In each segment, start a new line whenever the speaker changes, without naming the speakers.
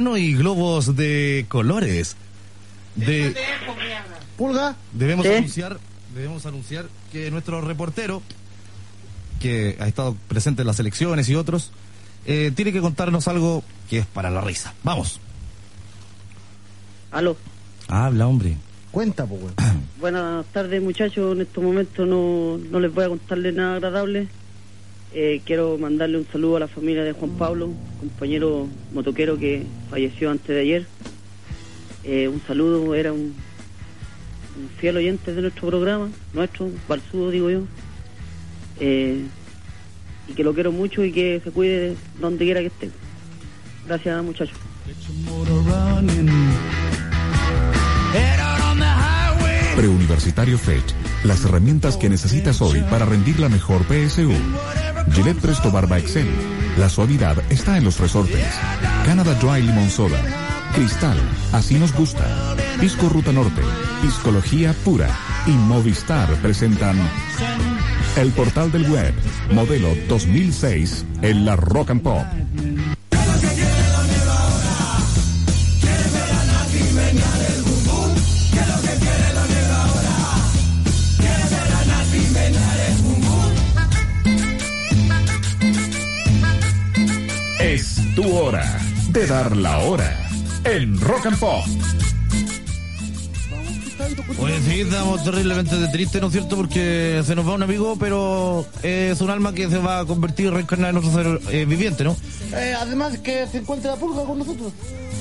No, y globos de colores. De Pulga, debemos
¿Sí?
anunciar, debemos anunciar que nuestro reportero, que ha estado presente en las elecciones y otros, eh, tiene que contarnos algo que es para la risa. Vamos.
Aló.
Habla, hombre.
Cuenta, pues, weón.
Buenas tardes, muchachos. En estos momentos no, no les voy a contarle nada agradable. Eh, quiero mandarle un saludo a la familia de Juan Pablo, compañero motoquero que falleció antes de ayer. Eh, un saludo, era un, un fiel oyente de nuestro programa, nuestro, Balsudo, digo yo. Eh, y que lo quiero mucho y que se cuide donde quiera que esté. Gracias, muchachos.
Preuniversitario FET. Las herramientas que necesitas hoy para rendir la mejor PSU. Gillette Presto Barba Excel. La suavidad está en los resortes. Canada Dry Limon Soda. Cristal. Así nos gusta. Pisco Ruta Norte. Piscología Pura. Y Movistar presentan el portal del web. Modelo 2006 en la Rock and Pop. Es tu hora de dar la hora en Rock and Pop.
Pues sí, estamos terriblemente de triste, ¿no es cierto? Porque se nos va un amigo, pero eh, es un alma que se va a convertir reencarnada en otro ser eh, viviente, ¿no?
Eh, además que se encuentra Pulga con nosotros.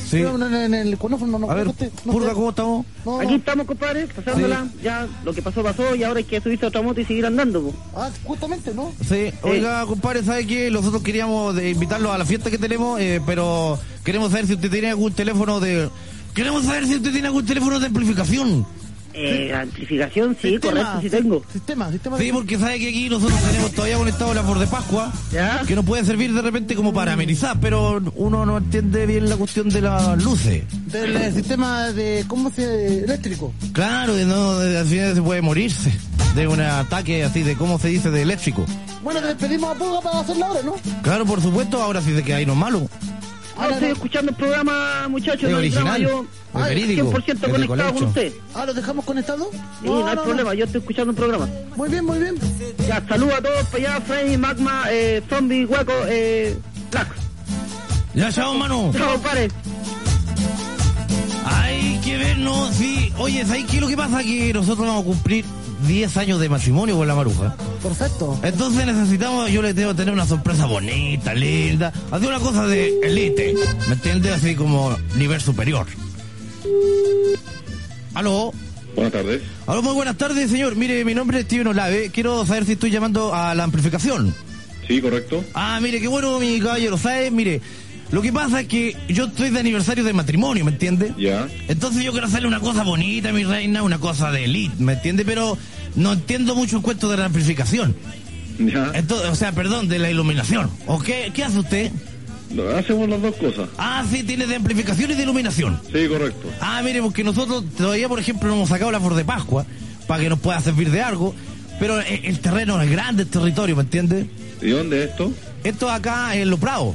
Sí.
No, no, no, en el conófono, no,
A ver,
no te- no
Purga,
te-
¿cómo estamos?
no,
Aquí
no.
estamos, compadre, pasándola. Ya lo que pasó, pasó. Y ahora hay que subirse a otra moto y seguir andando. po.
Ah, justamente, ¿no?
Sí, oiga, compadre, ¿sabe qué? Nosotros queríamos de invitarlo a la fiesta que tenemos, eh, pero queremos saber si usted tiene algún teléfono de... Queremos saber si usted tiene algún teléfono de amplificación.
Eh, Amplificación, sí,
Sistema,
correcto, sí
si-
tengo.
Sistema, sistema.
Sí, porque sabe que aquí nosotros tenemos todavía conectado la por de Pascua,
¿Ya?
que nos puede servir de repente como para amenizar, pero uno no entiende bien la cuestión de las luces.
Del eh, sistema de. ¿Cómo se.? Eléctrico.
Claro, y no, de- al final se puede morirse de un ataque así de, ¿cómo se dice?, de eléctrico.
Bueno, le pedimos a Pulga para hacer la hora, ¿no?
Claro, por supuesto, ahora sí se queda ahí no es malo.
Ahora Ah, estoy escuchando el programa, muchachos.
Es
no hay drama,
original,
yo
es verídico,
100%
es de
conectado con
colecho.
usted.
Ah, ¿lo dejamos conectado? Sí,
Sí, no, hay problema, yo estoy escuchando el programa.
Muy bien, muy bien.
Ya, saludos a todos para allá, Freddy, Magma, eh, Zombie, Hueco, eh, Black.
Ya, chao, mano.
Chao, compadre.
Hay que ver, no, sí. Oye, ¿sabes qué? Lo que pasa es que nosotros vamos a cumplir 10 años de matrimonio con la maruja.
Perfecto.
Entonces necesitamos, yo le tengo que tener una sorpresa bonita, linda. Hacer una cosa de elite. ¿Me entiendes? Así como nivel superior. Aló.
Buenas tardes.
Aló, muy buenas tardes, señor. Mire, mi nombre es Steven Olave. Quiero saber si estoy llamando a la amplificación.
Sí, correcto.
Ah, mire, qué bueno, mi caballero. ¿Sabes? Mire, lo que pasa es que yo estoy de aniversario de matrimonio, ¿me entiende?
Ya.
Entonces yo quiero hacerle una cosa bonita, mi reina, una cosa de elite, ¿me entiende? Pero no entiendo mucho el cuento de la amplificación.
Ya.
Entonces, o sea, perdón, de la iluminación. ¿O qué, qué hace usted?
No, Hacemos las dos cosas.
Ah, sí, tiene de amplificación y de iluminación.
Sí, correcto.
Ah, mire, porque nosotros todavía, por ejemplo, no hemos sacado la flor de Pascua para que nos pueda servir de algo. Pero e, el, el terreno es grande, el territorio, ¿me entiende?
¿Y dónde es esto?
Esto acá en Los Prados,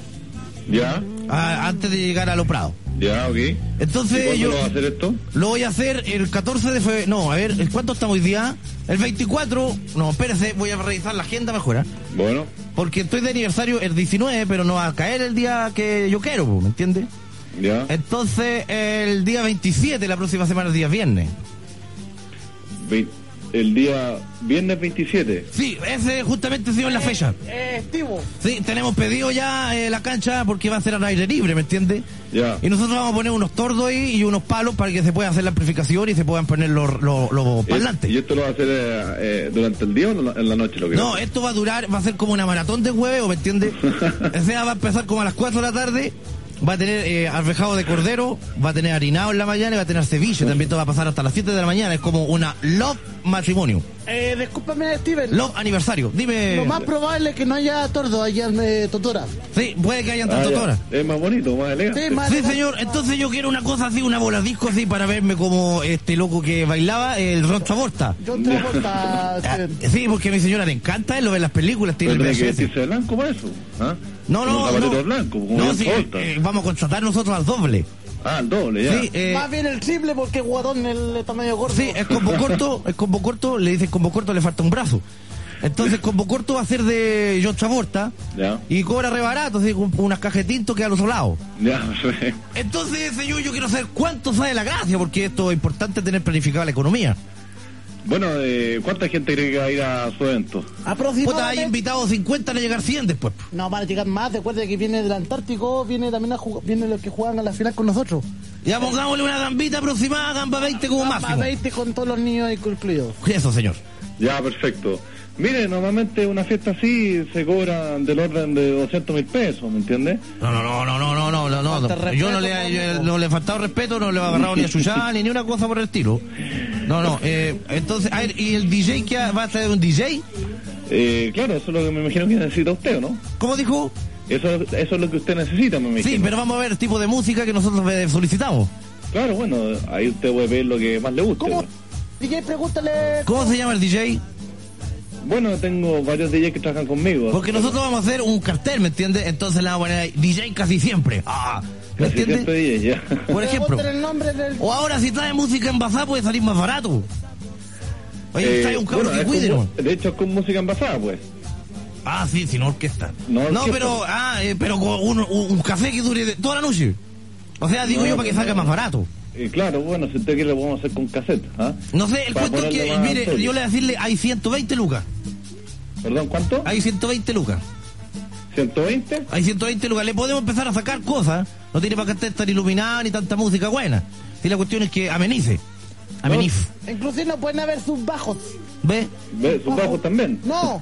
Ya.
a- antes de llegar a Los Prados.
Ya, ok. ¿Y
Entonces
¿Cuándo
yo
lo va a hacer esto?
lo voy a hacer el 14 de febrero. No, a ver, ¿el ¿cuánto estamos hoy día? El 24. No, espérese, voy a revisar la agenda mejor. ¿ah?
Bueno.
Porque estoy de aniversario el 19, pero no va a caer el día que yo quiero, po, ¿me entiende?
Ya.
Entonces, el día 27, la próxima semana, el día viernes.
Ve- El día viernes 27.
Sí, ese justamente sido en la fecha.
Eh, Estivo.
Sí, tenemos pedido ya eh, la cancha porque va a ser al aire libre, ¿me entiendes?
Ya.
Y nosotros vamos a poner unos tordos ahí y unos palos para que se pueda hacer la amplificación y se puedan poner los, los, los parlantes.
Eh, ¿Y esto lo va a hacer eh, eh, durante el día o en la- en la noche? Lo que
No, esto va a durar, va a ser como una maratón de hueveo, ¿me entiendes? o sea, va a empezar como a las 4 de la tarde, va a tener eh, arvejado de cordero, va a tener harinado en la mañana y va a tener ceviche, también esto va a pasar hasta las 7 de la mañana, es como una love matrimonio.
Eh, discúlpame, Steven.
Love aniversario. Dime.
Lo más probable es que no haya tordo allá en eh, Totora.
Sí, puede que hayan
Ah,
tanto
ya.
horas.
Es más bonito, más elegante.
Sí, más-
Sí, señor. Entonces yo quiero una cosa así, una bola disco así para verme como este loco que bailaba, el Ron Travolta.
Yo te voy
Ah,
a Steven.
sí, porque a mi señora le encanta, él lo ve en las películas, tiene
Pero
el
tiene que
VHS.
vestirse de blanco para eso. ¿ah?
No,
Un
no,
zapatero
no.
blanco, como
no,
bien
sí,
corta.
eh, vamos a contratar nosotros al doble.
Ah, el doble, ya.
Sí, eh,
Más bien el triple porque Guadón el eh, tamaño gordo.
sí, es combo corto, es combo corto, le dicen combo corto, le falta un brazo. Entonces, combo corto va a ser de John Travolta
Ya.
y cobra re barato, así, con unas cajas de tinto que a los lados.
Ya,
Entonces, señor, yo quiero saber cuánto sale la gracia, porque esto es importante tener planificada la economía.
Bueno, eh, ¿cuánta gente cree que va a ir a su evento?
Puta, hay
Aproximadamente.
invitados 50 van a llegar 100 después. po.
No, van a llegar más. Recuerda que viene del Antártico, viene también a jug- viene los que juegan a la final con nosotros.
Ya pongámosle una gambita aproximada, gamba 20 como
Más
máximo.
20 con todos los niños incluidos.
Eso, señor.
Ya, perfecto. Mire, normalmente una fiesta así se cobran del orden de 200 mil pesos, ¿me entiendes?
No, no, no, no, no, no, no, no, no. Yo
Falta respeto,
no le,
amigo.
yo no le he faltado respeto, no le he agarrado ni a Chuchá, ni ni una cosa por el estilo. No, no, eh, entonces, a ver, ¿y el DJ que va a traer un DJ?
Eh, claro, eso es lo que me imagino que necesita usted, ¿no?
¿Cómo dijo?
Eso, eso es lo que usted necesita, me imagino.
Sí, pero vamos a ver el tipo de música que nosotros eh, solicitamos.
Claro, bueno, ahí usted puede ver lo que más le guste.
¿Cómo?
pues.
DJ, pregúntale.
¿Cómo se llama el DJ?
Bueno, tengo varios DJs que trabajan conmigo.
Porque nosotros vamos a hacer un cartel, ¿me entiendes? Entonces le vamos a poner ahí, DJ casi siempre. Ah, ¿me
Casi siempre
entiendes?
DJ, ya.
Por ejemplo.
Pregúntale el nombre del.
O ahora si trae música en bazar puede salir más barato. Oye,
Eh,
trae un cabrón
bueno,
que
es
cuide,
con-
¿no?
De hecho, es con música envasada, pues.
Ah, sí, sin orquesta.
No,
No,
orquesta.
pero, ah, eh, pero con un, un- un café que dure de- toda la noche. O sea, digo
No,
yo para que
no.
salga más barato.
Eh, claro, bueno, si usted quiere lo podemos hacer con cassette, ¿ah?
No sé, el
Para
cuento es
ponerle
que,
más
mire,
serio.
yo le voy a decirle, hay 120 lucas.
Perdón, ¿cuánto?
Hay 120 lucas.
¿120?
Hay 120 lucas. Le podemos empezar a sacar cosas. No tiene para qué estar iluminada ni tanta música buena. Si la cuestión es que amenice. Amenice.
Inclusive no pueden haber sus bajos.
¿Ve?
Ve, ¿Sus bajos también?
No.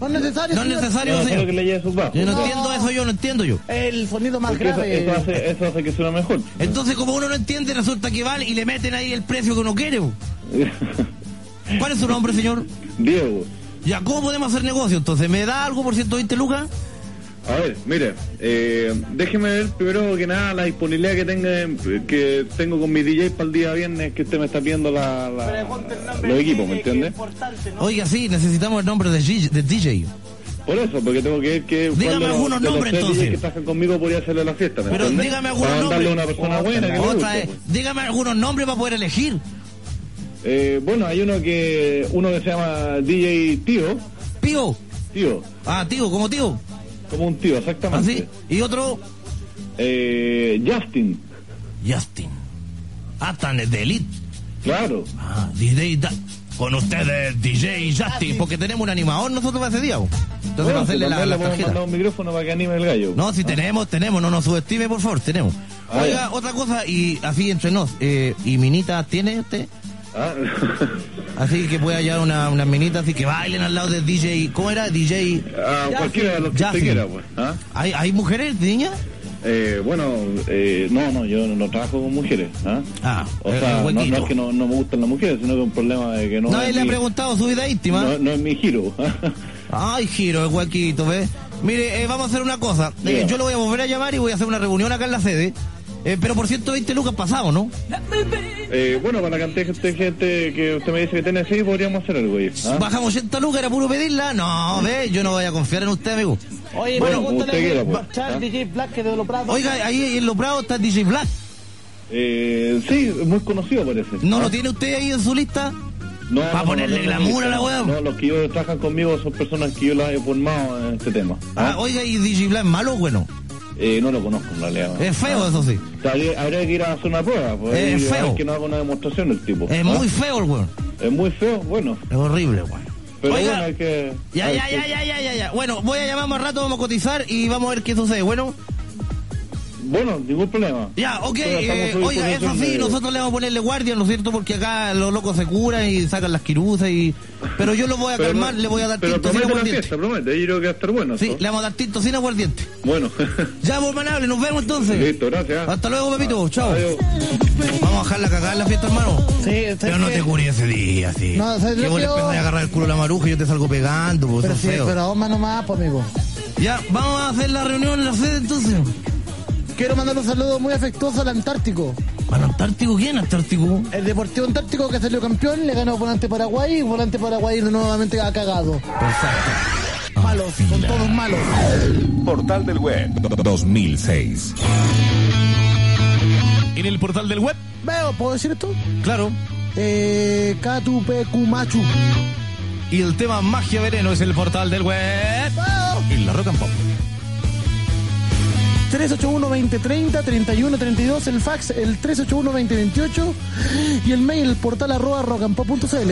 No es necesario.
No es
señor.
necesario,
No, solo que
señor.
le lleve sus bajos.
Yo no
¿no?
entiendo eso, yo no entiendo yo.
El sonido más
Porque eso,
grave.
eso hace, eso hace que suene mejor.
Entonces, como uno no entiende, resulta que vale y le meten ahí el precio que uno quiere. bo. ¿Cuál es su nombre, señor?
Diego,
Ya, ¿cómo podemos hacer negocio? Entonces, ¿me da algo por 120 lucas?
a ver, mire, eh, déjeme ver primero que nada la disponibilidad que tenga en- que tengo con mi DJ para el día viernes que usted me está pidiendo la, la- los equipos, ¿me entiende?
Oiga, sí, necesitamos el nombre de, G- de DJ.
Por eso, porque tengo que ver que...
Dígame
cuál de los-
algunos
de los
nombres,
tres DJs
entonces.
que trabajan conmigo podría hacerle la fiesta, ¿me
Pero
entiende?
dígame algunos
Para mandarle
nombres.
a una persona buena que le
Otra
guste,
vez,
pues.
dígame algunos nombres para poder elegir.
Eh, bueno, hay uno que uno que se llama DJ Tío,
Pío.
tío,
Ah, tío, como tío.
como un tío, exactamente.
Así. Y otro,
Eh, Justin,
Justin. Atan de Elite.
claro.
Ah, DJ Da- Con ustedes, DJ Justin. Porque tenemos un animador nosotros para ese día. bo. Entonces,
Bueno,
para hacerle
si
la,
también
la
le podemos
tarjeta.
mandar un micrófono para que anime el gallo.
No, si tenemos, tenemos, no nos subestime, por favor, tenemos.
Ah,
Oiga,
ya.
otra cosa, y así entre nos, eh, ¿y minita tiene usted?
Ah,
Así que puede hallar una- unas minitas así que bailen al lado de DJ, ¿cómo era? DJ...
ah, cualquiera de los que usted
Justin.
quiera, pues. ¿ah?
¿Hay, hay mujeres, niña?
Eh, bueno, eh, no, no, yo no trabajo con mujeres. ¿ah?
Ah,
o
el-
sea,
el
no, no
huequito.
es que no, no me gustan las mujeres, sino que es un problema de que no.
Nadie
es
le ha
mi-
preguntado su vida íntima.
No, no es mi giro.
Ay, giro, el huequito, ¿ves? Mire, eh, vamos a hacer una cosa. Eh,
Dígame.
yo lo voy a volver a llamar y voy a hacer una reunión acá en la sede. eh, pero por 120 lucas pasado, ¿no?
Eh, bueno, para la cantidad de gente- gente que usted me dice que tiene, sí, podríamos hacer algo. oye, ¿ah?
Bajamos 80 lucas, era puro pedirla. No, ve, yo no voy a confiar en usted, amigo.
Oye,
Bueno,
pregúntale
usted quiera,
al
pues.
Charles
¿Ah?
DJ Black que de lo Prado.
Oiga, ahí en Lo Prado está DJ Black.
Eh, sí, es muy conocido parece.
¿No lo
¿Ah?
tiene usted ahí en su lista?
No,
¿Va a
no,
ponerle
no, no,
glamour a la
no,
weá?
No, los que yo trabajan conmigo son personas que yo las he formado en este tema.
Ah, oiga, ¿y DJ Black es malo o bueno?
Eh, no lo conozco en realidad.
Es feo, eso sí.
Habría, habría que ir a hacer una prueba. Pues,
Eh,
y a ver
feo.
que no haga una demostración el tipo.
Es
¿ah?
muy feo el weón.
Es muy feo, bueno.
Es horrible, weón.
Pero bueno,
Oiga,
hay que...
ya,
hay
ya,
que-
ya, ya, ya, ya, ya. Bueno, voy a llamar más rato, vamos a cotizar y vamos a ver qué sucede. Bueno,
Bueno, ningún problema.
Ya, ok,
Pero estamos
eh,
hoy
oiga,
con
eso
eso
sí,
de-
nosotros le vamos a ponerle guardia, ¿no es cierto? Porque acá los locos se curan y sacan las quiruzas y... Pero yo lo voy a
Pero-
calmar, le voy a dar
Pero
tinto sin
promete la
aguardiente.
fiesta, promete. Yo creo que va a estar bueno.
Sí,
esto.
le vamos a dar tinto sin aguardiente.
Bueno.
Ya, por manable, nos vemos entonces.
Listo, gracias. Ah,
Hasta luego, Pepito, chao.
Adiós.
Vamos a dejarla cagar en la fiesta, hermano.
Sí,
Pero no te curí ese día, sí.
No, ¿sabes
que
lo
vos
que
le
yo-
empezás a agarrar el culo a la maruja y yo te salgo pegando, pues,
Pero
son
sí,
feos.
pero dos manos más, pues, amigo.
Ya, vamos a hacer la reunión en la sede entonces.
Quiero mandar un saludo muy afectuoso al Antártico.
¿Al Antártico quién, Antártico?
El Deportivo Antártico que salió campeón le ganó Volante Paraguay y Volante Paraguay nuevamente ha cagado. Ah, Malos, son todos malos.
Portal del Web 2006.
En el portal del web,
Veo, ¿puedo decir esto?
claro.
Eh, Catu Pecumachu.
Y el tema Magia Veneno es el portal del web.
Veo.
En la Rock and Pop.
381-2030-3132, el fax el 381-2028 y el mail portal arroba rockandpop.cl.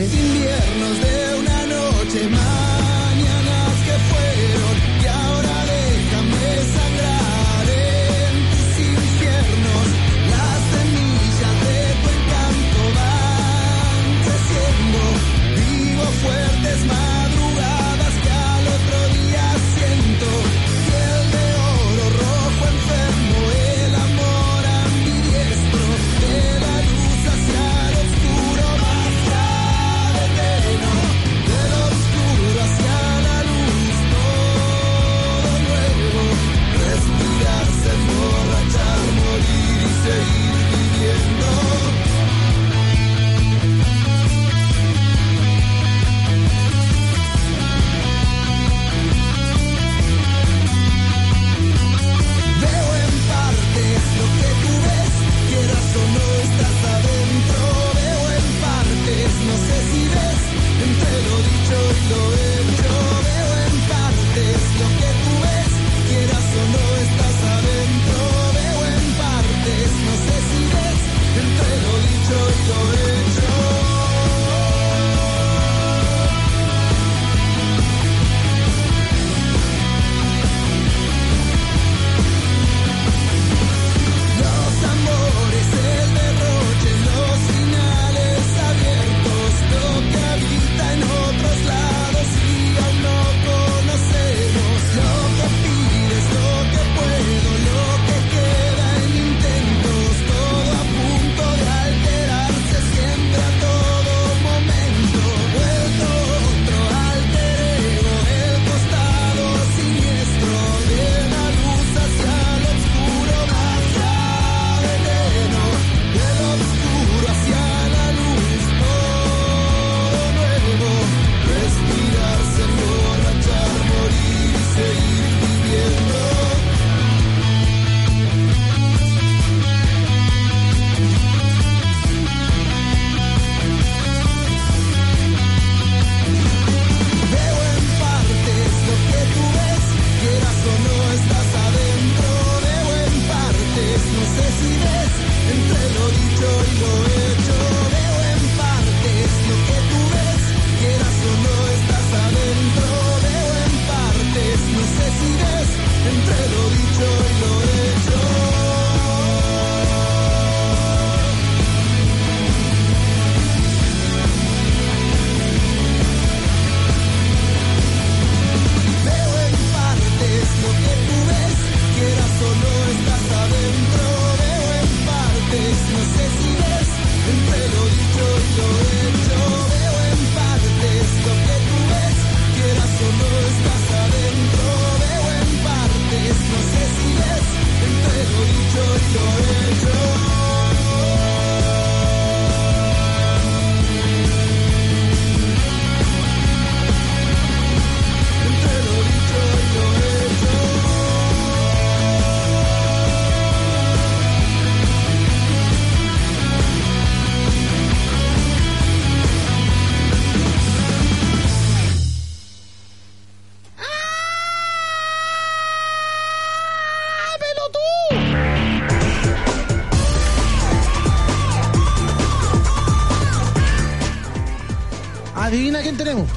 Adivina quién tenemos.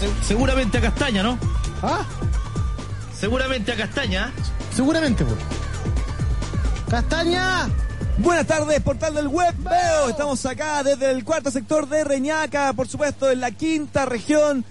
Se- seguramente a Castaña, ¿no?
¿Ah?
Seguramente a Castaña.
Seguramente, pues. ¡Castaña!
Buenas tardes, portal del web. Veo, estamos acá desde el cuarto sector de Reñaca, por supuesto, en la quinta región.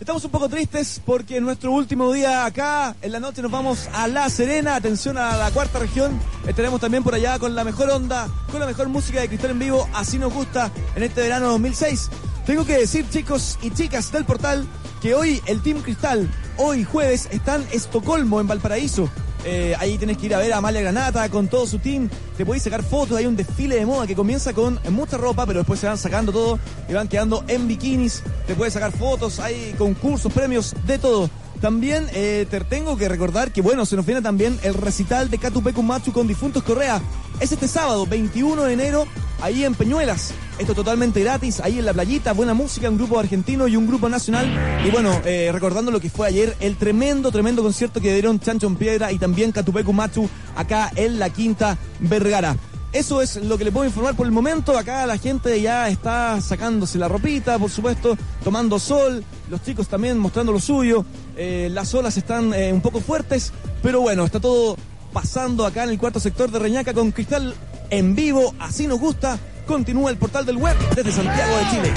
Estamos un poco tristes porque en nuestro último día acá, en la noche nos vamos a La Serena, atención a la cuarta región. Estaremos también por allá con la mejor onda, con la mejor música de cristal en vivo, así nos gusta en este verano 2006. Tengo que decir, chicos y chicas del portal, que hoy el Team Cristal, hoy jueves, está en Estocolmo, en Valparaíso. Eh, ahí tenés que ir a ver a Amalia Granata con todo su team. Te podéis sacar fotos. Hay un desfile de moda que comienza con mucha ropa, pero después se van sacando todo y van quedando en bikinis. Te puedes sacar fotos, hay concursos, premios, de todo. También eh, te tengo que recordar que, bueno, se nos viene también el recital de Catupecu Machu con Difuntos Correa. Es este sábado, 21 de enero, ahí en Peñuelas. Esto es totalmente gratis, ahí en la playita, buena música, un grupo argentino y un grupo nacional. Y bueno, eh, recordando lo que fue ayer, el tremendo, tremendo concierto que dieron Chancho en Piedra y también Catupecu Machu acá en la Quinta Vergara. Eso es lo que le puedo informar por el momento. Acá la gente ya está sacándose la ropita, por supuesto, tomando sol, los chicos también mostrando lo suyo. Eh, las olas están eh, un poco fuertes, pero bueno, está todo pasando acá en el cuarto sector de Reñaca con Cristal en vivo, así nos gusta. Continúa el portal del web desde Santiago de Chile.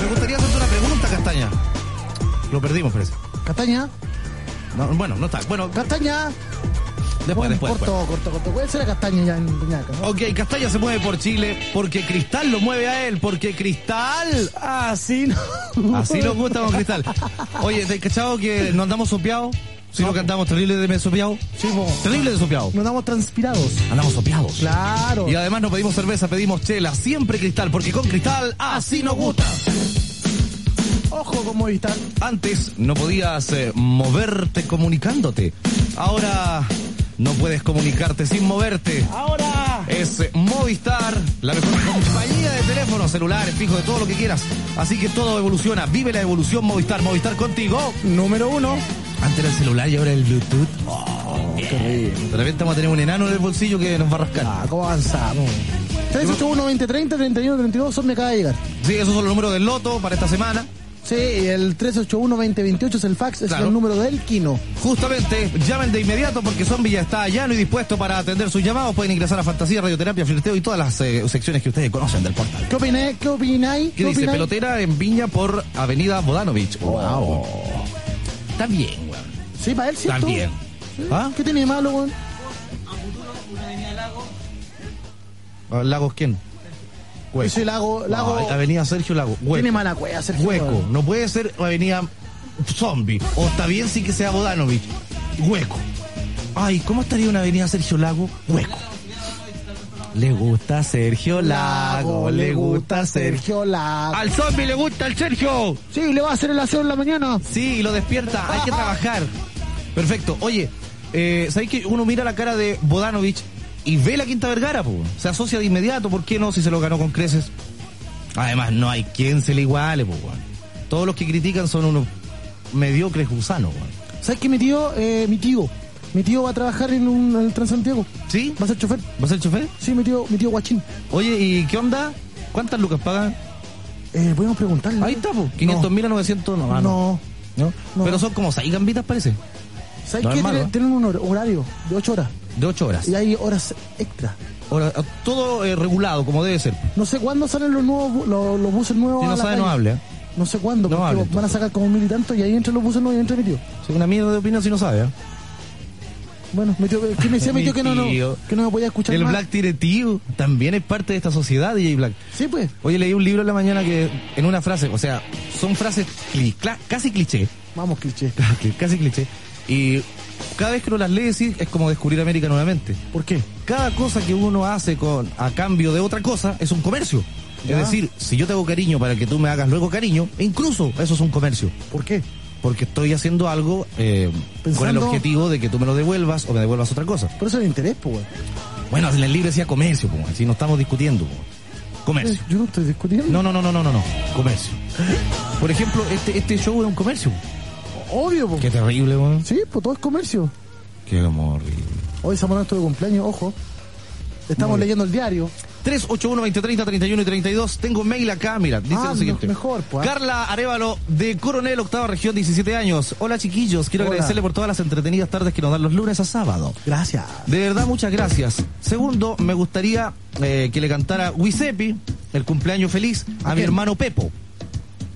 Me gustaría hacerte una pregunta, Castaña. Lo perdimos, parece.
Castaña,
No, bueno, no está. Bueno, ca-
Castaña.
después,
Bueno,
después.
corto,
después.
corto, corto. ¿Cuál será Castaña ya en Reñaca? no?
Ok, Castaña se mueve por Chile porque Cristal lo mueve a él, porque Cristal.
Así no.
Así nos gusta con Cristal. Oye, ¿te has cachado que nos andamos sopeados? Si no cantamos terrible de sopeado.
Sí, po.
Terrible de sopeado.
Nos damos transpirados.
Andamos sopeados.
Claro.
Y además no pedimos cerveza, pedimos chela, siempre cristal, porque con cristal ah, así nos gusta.
Ojo con Movistar.
Antes no podías eh, moverte comunicándote. Ahora no puedes comunicarte sin moverte.
Ahora.
Es eh, Movistar, la mejor compañía de teléfonos, celulares, fijo, de todo lo que quieras. Así que todo evoluciona. Vive la evolución Movistar. Movistar contigo.
Número uno.
Antes era el celular y ahora el Bluetooth. Eh. De repente vamos a tener un enano en el bolsillo que nos va a rascar.
Ah, ¿cómo avanzamos? 381 2030 31 32 son me acaba de llegar.
Sí, esos son los números del loto para esta semana.
Sí, y el 381 2028 es el fax, es
Claro.
el número del Kino.
Justamente, llamen de inmediato porque Zombie ya está allá y dispuesto para atender sus llamados. Pueden ingresar a Fantasía, Radioterapia, Flirteo y todas las eh, secciones que ustedes conocen del portal.
¿Qué opináis? ¿Qué opináis?
¿Qué, dice?
opináis?
Pelotera en Viña por Avenida Bodanovich. Wow. Está bien, weón.
Sí, para él sí.
Está
tú.
bien.
Sí.
¿Ah?
¿Qué tiene de malo, weón?
Ah, ¿Lagos quién? Hueco.
Ese lago, lago.
Ah, avenida Sergio Lago. Hueco.
Tiene mala cueva, Sergio,
Hueco.
weón.
No puede ser Avenida Zombie. O está bien sí que sea Bodanovich. Hueco. Ay, ¿cómo estaría una avenida Sergio Lago? Hueco. Le gusta Sergio Lago, le gusta Sergio.
Lago.
Al zombie le gusta el Sergio.
Sí, le va a hacer el aseo en la mañana. Ah,
Sí, lo despierta, hay que trabajar. Perfecto. Oye, eh, ¿sabéis que uno mira la cara de Bodanovich y ve la Quinta Vergara? po? Se asocia de inmediato, ¿por qué no? Si se lo ganó con creces. Además, no hay quien se le iguale, po, weón. Todos los que critican son unos mediocres gusanos, weón.
¿Sabes qué? Mi tío, eh, mi tío, mi tío va a trabajar en un en el Transantiago.
¿Sí?
Va a ser chofer.
¿Vas el chofer?
Sí, mi tío, mi tío Guachín.
Oye, ¿y qué onda? ¿Cuántas lucas pagan?
Eh, podemos preguntarle.
Ahí está, po. 500 mil a 900, no, ah, no.
No.
¿No?
No.
Pero son como 6 gambitas, parece.
¿Sabes
No es
qué?
malo,
Tienen,
¿eh?
tienen un hor- horario de 8 horas.
De 8 horas.
Y hay horas extra.
Ahora, todo eh, regulado, como debe ser.
No sé cuándo salen los nuevos bu- los, los buses nuevos.
Si
a
no
la
sabe, no
calle.
hable, ¿eh?
No sé cuándo,
No
porque
hable,
van a
entonces.
sacar como mil y tanto y ahí entran los buses nuevos y entra mi tío.
Sí, una mierda de opinión si no sabe, ¿eh?
Bueno, mi tío, ¿qué me decía mi
Mi
tío que no, no,
tío.
que no me podía escuchar
El
más?
Black Tire Tío también es parte de esta sociedad, DJ Black.
Sí, pues.
Oye, leí un libro en la mañana que en una frase, o sea, son frases cli- cla- casi cliché,
Vamos, cliché.
casi cliché, y cada vez que uno las lee sí, es como descubrir América nuevamente.
¿Por qué?
Cada cosa que uno hace con a cambio de otra cosa es un comercio.
Ya.
Es decir, si yo te hago cariño para que tú me hagas luego cariño, incluso eso es un comercio.
¿Por qué?
Porque estoy haciendo algo eh, con el
Pensando-
objetivo de que tú me lo devuelvas o me devuelvas otra cosa.
Por eso el interés, pues, weón.
Bueno, en el libro decía comercio, po, si no estamos discutiendo. po. Comercio.
Eh, Yo no estoy discutiendo.
No, no, no, no, no, no, no. Comercio. Por ejemplo, este, este show es un comercio.
Obvio, pues.
Qué terrible, weón.
Sí, pues todo es comercio.
Qué horrible.
Hoy Zamorano estuvo de cumpleaños, ojo. Estamos leyendo el diario.
381-2030-31 y 32. Tengo un mail acá, mira, dice
Ah,
lo siguiente.
me- mejor, pues.
Carla Arevalo, de Coronel, octava región, 17 años. Hola, chiquillos. Quiero
Hola.
agradecerle por todas las entretenidas tardes que nos dan los lunes a sábado.
Gracias.
De verdad, muchas gracias. Segundo, me gustaría eh, que le cantara Wisepi, el cumpleaños feliz, a mi
Bien.
hermano Pepo,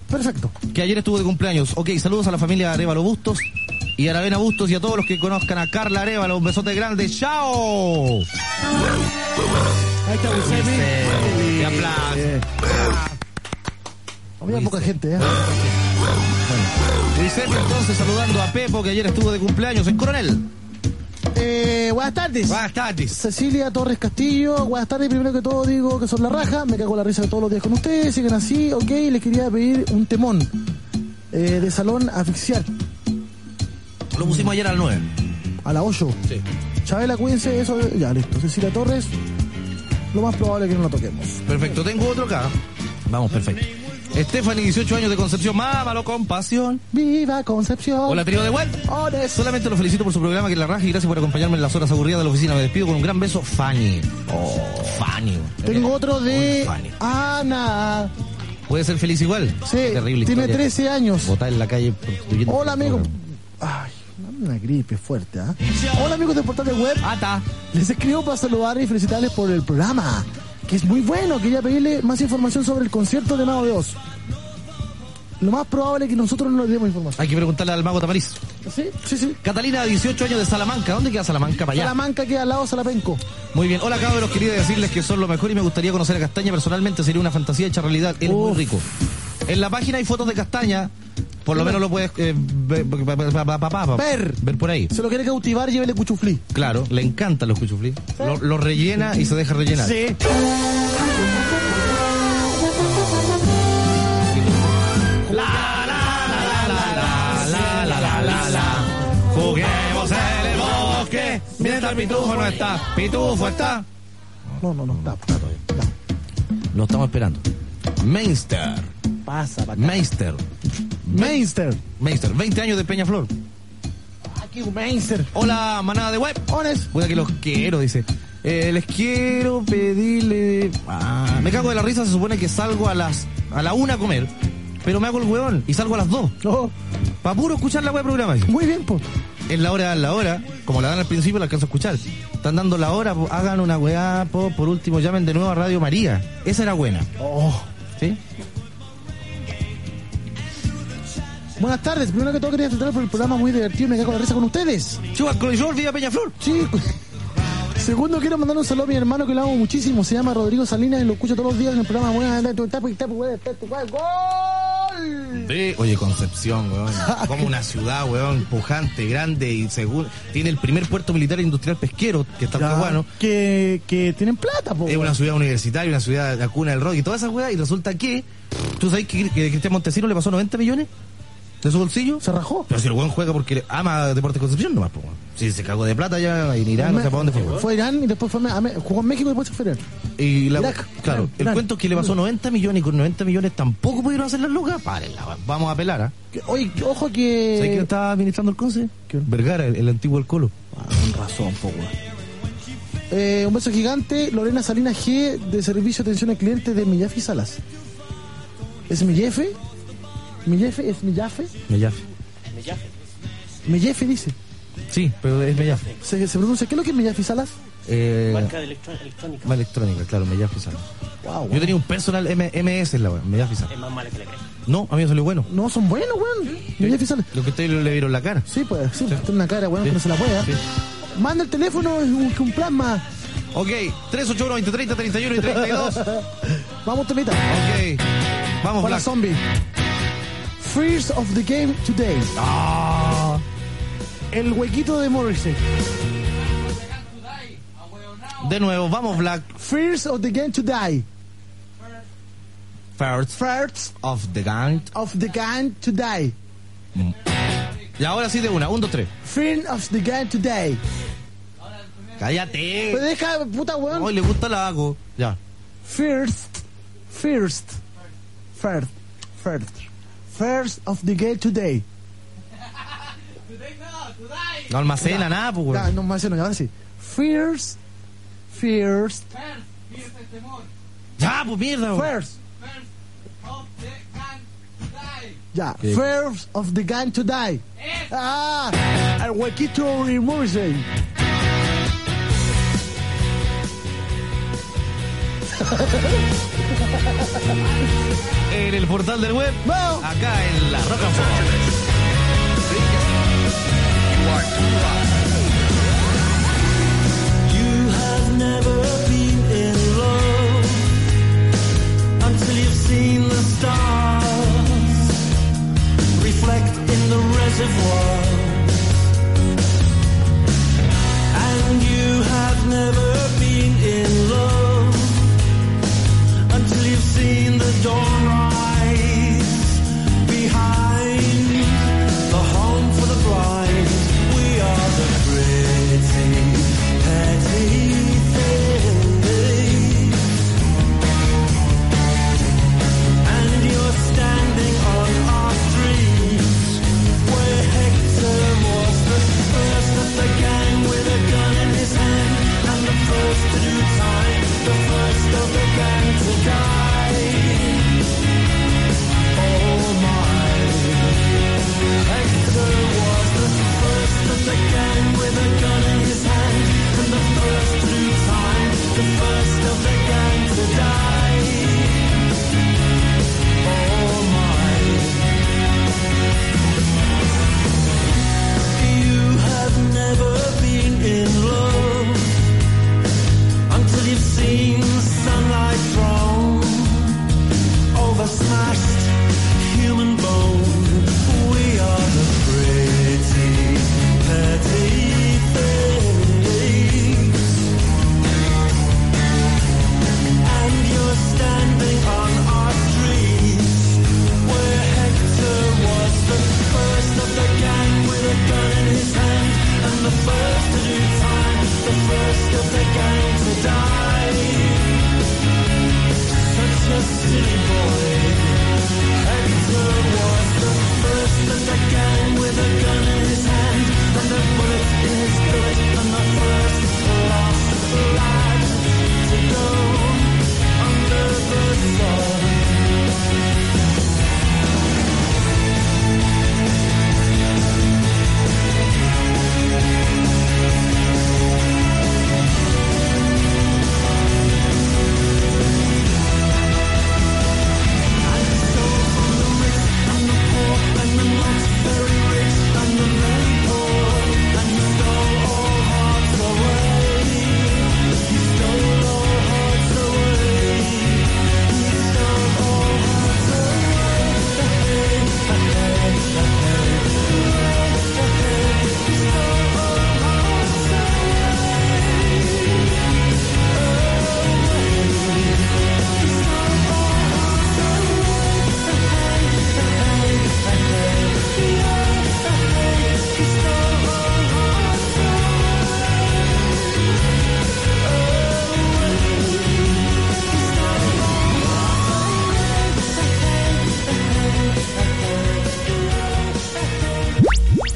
Perfecto.
que ayer estuvo de cumpleaños. Ok, saludos a la familia Arevalo Bustos y a Aravena Bustos y a todos los que conozcan a Carla Arevalo. Un besote grande. ¡Chao!
Ahí está Giuseppe.
Y aplausos.
Había poca gente, ¿eh?
Vicente entonces saludando a Pepo que ayer estuvo de cumpleaños en Coronel.
Eh, Buenas tardes.
Buenas tardes.
Cecilia Torres Castillo, buenas tardes. Primero que todo digo que son la raja, me cago en la risa de todos los días con ustedes, siguen así, ok. Les quería pedir un temón eh, de salón asfixiar
Lo pusimos ayer al 9.
a la 8.
Sí.
Chabela, cuídense, eso, ya listo. Cecilia Torres, lo más probable es que no la toquemos.
Perfecto, tengo otro acá. Vamos, perfecto. Stephanie, 18 años de Concepción, mámalo con pasión.
¡Viva Concepción!
Hola, trío de web.
Ores.
Solamente los felicito por su programa que es la raja y gracias por acompañarme en las horas aburridas de la oficina. Me despido con un gran beso, Fanny. Oh, Fanny.
Tengo otro de
Un Fanny.
Ana.
Puede ser feliz igual.
Sí,
Qué terrible
tiene
historia.
13 años.
Botar en la calle. prostituyendo.
Hola, amigo. Ay, una gripe fuerte, ¿ah? Hola, amigos de Portal de Web.
Ata.
Les escribo para saludar y felicitarles por el programa, que es muy bueno. Quería pedirle más información sobre el concierto de Mago de Oz. Lo más probable es que nosotros no les demos información.
Hay que preguntarle al mago Tamariz.
Sí, sí, sí.
Catalina, 18 años de Salamanca. ¿Dónde queda Salamanca? Para allá.
Salamanca queda al lado, Salapenco.
Muy bien. Hola, cabros. Quería decirles que son lo mejor y me gustaría conocer a Castaña personalmente. Sería una fantasía hecha realidad. Él es muy
Uf.
rico. En la página hay fotos de Castaña. Por lo menos lo puedes eh, ver,
Ver.
ver por ahí.
Se lo quiere cautivar, llévele cuchuflí.
Claro, le encantan los cuchuflí. Lo, lo rellena y se deja rellenar.
Sí.
La, la, la, la, la. Juguemos en el bosque mientras Pitufo no está. Pitufo está.
No, no, no. Está, está todavía. Está.
Lo estamos esperando. Mainster.
Pasa, pa' acá.
Mainster.
Mainster.
Mainster. 20 años de Peñaflor.
Aquí un Mainster.
Hola, manada de web.
Ones.
Puta que los quiero, dice. Eh, les quiero pedirle. Ah, me cago de la risa, se supone que salgo a las a la una a comer, pero me hago el hueón y salgo a las dos.
No.
Para puro escuchar la web programa. dice.
Muy bien, pues.
En la hora, en la hora, como la dan al principio, la alcanzo a escuchar. Están dando la hora, po, hagan una weá, po, por último, llamen de nuevo a Radio María. Esa era buena,
Oh.
¿sí?
Buenas tardes. Primero que todo quería felicitarles por el programa muy divertido. Me cago en la risa con ustedes.
Chuba, Flor, viva Peñaflor.
Sí. Segundo, quiero mandar un saludo a mi hermano que lo amo muchísimo. Se llama Rodrigo Salinas y lo escucho todos los días en el programa. Buenas tardes, tu tapo y tapo, güey, tapo, güey, ¡Gol!
De- Oye, Concepción, weón. Como una ciudad, weón, pujante, grande y seguro. Tiene el primer puerto militar e industrial pesquero, que está en
Ya, pues,
Talcahuano.
que, que tienen plata, po.
Es una ciudad universitaria, una ciudad la cuna del rock y todas esas weas. Y resulta que, ¿tú sabes que, que Cristian Montesino le pasó 90 millones de su bolsillo?
Se rajó.
Pero si el weón juega porque le- ama Deportes Concepción nomás, po, weón. Si se cagó de plata ya en Irán, no sé para dónde fue. weón.
Fue a Irán y después fue a, a- jugó en México y después se fue a Irán.
Y la,
Irak,
claro,
Irán,
el
Irán.
cuento es que le pasó 90 millones y con 90 millones tampoco pudieron hacer las lucas. Párenla, weón. vamos a apelar, ¿ah?
Que- Oye, que- ojo
¿Sabes quién
que.
estaba administrando el conce?
¿Quién?
Vergara, el, el antiguo El Colo.
Ah, con razón, po, güey. Eh, un beso gigante, Lorena Salinas G, de Servicio de Atención al Cliente de Millafi Salas. ¿Es mi jefe? ¿Mi jefe es mi jefe?
Mellafe.
Mi jefe dice.
Sí, pero es Mellafe.
Se, se pronuncia, ¿qué es lo que es Millafi Salas?
Eh,
Marca de electro- electrónica.
más electrónica, claro, Mellafe sale.
Wow,
Yo tenía un personal M- MS en la weón, Mellafe sale.
Es más mala que la cresta.
No, a mí me salió bueno.
No, son buenos, weón. Miguel Fisal.
Lo que ustedes le vieron la cara.
Sí, pues, sí, tiene una cara, weón, que no se la puede.
Sí.
Manda el teléfono, es un, un plasma.
Ok, 381 2030 31 y 32. Ok,
Vamos, temita.
vamos,
Hola,
Black.
zombie. First of the game today.
Ah.
El huequito de Morrissey.
De nuevo, vamos, Black.
First of the game today.
First, first of the gang.
Of the game today.
Y ahora sí de una, un, dos, tres.
First of the game today. Pero
Cállate.
deja, puta
Hoy
weón.
le gusta la hago. Ya.
First. First. First. First. First of the game today.
No almacena nada, pues,
Ya,
weón.
no más, no, ahora sí. First. First.
Ya, pues mierda, weón.
First. Ya, First of the Gun to Die. Ah, el huequito de Morrissey.
En el portal del web,
No.
acá en la Rock and Pop.
Oh oh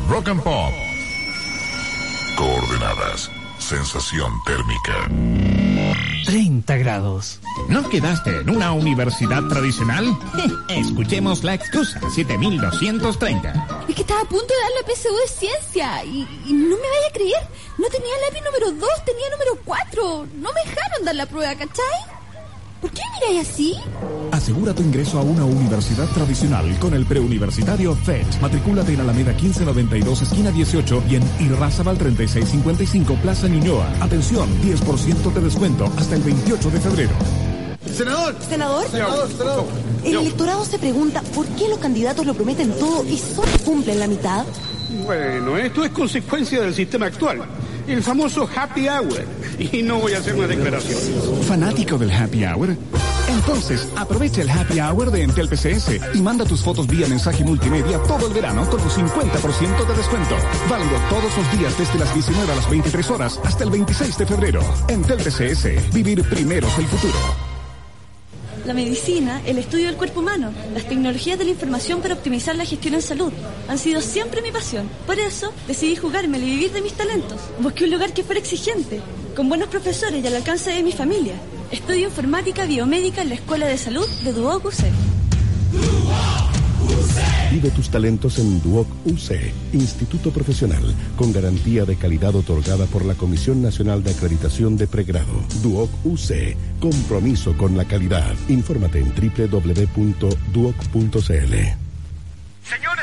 Rock and Pop. Coordenadas. Sensación térmica.
30 grados.
¿No quedaste en una universidad tradicional? Escuchemos la excusa 7230.
Es que estaba a punto de dar la PSU de ciencia y, y no me vaya a creer. No tenía lápiz número 2, tenía número 4. No me dejaron dar la prueba, ¿cachai? ¿Por qué me miráis así?
Asegura tu ingreso a una universidad tradicional con el preuniversitario FET. Matricúlate en Alameda 1592, esquina 18 y en Irrazabal 3655, Plaza Ñuñoa. Atención, 10% de descuento hasta el 28 de febrero.
Senador, el electorado se pregunta por qué los candidatos lo prometen todo y solo cumplen la mitad.
Bueno, Eh, esto es consecuencia del sistema actual. El famoso happy hour. Y no voy a hacer una declaración.
¿Fanático del happy hour? Entonces, aprovecha el happy hour de Entel PCS y manda tus fotos vía mensaje multimedia todo el verano con un 50% de descuento. Válido todos los días desde las 19 a las 23 horas hasta el 26 de febrero. Entel PCS, vivir primeros el futuro.
La medicina, el estudio del cuerpo humano, las tecnologías de la información para optimizar la gestión en salud han sido siempre mi pasión. Por eso decidí jugármela y vivir de mis talentos. Busqué un lugar que fuera exigente, con buenos profesores y al alcance de mi familia. Estudio informática biomédica en la Escuela de Salud de Duoc UC.
Vive tus talentos en Duoc UC, Instituto Profesional, con garantía de calidad otorgada por la Comisión Nacional de Acreditación de Pregrado. Duoc UC, compromiso con la calidad. Infórmate en www.duoc.cl.
Señores,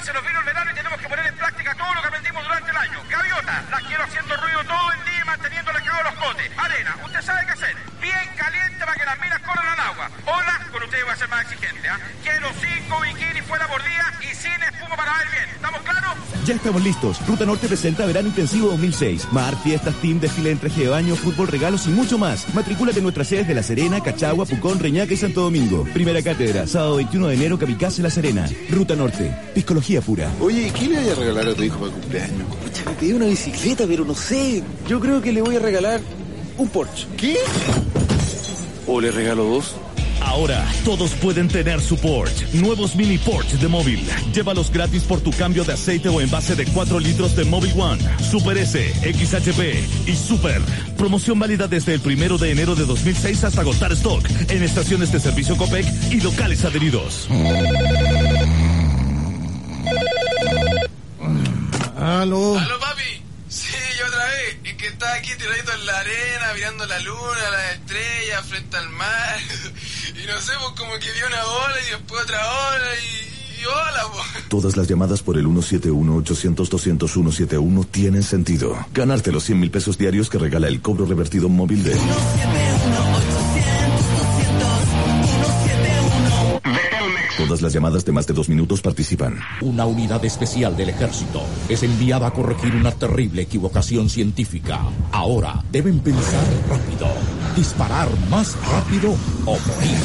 se nos vino el verano y tenemos que poner en práctica todo lo que aprendimos durante el año. Gaviota, las quiero haciendo ruido todo el día y manteniéndole cabo los cotes. Arena, usted sabe qué hacer. Bien caliente para que las minas corran al agua. Olas, con ustedes voy a ser más exigente. ¿ah? Quiero cinco bikinis fuera por día y sin espuma para ver bien. ¿Estamos claros?
Ya estamos listos. Ruta Norte presenta Verano Intensivo 2006. Mar, fiestas, team, desfile en traje de baño, fútbol, regalos y mucho más. Matricúlate en nuestras sedes de La Serena, Cachagua, Pucón, Reñaca y Santo Domingo. Primera cátedra, sábado 21 de enero, Capicase, La Serena. Ruta Norte, psicología pura.
Oye, ¿qué le voy a regalar a tu hijo para cumpleaños? Te pedí una bicicleta, pero no sé. Yo creo que le voy a regalar un Porsche. ¿Qué?
¿O le regalo dos? Ahora todos pueden tener su Porsche. Nuevos mini Porsche de móvil. Llévalos gratis por tu cambio de aceite o envase de 4 litros de Mobile One, Super S, XHP y Super. Promoción válida desde el primero de enero de 2006 hasta agotar stock en estaciones de servicio Copec y locales adheridos.
Aló.
Aló, papi. Sí, yo otra vez. Es que estaba aquí tiradito en la arena, mirando la luna, las estrellas, frente al mar. Y no sé, pues como que vi una ola y después otra ola y, y ola, pues.
Todas las llamadas por el 171-800-200-171 tienen sentido. Ganarte los 100 mil pesos diarios que regala el cobro revertido móvil de... Todas las llamadas de más de dos minutos participan.
Una unidad especial del ejército es enviada a corregir una terrible equivocación científica. Ahora deben pensar rápido, disparar más rápido o morir.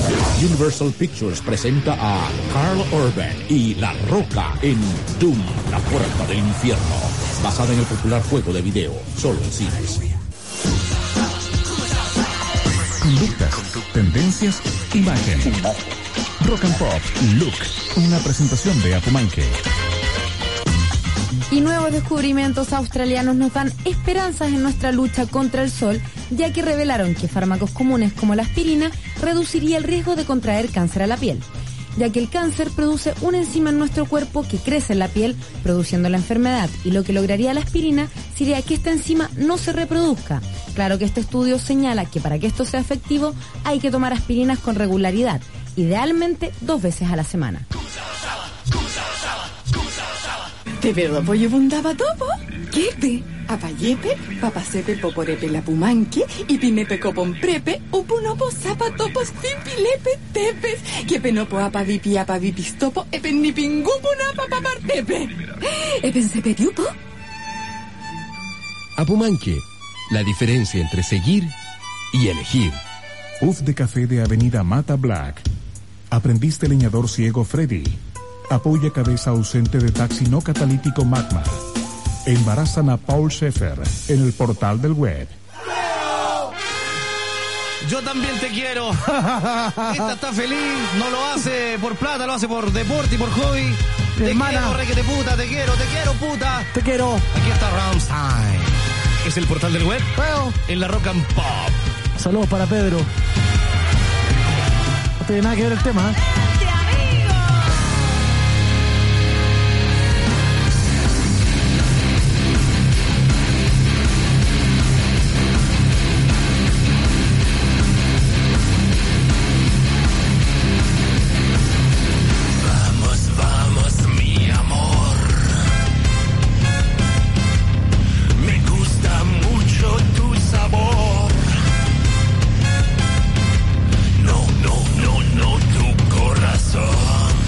Universal Pictures presenta a Carl Urban y La Roca en Doom, la puerta del infierno, basada en el popular juego de video, solo en cines.
Conductas, tendencias, imagen. Rock and Pop, Look. Una presentación de Apumanque.
Y nuevos descubrimientos australianos nos dan esperanzas en nuestra lucha contra el sol, ya que revelaron que fármacos comunes como la aspirina reduciría el riesgo de contraer cáncer a la piel, ya que el cáncer produce una enzima en nuestro cuerpo que crece en la piel, produciendo la enfermedad, y lo que lograría la aspirina sería que esta enzima no se reproduzca. Claro que este estudio señala que para que esto sea efectivo hay que tomar aspirinas con regularidad, idealmente dos veces a la semana.
Te veo apoyo bundaba topo. Quepe, apayepe, papasepe poporepe la pumanque, y pimepe copomprepe, upunopo zapatopos simpilepe tepes, quepe nopo apavipi apavipistopo, epen nipingupuna papartepe. Epen sepepiupo.
Apumanque, la diferencia entre seguir y elegir.
UF de Café de Avenida Mata Black. Aprendiz de leñador ciego Freddy. Apoya cabeza ausente de taxi no catalítico Magma. Embarazan a Paul Schaeffer en el portal del web.
Yo también te quiero. Esta está feliz, no lo hace por plata, lo hace por deporte y por hobby. Te
hermana.
quiero, requete puta, te quiero, te quiero, puta.
Te quiero.
Aquí está Rammstein. Es el portal del web. En la Rock and Pop.
Saludos para Pedro. No tiene nada que ver el tema. ¿eh?
Vamos, vamos, mi amor. Me gusta mucho tu sabor. No, no, no, no, tu corazón.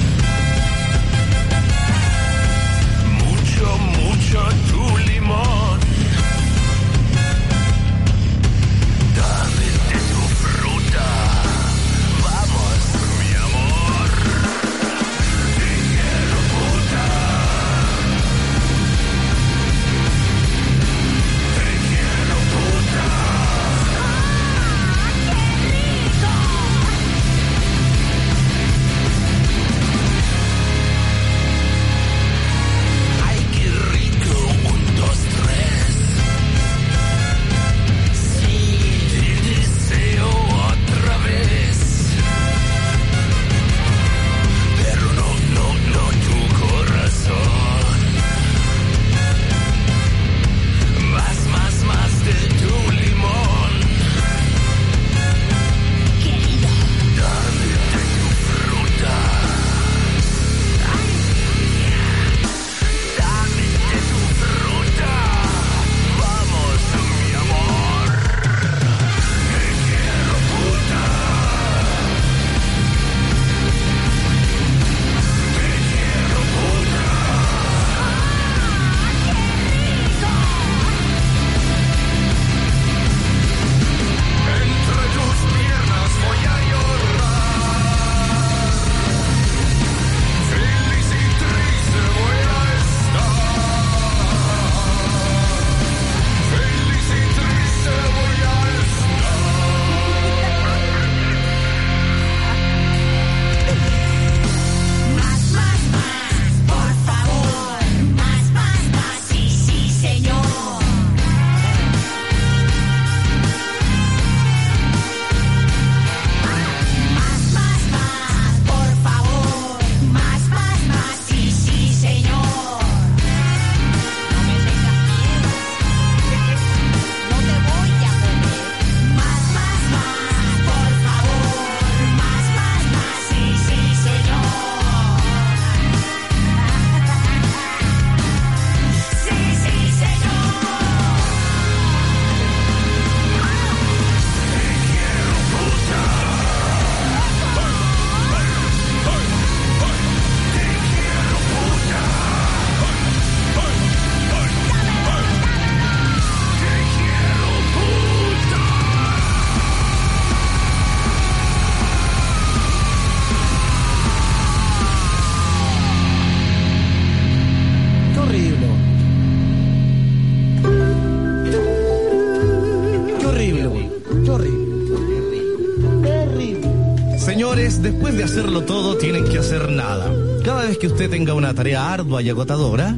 Señores, después de hacerlo todo, tienen que hacer nada. Cada vez que usted tenga una tarea ardua y agotadora,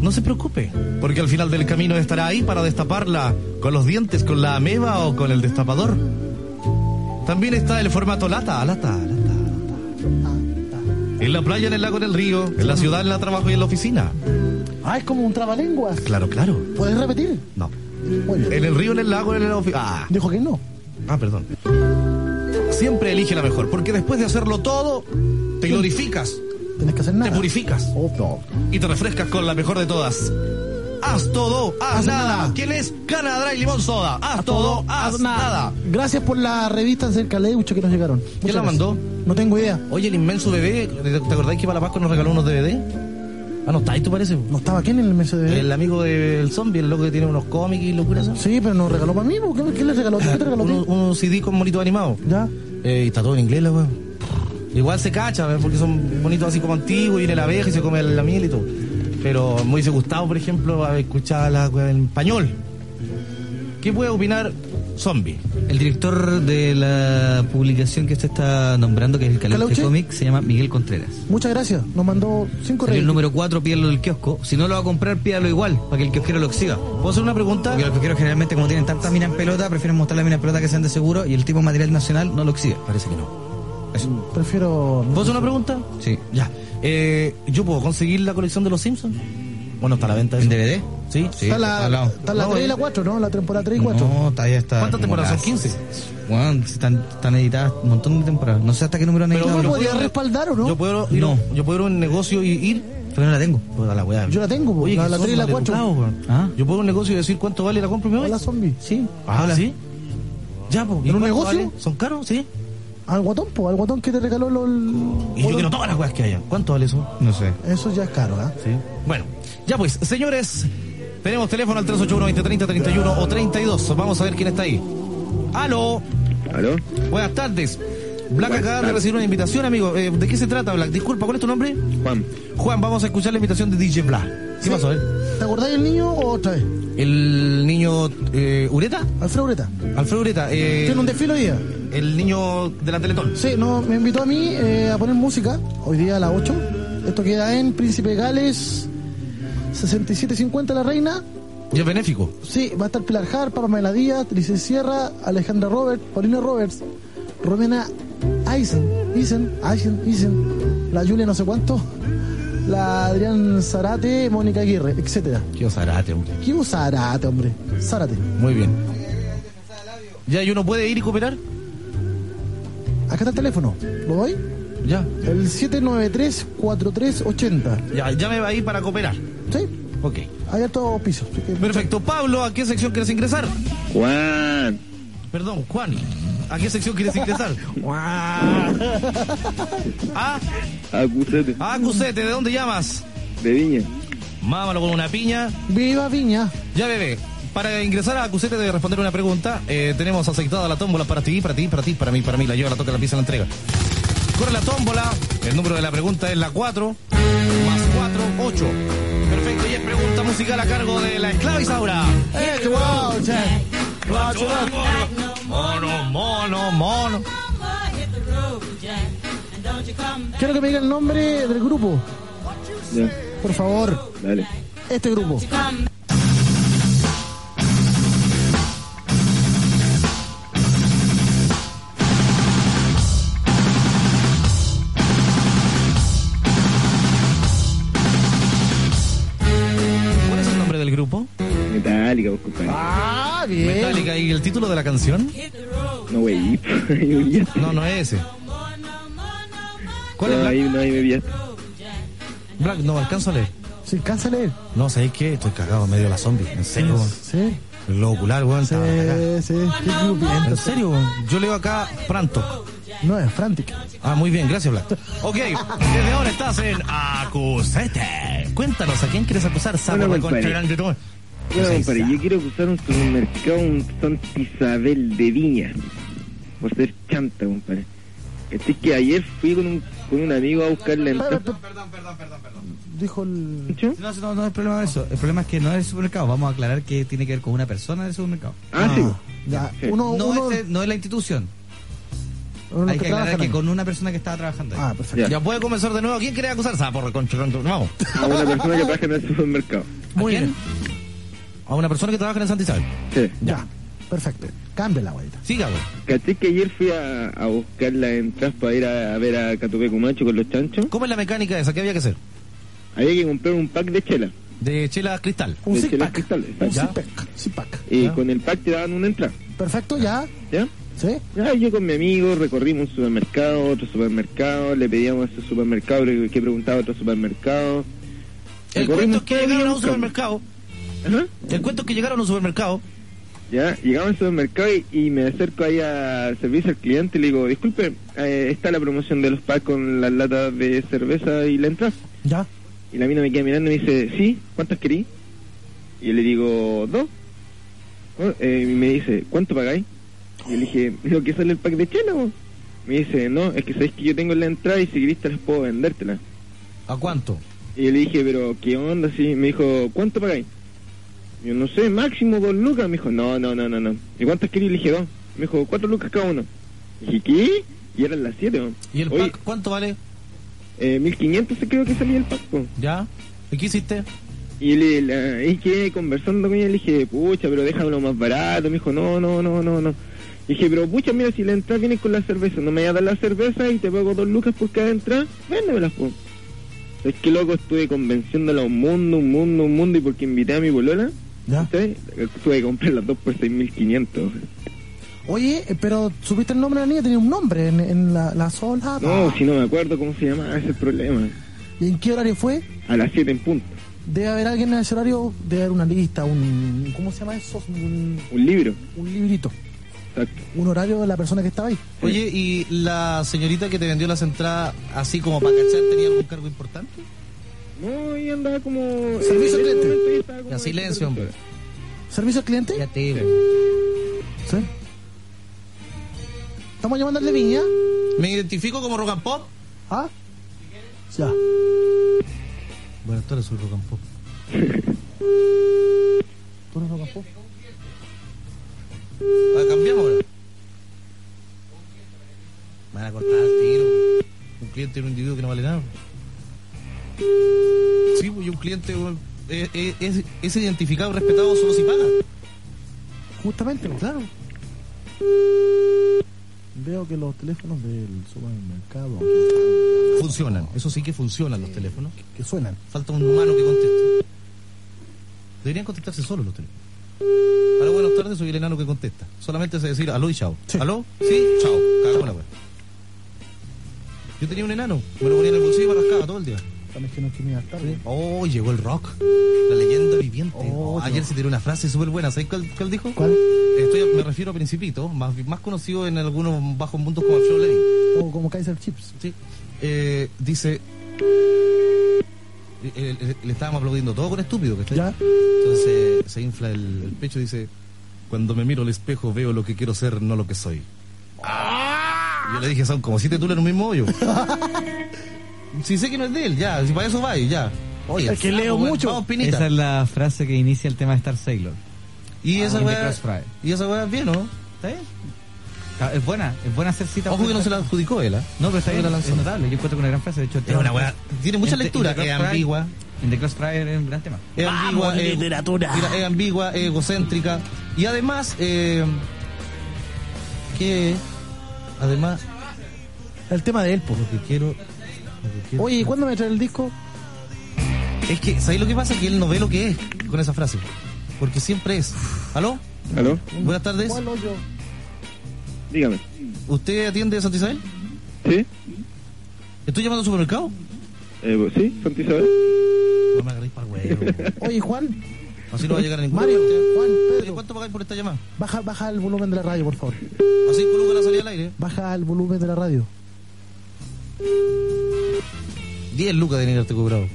no se preocupe, porque al final del camino estará ahí para destaparla con los dientes, con la ameba o con el destapador. También está el formato lata, lata, lata. lata. En la playa, en el lago, en el río, en la ciudad, en la trabajo y en la oficina.
Ah, es como un trabalenguas.
Claro, claro.
¿Puedes repetir?
No. En el río, en el lago, en el ofi- Ah.
Dijo que no.
Ah, perdón. Siempre elige la mejor, porque después de hacerlo todo, te glorificas.
Tienes que hacer nada. Oh,
Te purificas. Y te refrescas con la mejor de todas. Haz todo, haz, nada. ¿Quién es? Cana Dry Limón Soda. Haz, todo, haz, nada.
Gracias por la revista cerca Leucho que nos llegaron.
¿Quién la mandó?
No tengo idea.
Oye, el inmenso bebé, ¿te acordáis que para la Pascua nos regaló unos DVD? Ah, no está ahí, tú parece.
¿No estaba quién en el mes de
El amigo del zombie, el loco que tiene unos cómics y locuras.
Sí, pero nos regaló para mí. ¿por ¿Qué, qué le regaló? ¿Qué te regaló? a ti?
Un, un CD con monitos animados.
Ya.
Eh, y está todo en inglés, la weá. Igual se cacha, ¿ves? porque son bonitos así como antiguos, y viene la abeja y se come la miel y todo. Pero me hubiese gustado, por ejemplo, haber escuchado la weá en español. ¿Qué puede opinar Zombie?
El director de la publicación que usted está nombrando, que es el
¿Calauche?
Calauche Comic, se llama Miguel Contreras.
Muchas gracias. Nos mandó cinco
Salió
reyes.
el número 4, pídelo del kiosco. Si no lo va a comprar, pídalo igual, para que el kiosquero lo exhiba.
¿Puedo hacer una pregunta?
Porque los kiosqueros generalmente, como tienen tantas minas en pelota, prefieren mostrar las minas en pelota que sean de seguro y el tipo de material nacional no lo exhibe.
Parece que no.
Prefiero.
¿Puedo Mm, hacer una pregunta?
Sí.
Ya. Eh, ¿Yo puedo conseguir la colección de los Simpsons? Bueno, está a la venta. ¿En
DVD?
Sí.
Está la, está la
No,
3 y
eh,
la 4, ¿no? La temporada 3 y 4.
No, todavía está.
¿Cuántas
como
temporadas son?
las-
15.
Bueno, están, están editadas un montón de temporadas. No sé hasta qué número han
Pero
editado.
¿cómo podría
respaldar o no?
Yo puedo ir,
No.
yo puedo ir a un negocio y ir.
Pero no la tengo.
Puta la weá.
Yo la tengo, po,
Oye,
la,
que
la
son
3 y la 4.
maleducados, weón. ¿Ah? Yo puedo ir a un negocio y decir cuánto vale y la compro y me voy.
Hola, zombie.
Sí.
Ah,
Hola.
¿sí? Ya, pues. ¿y
¿En un
cuánto
negocio?
vale? ¿Son caros? Sí.
Al guatón, po, al guatón que te regaló los.
Y yo quiero todas las weas que hayan. ¿Cuánto vale eso?
No sé.
Eso ya es caro, ¿ah?
Sí. Bueno, ya pues, señores, tenemos teléfono al 381-2030, 31 o 32. Vamos a ver quién está ahí. ¡Aló!
¿Aló?
Buenas tardes. Black
Buenas
acaba de
tardes.
recibir una invitación, amigo. Eh, ¿De qué se trata, Black? Disculpa, ¿cuál es tu nombre? Juan. Juan, vamos a escuchar la invitación de DJ Black. ¿Qué pasó, eh?
¿Te acordás del niño o otra vez?
El niño eh, Ureta,
Alfredo Ureta.
Alfredo Ureta, eh,
Tiene un desfile hoy día.
el niño de la Teletón.
Sí, no, me invitó a mí eh, a poner música hoy día a las 8. Esto queda en Príncipe Gales 6750 La Reina.
Y es benéfico.
Sí, va a estar Pilar Harpa, Pamela Díaz, Lice Sierra, Alejandra Robert, Paulina Roberts, Romena Eisen, Eisen, Eisen, Eisen, la Julia no sé cuánto, la Adrián Zarate, Mónica Aguirre, etcétera.
Qué osarate, hombre.
¿Qué Zarate, hombre? Zarate.
Muy bien. ¿Ya y uno puede ir y cooperar?
Acá está el teléfono. ¿Lo doy?
Ya.
El 793-4380.
Ya, ya me va a ir para cooperar.
Sí.
Ok.
Abierto piso.
Perfecto. Pablo, ¿a qué sección quieres ingresar?
Juan.
Perdón, Juan. ¿A qué sección quieres ingresar? Juan. ¿Ah?
Acusete.
Ah, Cusete, ¿de dónde llamas?
De Viña.
Mámalo con una piña.
Viva Viña.
Ya, bebé. Para ingresar a Cusete debe responder una pregunta. Eh, tenemos aceitada la tómbola para ti, para ti, para ti, para mí, para mí. La lleva, la toca, la pisa, la entrega. Corre la tómbola. El número de la pregunta es la 4 más 4, 8. Perfecto, y es pregunta musical a cargo de la esclava Isaura. Mono, mono, mono.
Quiero que me diga el nombre del grupo,
Ya,
por favor.
dale.
Este grupo.
¿Cuál es el nombre del grupo?
Metálica, vos, compadre.
Ah,
Metallica. ¿Y el título de la canción?
No, güey.
No, no es ese. ¿Cuál es
no,
Black?
ahí, no, ahí me pillaste.
Black, no alcanzo a leer.
Sí, cansa leer.
No, ¿sabéis qué? Estoy cagado en medio de la zombie. En serio, weón.
Sí.
Lo ocular, weón. estaba cagado.
Eh, sí, qué grupo.
En serio, weón. Yo leo acá Pranto.
No, es Frantic.
Ah, muy bien, gracias, Black. Ok, desde ahora estás en Acusete. Cuéntanos, ¿a quién quieres acusar? Sábado
Hola,
con
compadre.
Chirán de todo.
Bueno, compadre, yo quiero acusar un supermercado, un Santa Isabel de Viña. Por ser chanta, compadre. Este es que ayer fui con un, con un amigo a buscar la entrada.
Dijo el.
No, no, no es problema de eso. El problema es que no es el supermercado. Vamos a aclarar que tiene que ver con una persona del supermercado.
Ah, sí.
Ya,
No,
uno, uno,
Es, el- no es la institución.
unos
Hay que aclarar
trabajan
que
ahí.
con una persona que estaba trabajando ahí.
Ah,
Ya. puede comenzar de nuevo. ¿Quién quiere acusar? Sapo, reconcho, reconcho. Vamos.
A una persona que trabaja en el supermercado.
Muy bien. A una persona que trabaja en Santa Isabel.
Sí.
Ya.
Perfecto. Cambia la vuelta.
Siga, güey.
Caché que ayer fui a, a buscar las entradas para ir a, a ver a Catupecu Macho con los chanchos.
¿Cómo es la mecánica esa? ¿Qué había que hacer?
Había que comprar un pack de chela.
De chelas cristal.
de chelas cristales.
Un
Ya. Y con el pack te daban una entrada.
Perfecto, ya.
¿Ya?
¿Sí?
Ya, yo con mi amigo recorrimos un supermercado, otro supermercado, le pedíamos a ese supermercado que que preguntaba a otro supermercado.
El cuento
Recorrimos
es que
todo el
llegaron a un
campo.
supermercado.
¿Ah?
El cuento es que llegaron a un supermercado.
Ya, llegamos al supermercado y, y me acerco ahí a servicio al cliente y le digo, disculpe, eh, está la promoción de los packs con las latas de cerveza y la entrada.
Ya.
Y la mina me queda mirando y me dice, sí, ¿cuántas querí? Y yo le digo, dos. Oh, eh, y me dice, ¿cuánto pagáis? Y yo le dije, lo que sale el pack de chela, vos?". Me dice, no, es que sabéis que yo tengo la entrada y si querís te las puedo vendértela.
¿A cuánto?
Y yo le dije, pero ¿qué onda? Sí, me dijo, ¿cuánto pagáis? Yo no sé, máximo dos lucas. Me dijo, no, no, no, no, no. ¿Y cuántas queréis? Le dije, dos. Me dijo, cuatro lucas cada uno. dije, ¿qué? Y eran las siete. weón.
¿Y el
Oye,
pack cuánto vale?
eh, 1500 creo que salía el pack. weón.
¿Ya? ¿Y qué hiciste?
Y le, la- y que conversando con ella le dije, pucha, pero déjamelo más barato. Me dijo, no, no, no, no, no. Y dije, pero pucha, mira, si la entrada viene con la cerveza, no me voy a dar la cerveza y te pago dos lucas por cada entrada, véndemelas, po. Es que loco, estuve convenciéndola un mundo, un mundo, un mundo, y porque invité a mi bolola, ¿sabes? Tuve que comprar las dos por 6.500.
Oye, eh, pero ¿supiste el nombre de la niña? Tenía un nombre en, en la, la sola.
No, si no me acuerdo cómo se llamaba ese es el problema.
¿Y en qué horario fue?
A las 7 en punto.
Debe haber alguien en ese horario, debe haber una lista, un... ¿Cómo se llama eso? Un,
Un libro.
un librito.
Exacto.
Un horario de la persona que estaba ahí.
Oye, ¿y la señorita que te vendió las entradas así como para cachar tenía algún cargo importante?
No, y andaba como...
Servicio al cliente.
Ya, silencio, hombre.
¿Servicio al cliente?
Ya te digo.
Sí. ¿Estamos llamando al de Viña?
¿Me identifico como rock and pop?
¿Ah? Ya.
Buenas tardes, soy rock and pop.
¿Tú no lo capó?
Ah, cambiamos ahora. Me van a cortar el tiro. Un cliente es un individuo que no vale nada. Sí, pues, y un cliente bueno, eh, eh, es, es identificado, respetado solo si paga.
Justamente, claro. Veo que los teléfonos del supermercado
Funcionan, eso sí que funcionan los teléfonos.
que suenan.
Falta un humano que conteste. Deberían contestarse solos los teléfonos. Hola, buenas tardes, soy el enano que contesta. Solamente se decir aló y chao. ¿Aló? Sí, chao. Cagamos la wea. Yo tenía un enano, me lo ponía en el bolsillo y me rascaba todo el día.
También que no quieren ir tarde.
Oh, llegó el rock. La leyenda viviente. Oh, ayer se tiró una frase súper buena. ¿Sabes cuál, cuál dijo? Estoy- me refiero a Principito, más, más conocido en algunos bajos mundos como Alfredo Levy.
O Oh, como Kaiser Chips.
Sí. Eh, dice. eh, eh, Le estábamos aplaudiendo todo con estúpido, ¿cachai? Entonces se infla el, el pecho y dice: Cuando me miro al espejo veo lo que quiero ser, no lo que soy. Y Yo le dije: Son como siete tulas en un mismo hoyo. si sé que no es de él, ya, si para eso va, y ya. Oye,
Es que
sapo,
leo
weón,
mucho.
vamos, Pinita.
Esa es la frase que inicia el tema de Star Sailor. Ah,
Y esa
de
weá.
Crossfire.
Y esa weá es bien, ¿no? ¿Está bien?
Está- Es buena, es buena hacer cita.
Ojo que no se la adjudicó él, ¿ah?
No, pero está bien,
No la lanzó.
es notable. Yo encuentro que una gran frase. De hecho,
Es una weá. Tiene mucha
En The-
lectura,
en The
es
Crossfire-
ambigua.
En The Crossfire es un gran tema.
es ambigua,
Vamos,
es-
literatura.
mira, es ambigua, es egocéntrica. Y además, eh, que además
el tema de él, por
lo que quiero,
Oye, ¿y cuándo me trae el disco?
es que, ¿sabéis lo que pasa? Que él no ve lo que es con esa frase. Porque siempre es. ¿Aló?
¿Aló?
Buenas tardes.
¿Cuál hoyo?
Dígame.
¿Usted atiende a Santa Isabel?
Sí.
¿Estoy llamando al supermercado?
Eh, ¿Sí? ¿Santa Isabel?
No me agarréis para huevo.
Oye, Juan.
Así no va a llegar a ningún
Mario, Juan, Pedro.
¿Cuánto pagáis por esta llamada?
Baja, baja el volumen de la radio, por favor.
Así coloca la salida al aire.
Baja el volumen de la radio.
10 lucas de dinero te cobrado.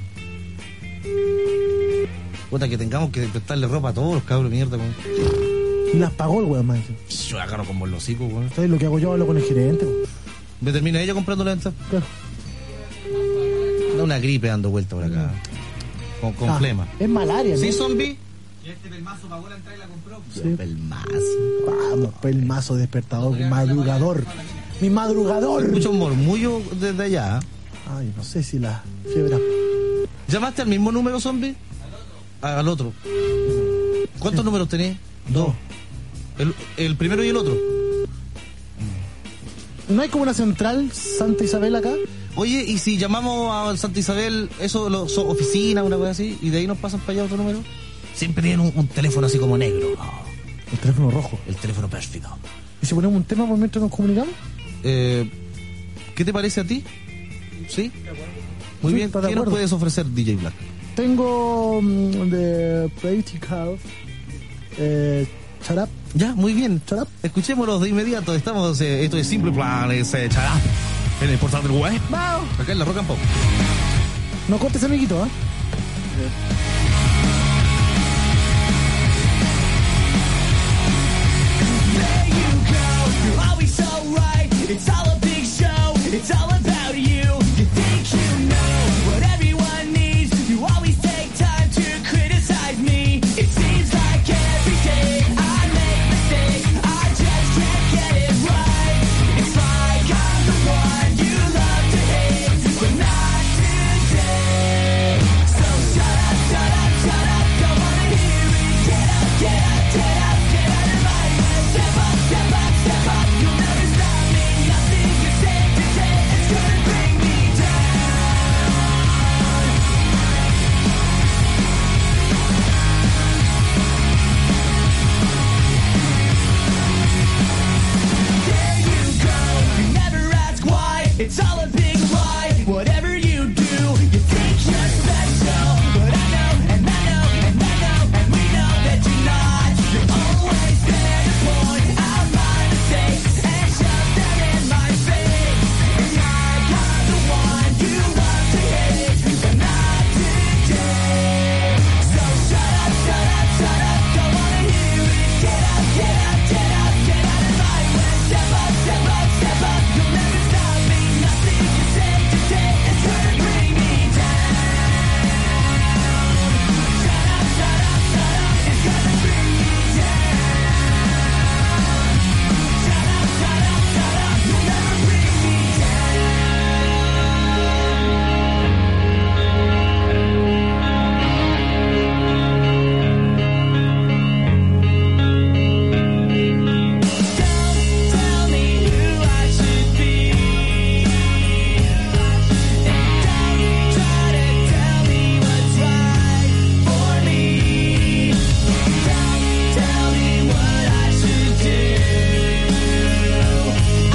Puta, que tengamos que prestarle ropa a todos los cabros de mierda. weón.
Las pagó el weón, man.
Yo agarro como los hocico, weón.
¿Sabes lo que hago yo? Hablo con el gerente.
Me termina ella comprando la entrada.
Claro.
Da una gripe dando vuelta por acá. Con, con
Ah,
flema.
Es malaria,
¿Sí,
¿no?
zombie?
Sí. Vamos, pelmazo despertador, madrugador. mi madrugador.
Mucho murmullo desde allá.
Ay, no sé si la fiebre.
¿Llamaste al mismo número zombie? Ah, Al otro. ¿Cuántos números tenés? Dos. El, el primero y el otro.
¿No hay como una central Santa Isabel acá?
Oye, y si llamamos a Santa Isabel, eso lo, so- oficina, una cosa así, y de ahí nos pasan para allá otro número. Siempre tienen un, un teléfono así como negro. Ah,
El teléfono rojo.
El teléfono pérfido.
¿Y si ponemos un tema por mientras nos comunicamos?
Eh, ¿Qué te parece a ti? ¿Sí? Muy
Sí,
bien,
está de
¿qué nos
acuerdo.
puedes ofrecer, DJ Black?
Tengo mm, de Practical eh, Charap.
Ya, muy bien. Escuchémoslos de inmediato. Estamos, eh, esto es Simple Plan, es eh, Chará, en el portal del web.
¡Vamos!
Acá en la Rock and Pop.
No cortes, amiguito, ¿ah?
You're always so right. It's all a big show. It's all about you. You think you know what everyone needs. You always take time to criticize me. It seems like every day I make mistakes. I just can't get it right. It's like I'm the one you love to hate, but not today. So shut up, shut up, shut up. Don't wanna hear it. Get up, get up, get up, get out of my way. Step up, step up, step up. You'll never stop me. Nothing you say can say it's gonna bring me down. There you go. You never ask why. It's all a big lie. Whatever you do, you think you're special. But I know, and I know, and I know, and we know that you're not. You're always there to point out my mistakes and shove them in my face. It's like I'm the one you love to hate, but not today. So shut up, shut up, shut up. Don't wanna hear it. Get up, get up, get up, get out of my way. Step up, step up, step up. You'll never stop me. Nothing you say today is gonna bring me down. Shut up, shut up, shut up. It's gonna bring me down. Shut up, shut up, shut up. You'll never bring me down. Don't tell me who I should be. And don't try to tell me what's right for me. Don't tell me what I should do.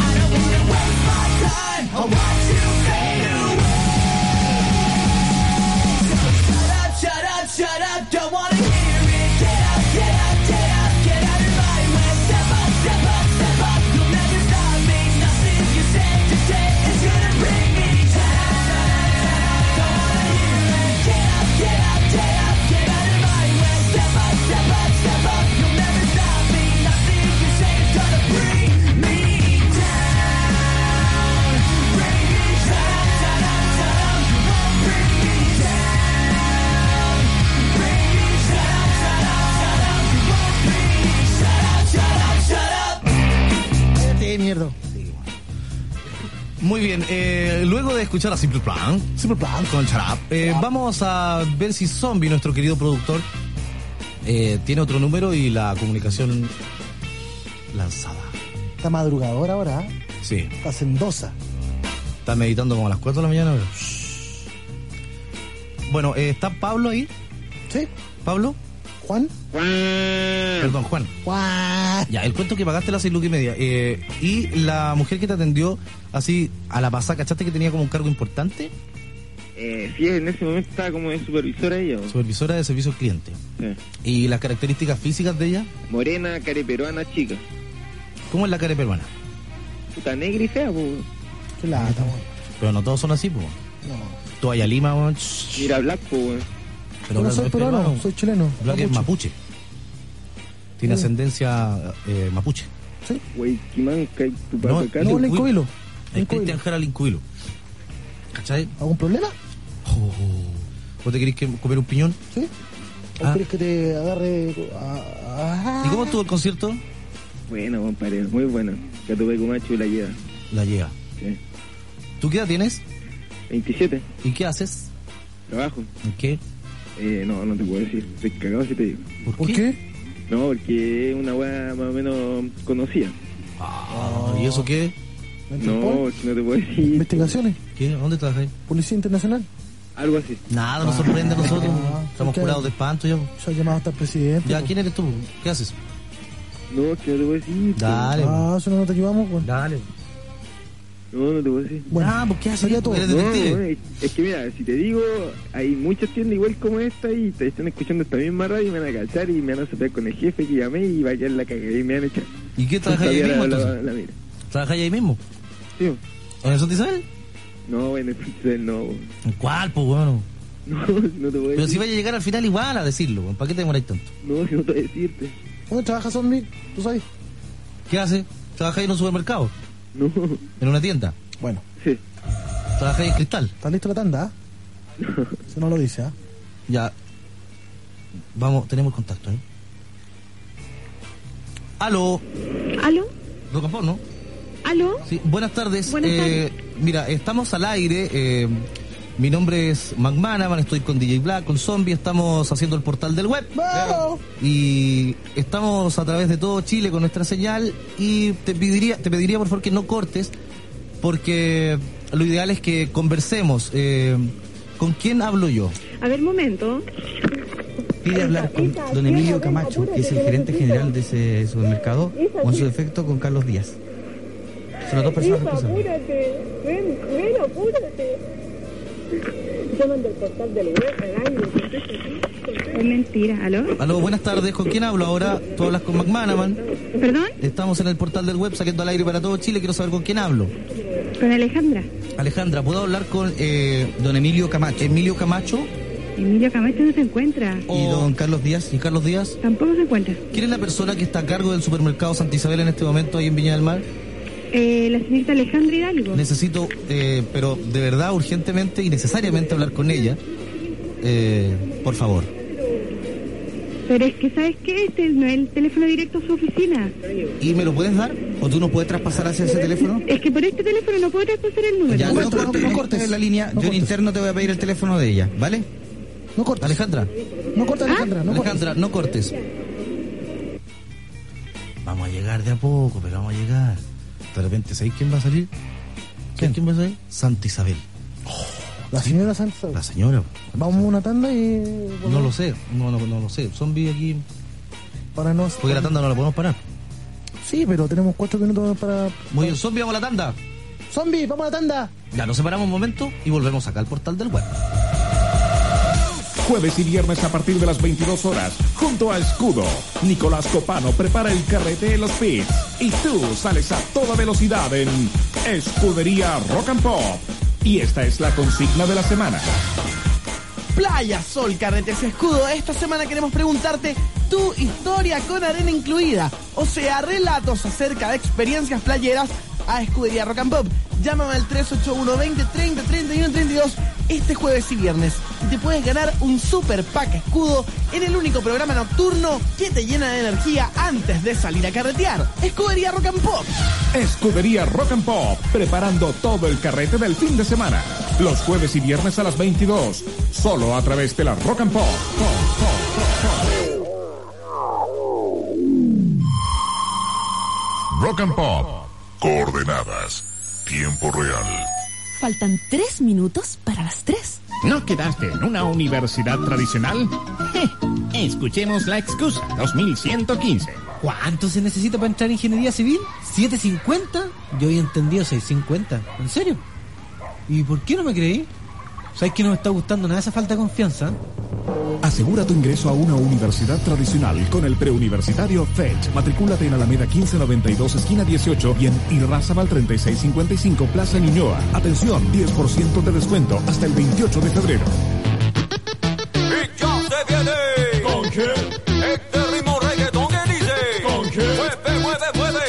I don't wanna waste my time. I want to fade away. So shut up, shut up, shut up. Don't wanna hear it. Get up, get up, get up, get out of my way. Step up, step up, step up. You'll never stop me. Nothing you say today is gonna bring me down. Don't wanna hear it. Get up, get up, get up, get out of my way. Step up, step up, step up. You'll never stop me. Nothing you say is gonna bring me down. Bring me down, down, down, down. You won't bring me down. Bring me down, down, down, down. You won't bring me Shut up, shut up, shut up.
Cállate, mierda.
Muy bien, eh, luego de escuchar a Simple Plan, Simple Plan con Charap, eh, vamos a ver si Zombie, nuestro querido productor, eh, tiene otro número y la comunicación lanzada.
Está madrugadora ahora, ¿ah?
Sí,
Está sendosa.
está meditando como a las 4 de la mañana. pero- Bueno, eh, ¿está Pablo ahí?
Sí.
¿Pablo?
¿Juan?
Perdón, Juan.
¡Guau!
Ya, el cuento que pagaste las seis lucas y media. eh, y la mujer que te atendió así a la pasada, ¿cachaste que tenía como un cargo importante?
Eh, sí, en ese momento estaba como de supervisora ella. bo.
Supervisora de servicio al cliente.
Sí.
¿Y las características físicas de ella?
Morena, careperuana, chica.
¿Cómo es la cara peruana?
Puta negra y fea, po.
Qué lata, weón.
Pero no todos son así, pues.
No.
Toalla Lima, weón.
Mira, Black, po, weón.
Pero
no
Blas
soy
es
peruano,
peruano.
soy chileno.
Black es mapuche. Tiene
Sí.
ascendencia eh, mapuche.
Wey, Kimanca y
No,
Tupac
no,
Amaru.
Lincubilo. El Cristian Jara Lincuilo. ¿Cachai? Oh.
¿Algún problema?
¿Vos te querés que- comer un piñón?
¿Sí? ¿O
Ah.
querés que te agarre? ah, ah?
¿Y cómo estuvo el concierto?
Bueno, compadre, muy bueno. Catupecu Machu y la lleva.
La lleva.
Sí.
¿Tú qué edad tienes?
27.
¿Y qué haces?
Trabajo.
¿En qué?
Eh, no, no te puedo decir. Estoy cagado si te digo.
¿Por qué?
No, porque es una weá más o menos conocida.
Ah.
Ah. ¿Y eso qué?
No, no te puedo decir.
¿Investigaciones?
¿Qué? ¿Dónde trabajáis?
¿Policía Internacional?
Algo así.
Nada, nos sorprende a nosotros.
Ah,
Estamos
¿qué?
curados de espanto ya.
Yo he llamado hasta el presidente.
Ya, ¿quién eres tú? ¿Qué haces?
No, que no te voy a decir.
Dale.
Ah, eso no te llevamos, pues.
Dale.
No, no te voy a decir.
Bueno, ah, pues qué haces todo.
No, es, es que mira, si te digo, hay muchas tiendas igual como esta y te están escuchando esta misma radio y me van a cachar y me van a sacar con el jefe que llamé y va a quedar la cagada y me van a echar.
¿Y qué trabajáis ahí
Todavía
mismo
la- la-
entonces?
la mira.
¿Trabajáis ahí mismo?
Sí.
¿En el Santa Isabel?
No, en el Pixel no.
¿En cuál, pues, bueno?
No, si no te voy a decir.
Pero si vaya a llegar al final igual a decirlo, weón. ¿para qué te demoráis tanto?
No, si no te voy a decirte.
¿Dónde trabaja Zombie? ¿Tú sabes?
¿Qué hace? ¿Trabajáis en un supermercado?
No.
¿En una tienda?
Bueno.
Sí.
¿Trabajáis en cristal?
¿Está listo la tanda? ah? Eso no lo dice, ¿ah?
Ya. Vamos, tenemos contacto, ¿eh? Aló.
¿Aló?
Rocafort, ¿no?
¿Aló?
Sí, buenas tardes.
Buenas
Eh, mira, estamos al aire. eh, mi nombre es McManaman, estoy con DJ Black, con Zombie, estamos haciendo el portal del web. Y estamos a través de todo Chile con nuestra señal y te pediría, te pediría por favor que no cortes, porque lo ideal es que conversemos. eh, ¿Con quién hablo yo?
A ver, momento.
Pide hablar con don Emilio Camacho, que es el gerente general de ese supermercado, o en su defecto con Carlos Díaz. Son las dos personas responsables.
apúrate. Ven, ven, apúrate. Llaman del portal del web al aire. Es mentira, ¿aló?
Aló, buenas tardes, ¿con quién hablo ahora? Tú hablas con McManaman.
¿Perdón?
Estamos en el portal del web saliendo al aire para todo Chile, quiero saber con quién hablo.
Con Alejandra.
Alejandra, ¿puedo hablar con eh, don Emilio Camacho? Emilio Camacho
Emilio Camacho no se encuentra.
y don Carlos Díaz. ¿Y Carlos Díaz?
Tampoco se encuentra.
¿Quién es la persona que está a cargo del supermercado Santa Isabel en este momento ahí en Viña del Mar?
Eh, la señorita Alejandra Hidalgo.
Necesito, eh, pero de verdad, urgentemente y necesariamente hablar con ella. Eh, por favor.
Pero es que, ¿sabes qué? Este no es el teléfono directo a su oficina.
¿Y me lo puedes dar? ¿O tú nos puedes traspasar hacia ese teléfono?
Es que por este teléfono no puedo traspasar el número.
Ya, no, cortes, no cortes la línea. Yo en interno te voy a pedir el teléfono de ella, ¿vale?
No cortes.
Alejandra.
No corta,
¿Ah?
Alejandra, no corta.
Alejandra, no cortes. Vamos a llegar de a poco, pero vamos a llegar. De repente, ¿sabéis quién va a salir? ¿Quién, quién va a salir? Santa Isabel.
Oh, La señora Santos.
La señora.
Vamos a una tanda y.
No lo sé, no, no, no lo sé. Zombie aquí.
Para no.
Porque la tanda no la podemos parar.
Sí, pero tenemos cuatro minutos para.
Muy bien, zombie, vamos a la tanda.
¡Zombie, vamos a la tanda!
Ya nos separamos un momento y volvemos acá al portal del web.
Jueves y viernes a partir de las 22 horas, junto a Escudo, Nicolás Copano prepara el carrete de los pits y tú sales a toda velocidad en Escudería Rock and Pop. Y esta es la consigna de la semana.
Playa, sol, carretes, escudo. Esta semana queremos preguntarte tu historia con arena incluida. O sea, relatos acerca de experiencias playeras a Escudería Rock and Pop. Llámame al 381 20 30 31 32 este jueves y viernes. Y te puedes ganar un super pack escudo en el único programa nocturno que te llena de energía antes de salir a carretear. Escudería Rock and Pop.
Escudería Rock and Pop, preparando todo el carrete del fin de semana. Los jueves y viernes a las 22, solo a través de la Rock and Pop.
Rock and Pop. Coordenadas. Tiempo real.
Faltan tres minutos para las tres.
¿No quedaste en una universidad tradicional? Je, escuchemos la excusa 2115.
¿Cuánto se necesita para entrar en ingeniería civil? ¿750? Yo había entendido 650. ¿En serio? ¿Y por qué no me creí? ¿Sabes que no me está gustando nada esa falta de confianza?
Asegura tu ingreso a una universidad tradicional con el preuniversitario FET. Matricúlate en Alameda 1592, esquina 18 y en Irrazabal 3655, Plaza Ñuñoa. Atención, 10% de descuento hasta el 28 de febrero.
Y ya se viene. ¿Con qué? Este ritmo reggaetón que dice. ¿Con qué? Mueve, mueve, mueve.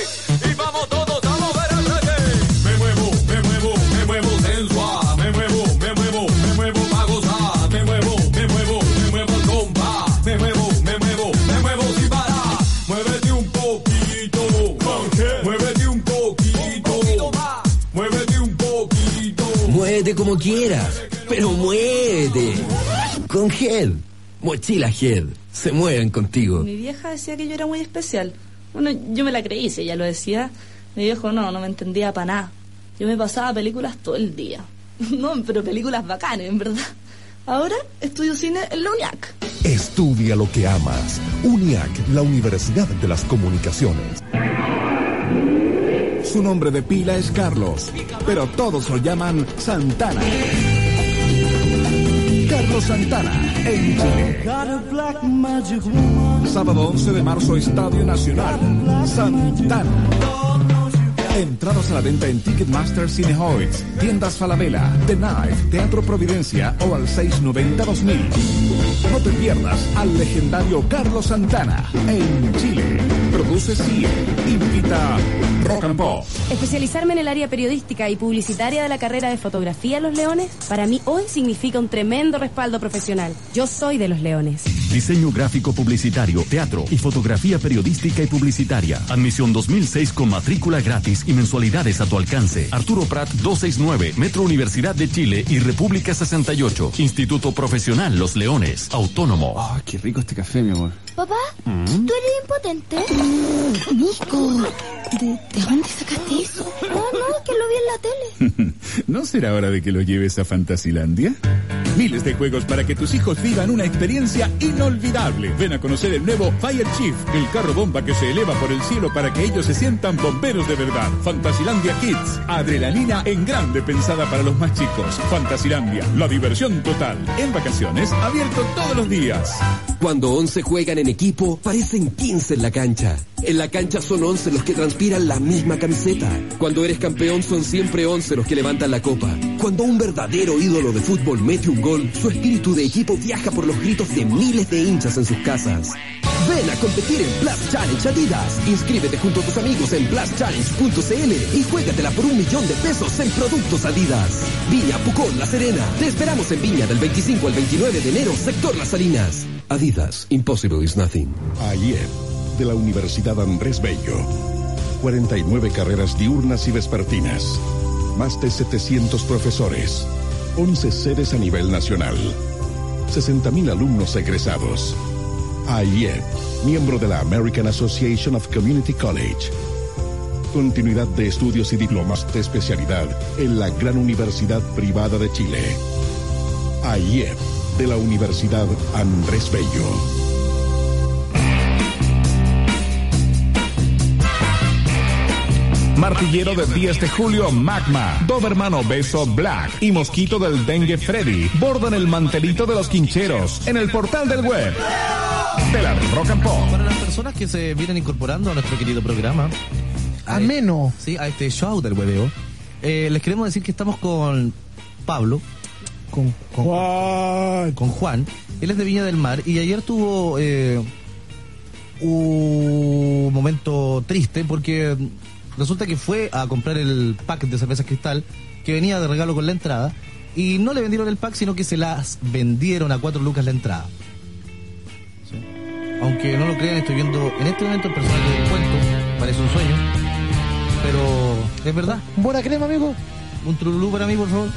Y vamos todos a mover el reggae. Me muevo, me muevo, me muevo sensual. Me muevo, me muevo, me muevo pa' gozar. Me muevo, me muevo, me muevo al compás. Me muevo, me muevo, me muevo sin parar. Muévete un poquito. ¿Con qué? Muévete un poquito. Un poquito más.
Muévete como quieras, pero muévete. Con Head. Mochila Head. Se mueven contigo.
Mi vieja decía que yo era muy especial. Bueno, yo me la creí, si ella lo decía. Mi viejo no, no me entendía para nada. Yo me pasaba películas todo el día. No, pero películas bacanas, en verdad. Ahora estudio cine en la UNIAC.
Estudia lo que amas. UNIAC, la Universidad de las Comunicaciones.
Su nombre de pila es Carlos, pero todos lo llaman Santana. Carlos Santana, en Chile. Sábado 11 de marzo, Estadio Nacional. Santana. Entradas a la venta en Ticketmaster Cinehoids, Tiendas Falabella, The Knife, Teatro Providencia o al 690-2000. No te pierdas al legendario Carlos Santana en Chile. Produce CIE. Invita Rock and Pop.
Especializarme en el área periodística y publicitaria de la carrera de fotografía en Los Leones, para mí hoy significa un tremendo respaldo profesional. Yo soy de Los Leones.
Diseño gráfico publicitario, teatro y fotografía periodística y publicitaria. Admisión 2006 con matrícula gratis y mensualidades a tu alcance. Arturo Prat 269, Metro Universidad de Chile y República 68. Instituto Profesional Los Leones, autónomo.
Ay, qué rico este café, mi amor.
Papá,
Mm.
¿tú eres impotente?
Nico,
¿de, dónde sacaste eso? No, no, es que lo vi en la tele.
¿No será hora de que lo lleves a Fantasilandia? Miles de juegos para que tus hijos vivan una experiencia inolvidable. Ven a conocer el nuevo Fire Chief, el carro bomba que se eleva por el cielo para que ellos se sientan bomberos de verdad. Fantasilandia Kids, adrenalina en grande pensada para los más chicos. Fantasilandia, la diversión total. En vacaciones, abierto todos los días.
Cuando 11 juegan en equipo, parecen 15 en la cancha. En la cancha son 11 los que transpiran la misma camiseta. Cuando eres campeón son siempre 11 los que levantan la copa. Cuando un verdadero ídolo de fútbol mete un gol, su espíritu de equipo viaja por los gritos de miles de hinchas en sus casas. Ven a competir en Blast Challenge Adidas. Inscríbete junto a tus amigos en blastchallenge.cl y juégatela por un millón de pesos en productos Adidas. Viña Pucón La Serena. Te esperamos en Viña del 25 al 29 de enero, sector Las Salinas. Adidas, Impossible is Nothing.
Ayer, de la Universidad Andrés Bello. 49 carreras diurnas y vespertinas. Más de 700 profesores. 11 sedes a nivel nacional. 60.000 alumnos egresados. AIEP, miembro de la American Association of Community College. Continuidad de estudios y diplomas de especialidad en la gran universidad privada de Chile. AIEP, de la Universidad Andrés Bello.
Martillero de 10 de julio, Magma. Doberman obeso, Black. Y mosquito del dengue, Freddy. Bordan el mantelito de los quincheros. En el portal del web. De la Rock and Pop.
Para las personas que se vienen incorporando a nuestro querido programa. a
Ameno.
sí, a este show del hueveo. eh, les queremos decir que estamos con Pablo. Con, con- Con Juan. Él es de Viña del Mar y ayer tuvo eh, un momento triste porque resulta que fue a comprar el pack de cervezas cristal que venía de regalo con la entrada y no le vendieron el pack sino que se las vendieron a cuatro lucas la entrada. Sí. Aunque no lo crean, estoy viendo en este momento el personaje del cuento, parece un sueño, pero es verdad.
Buena crema, amigo.
Un trululú para mí, por favor.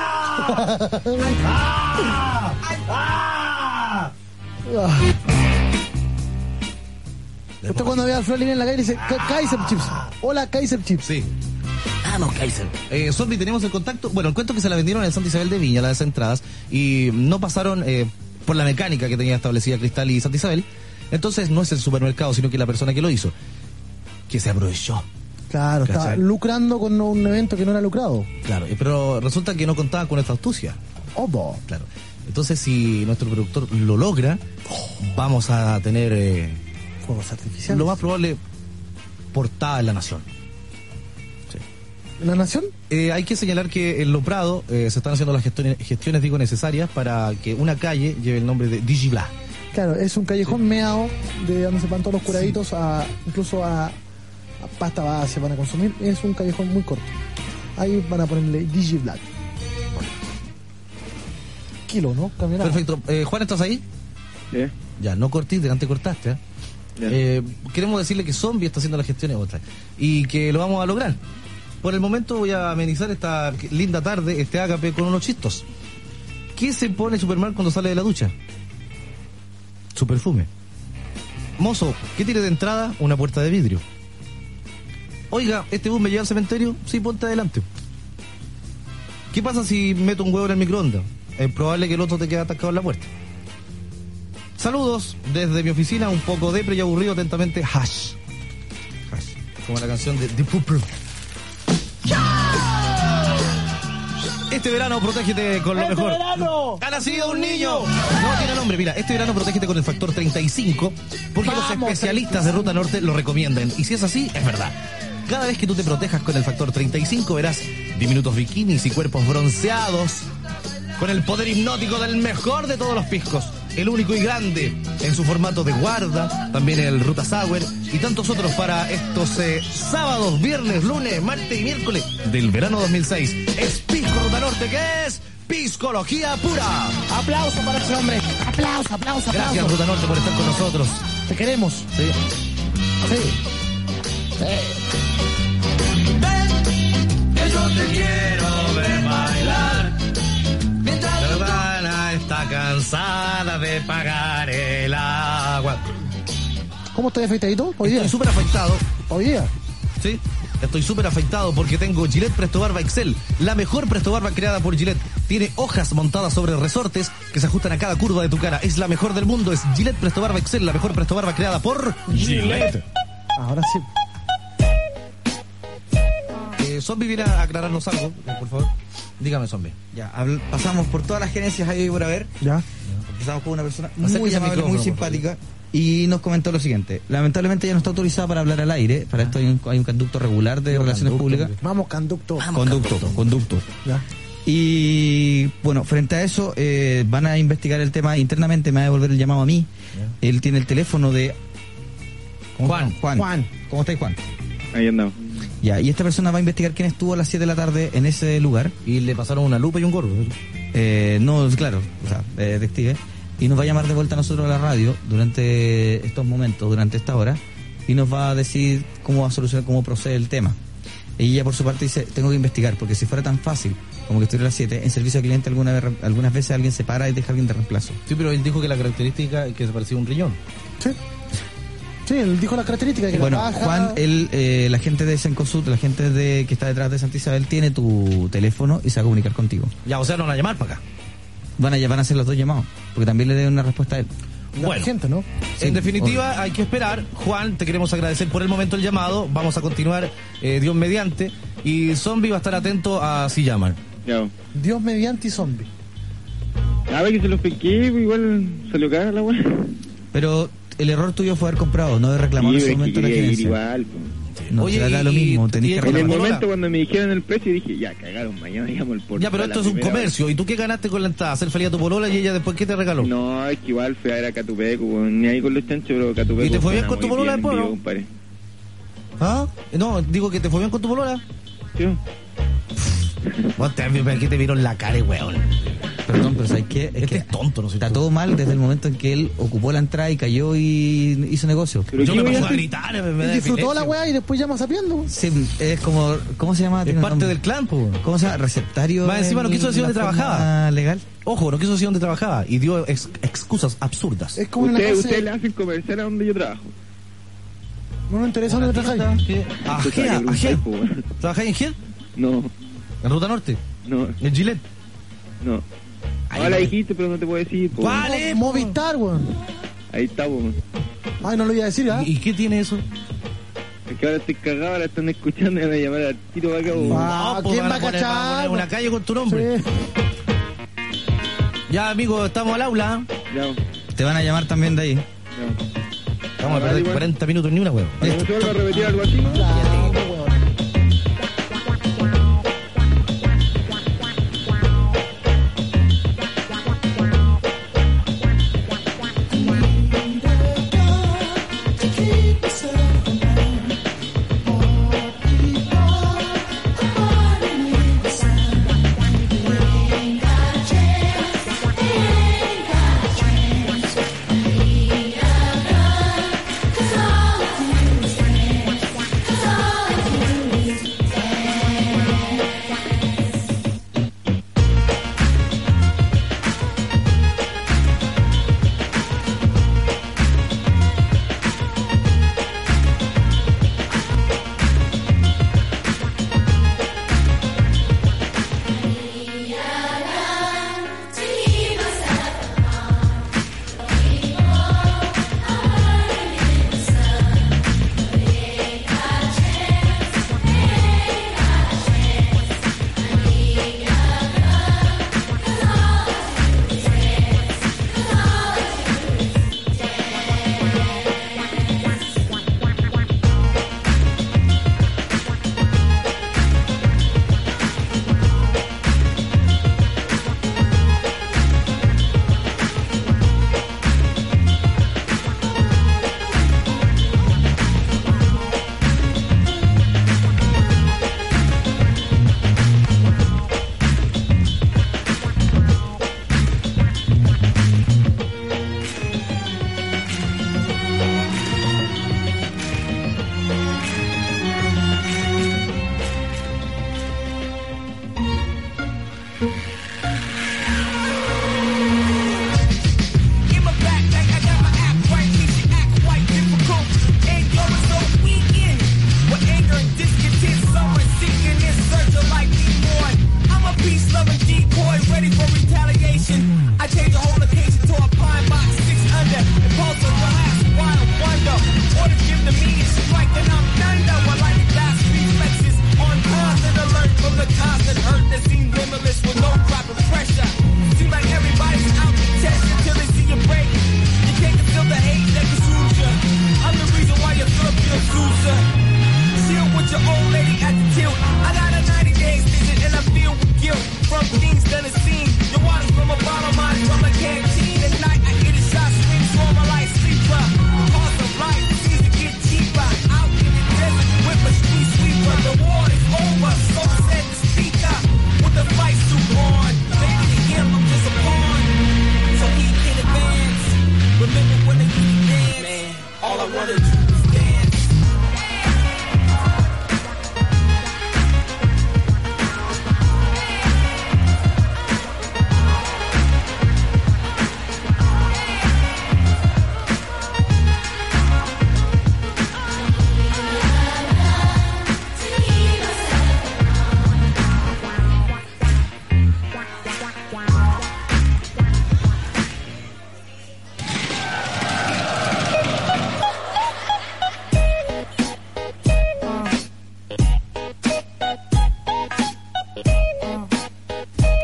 Ah. Usted cuando ve al Flor Lima en la calle dice "Ka- Kaiser Chips. Hola Kaiser Chips.
Sí. Ah, no, Kaiser. Eh, Zombie, tenemos el contacto. Bueno, el cuento que se la vendieron en Santa Isabel de Viña, las entradas, y no pasaron eh, por la mecánica que tenía establecida Cristal y Santa Isabel. Entonces no es el supermercado, sino que la persona que lo hizo, que se aprovechó.
Claro, está
¿Cachai?
lucrando con un evento que no era lucrado.
Claro, eh, pero resulta que no contaba con esta astucia.
Obo.
Claro. Entonces, si nuestro productor lo logra, vamos a tener eh,
Fuegos artificiales.
lo más probable portada en la nación.
¿La nación?
Eh, hay que señalar que en Lo Prado eh, se están haciendo las gestiones, gestiones, digo, necesarias para que una calle lleve el nombre de Digibla.
Claro, es un callejón meao de donde se van todos los curaditos a incluso a, a pasta base van a consumir. Es un callejón muy corto. Ahí van a ponerle Digi Black. Kilo, ¿no? Caminaba.
Perfecto. Eh, Juan, ¿estás ahí?
Sí.
Ya, no cortís, delante cortaste. ¿eh? Eh, queremos decirle que Zombie está haciendo las gestiones otras y que lo vamos a lograr. Por el momento voy a amenizar esta linda tarde, este ágape, con unos chistos. ¿Qué se pone Superman cuando sale de la ducha? Su perfume. Mozo, ¿qué tiene de entrada? Una puerta de vidrio. Oiga, ¿este bus me lleva al cementerio? Sí, ponte adelante. ¿Qué pasa si meto un huevo en el microondas? Es probable que el otro te quede atascado en la puerta. Saludos desde mi oficina, un poco depre y aburrido, atentamente, Hash. Hash. Como la canción de The Pooper. Este verano protégete con lo
¡Este
mejor.
verano!
¡Ha nacido un niño! No tiene nombre, mira, este verano protégete con el factor 35, porque los especialistas de Ruta Norte lo recomiendan. Y si es así, es verdad. Cada vez que tú te protejas con el factor 35, verás diminutos bikinis y cuerpos bronceados con el poder hipnótico del mejor de todos los piscos, el único y grande en su formato de guarda, también el Ruta Sauer y tantos otros para estos eh, sábados, viernes, lunes, martes y miércoles del verano 2006. Es Pisco Ruta Norte que es Piscología Pura.
Aplauso para ese hombre. Aplauso, aplauso, aplauso.
Gracias Ruta Norte por estar con nosotros.
Te queremos.
Sí.
Que yo te quiero ver bailar.
La hermana está cansada de pagar el agua.
¿Cómo estás afeitadito? Hoy día.
Estoy súper afectado.
Hoy día.
Sí, estoy súper afectado porque tengo Gillette Presto Barba Excel, la mejor Presto Barba creada por Gillette. Tiene hojas montadas sobre resortes que se ajustan a cada curva de tu cara. Es la mejor del mundo, es Gillette Presto Barba Excel, la mejor Presto Barba creada por Gillette.
Ahora sí.
Eh, zombie viene a aclararnos algo, eh, por favor. Dígame, zombie.
Ya, habl- pasamos por todas las gerencias ahí por haber.
Ya.
Empezamos con una persona
Acérquese
muy
al
amable,
micrófono,
muy
por
simpática. Y nos comentó lo siguiente. Lamentablemente ya no está autorizada para hablar al aire. Para esto hay un, hay un conducto regular de relaciones públicas.
Vamos, conducto.
Conducto, conducto.
Ya.
Y bueno, frente a eso, eh, van a investigar el tema internamente. Me va a devolver el llamado a mí. Él tiene el teléfono de. ¿Cómo se llama? Juan. Juan. ¿Cómo estáis, Juan?
Ahí andamos.
Ya, y esta persona va a investigar quién estuvo a las 7 de la tarde en ese lugar.
Y le pasaron una lupa y un gorro.
Eh, no, claro, o sea, eh, detective. Y nos va a llamar de vuelta a nosotros a la radio durante estos momentos, durante esta hora, y nos va a decir cómo va a solucionar, cómo procede el tema. Y ella por su parte dice, tengo que investigar, porque si fuera tan fácil como que estuviera a las 7, en servicio al cliente alguna vez, algunas veces alguien se para y deja a alguien de reemplazo.
Sí, pero él dijo que la característica es que se parecía a un riñón.
Sí. Sí, él dijo las características que
Bueno,
la baja,
Juan, el, eh, la gente de Sencosud, la gente de, que está detrás de Santa Isabel, tiene tu teléfono y se va a comunicar contigo.
Ya, o sea, no van a llamar para acá.
Van a, van a hacer los dos llamados, porque también le den una respuesta a él.
Bueno.
gente, ¿no?
en definitiva, hay que esperar. Juan, te queremos agradecer por el momento el llamado. Vamos a continuar, eh, Dios mediante. Y Zombie va a estar atento a si llaman.
Ya.
Dios mediante y zombie.
A ver que se los pesqué, igual salió cara la weá.
Pero el error tuyo fue haber comprado, no de reclamar en
Sí, es
su
que
momento la
quería ir
gerencia.
igual,
No,
Oye,
será lo
y-
mismo,
y
tenés que
el
En el
reclamar.
momento cuando me dijeron el precio dije, ya cagaron, mañana digamos el portal.
Ya, pero
a la
esto es un
primera hora.
comercio. ¿Y tú qué ganaste con la entrada? Hacer feliz a tu polola y ella después qué te regaló.
No, es que igual fue a ver a Catupeco, weón, ni ahí con los chanchos, pero Catupeco.
¿Y te fue bien
suena
con tu
muy
polola
bien
después,
en vivo,
no?
compadre.
¿Ah? No, digo que te fue bien con tu polola.
Sí.
Vos te, aquí te vieron la cara, weón.
Perdón, pero ¿sabes qué? Es que
Este tonto, no
Está todo mal desde el momento en que él ocupó la entrada y cayó y hizo negocio.
Pero
Yo me pongo a gritar, me, eh, me da
Disfrutó la
epilepsia.
weá y después llama sabiendo.
Sí, es como, ¿cómo se llama?
Es
Tiene un
parte
nombre.
del clan, po.
¿Cómo se llama? Receptario.
Más encima no
en
quiso decir
la
dónde
forma
trabajaba.
legal.
Ojo, no quiso decir dónde trabajaba y dio ex- excusas absurdas.
Es como en la
Ustedes
clase.
ustedes le hacen comercial a donde yo trabajo.
No nos interesa dónde trabajáis.
Ajea,
Ustedes
ajea.
saben que grupo, weón.
¿Trabajáis en Gel?
No,
¿En Ruta Norte?
no,
¿En Gillette?
no.
Ahí va.
Ahora dijiste, pero no te puedo decir, po, weón.
¿Cuál es? po?
Movistar, weón.
Ahí está, po, weón.
Ay, no lo iba a decir, ¿ah?
¿Y qué tiene eso?
Es que ahora estoy cagado, ahora están escuchando y van a llamar al tiro para acá, po, weón.
Ah,
No, po,
¿quién
van
va a
poner- van poner
cachar?
Una calle con tu nombre.
Sí.
Ya, amigo, estamos al aula. ¿eh?
Ya,
Te van a llamar también de ahí.
ya.
Vamos a perder 40 minutos ni una, weón.
Para que no se vuelva a repetir algo así.
Got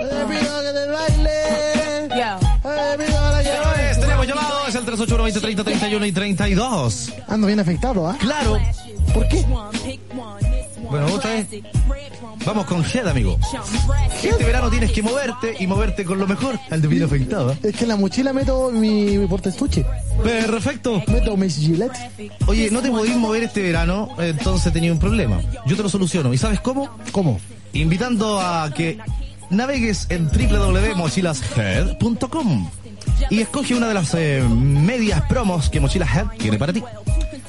Everybody en el baile. Everybody en el
Señores,
baile.
tenemos llamados, es el 381 20 30 31 y 32.
Ando bien afectado, ¿ah?
Claro.
¿Por qué?
Bueno, otra vez. Vamos con Head, amigo. Este verano tienes que moverte y moverte con lo mejor. Al de bien afectado. ¿eh?
Es que en la mochila meto mi, mi portestuche.
Perfecto.
Meto mis Gillette.
Oye, no te podís mover este verano, entonces tenía un problema. Yo te lo soluciono. ¿Y sabes cómo? ¿Cómo? Invitando a que navegues en www.mochilashead.com y escoge una de las eh, medias promos que Mochilas Head tiene para ti.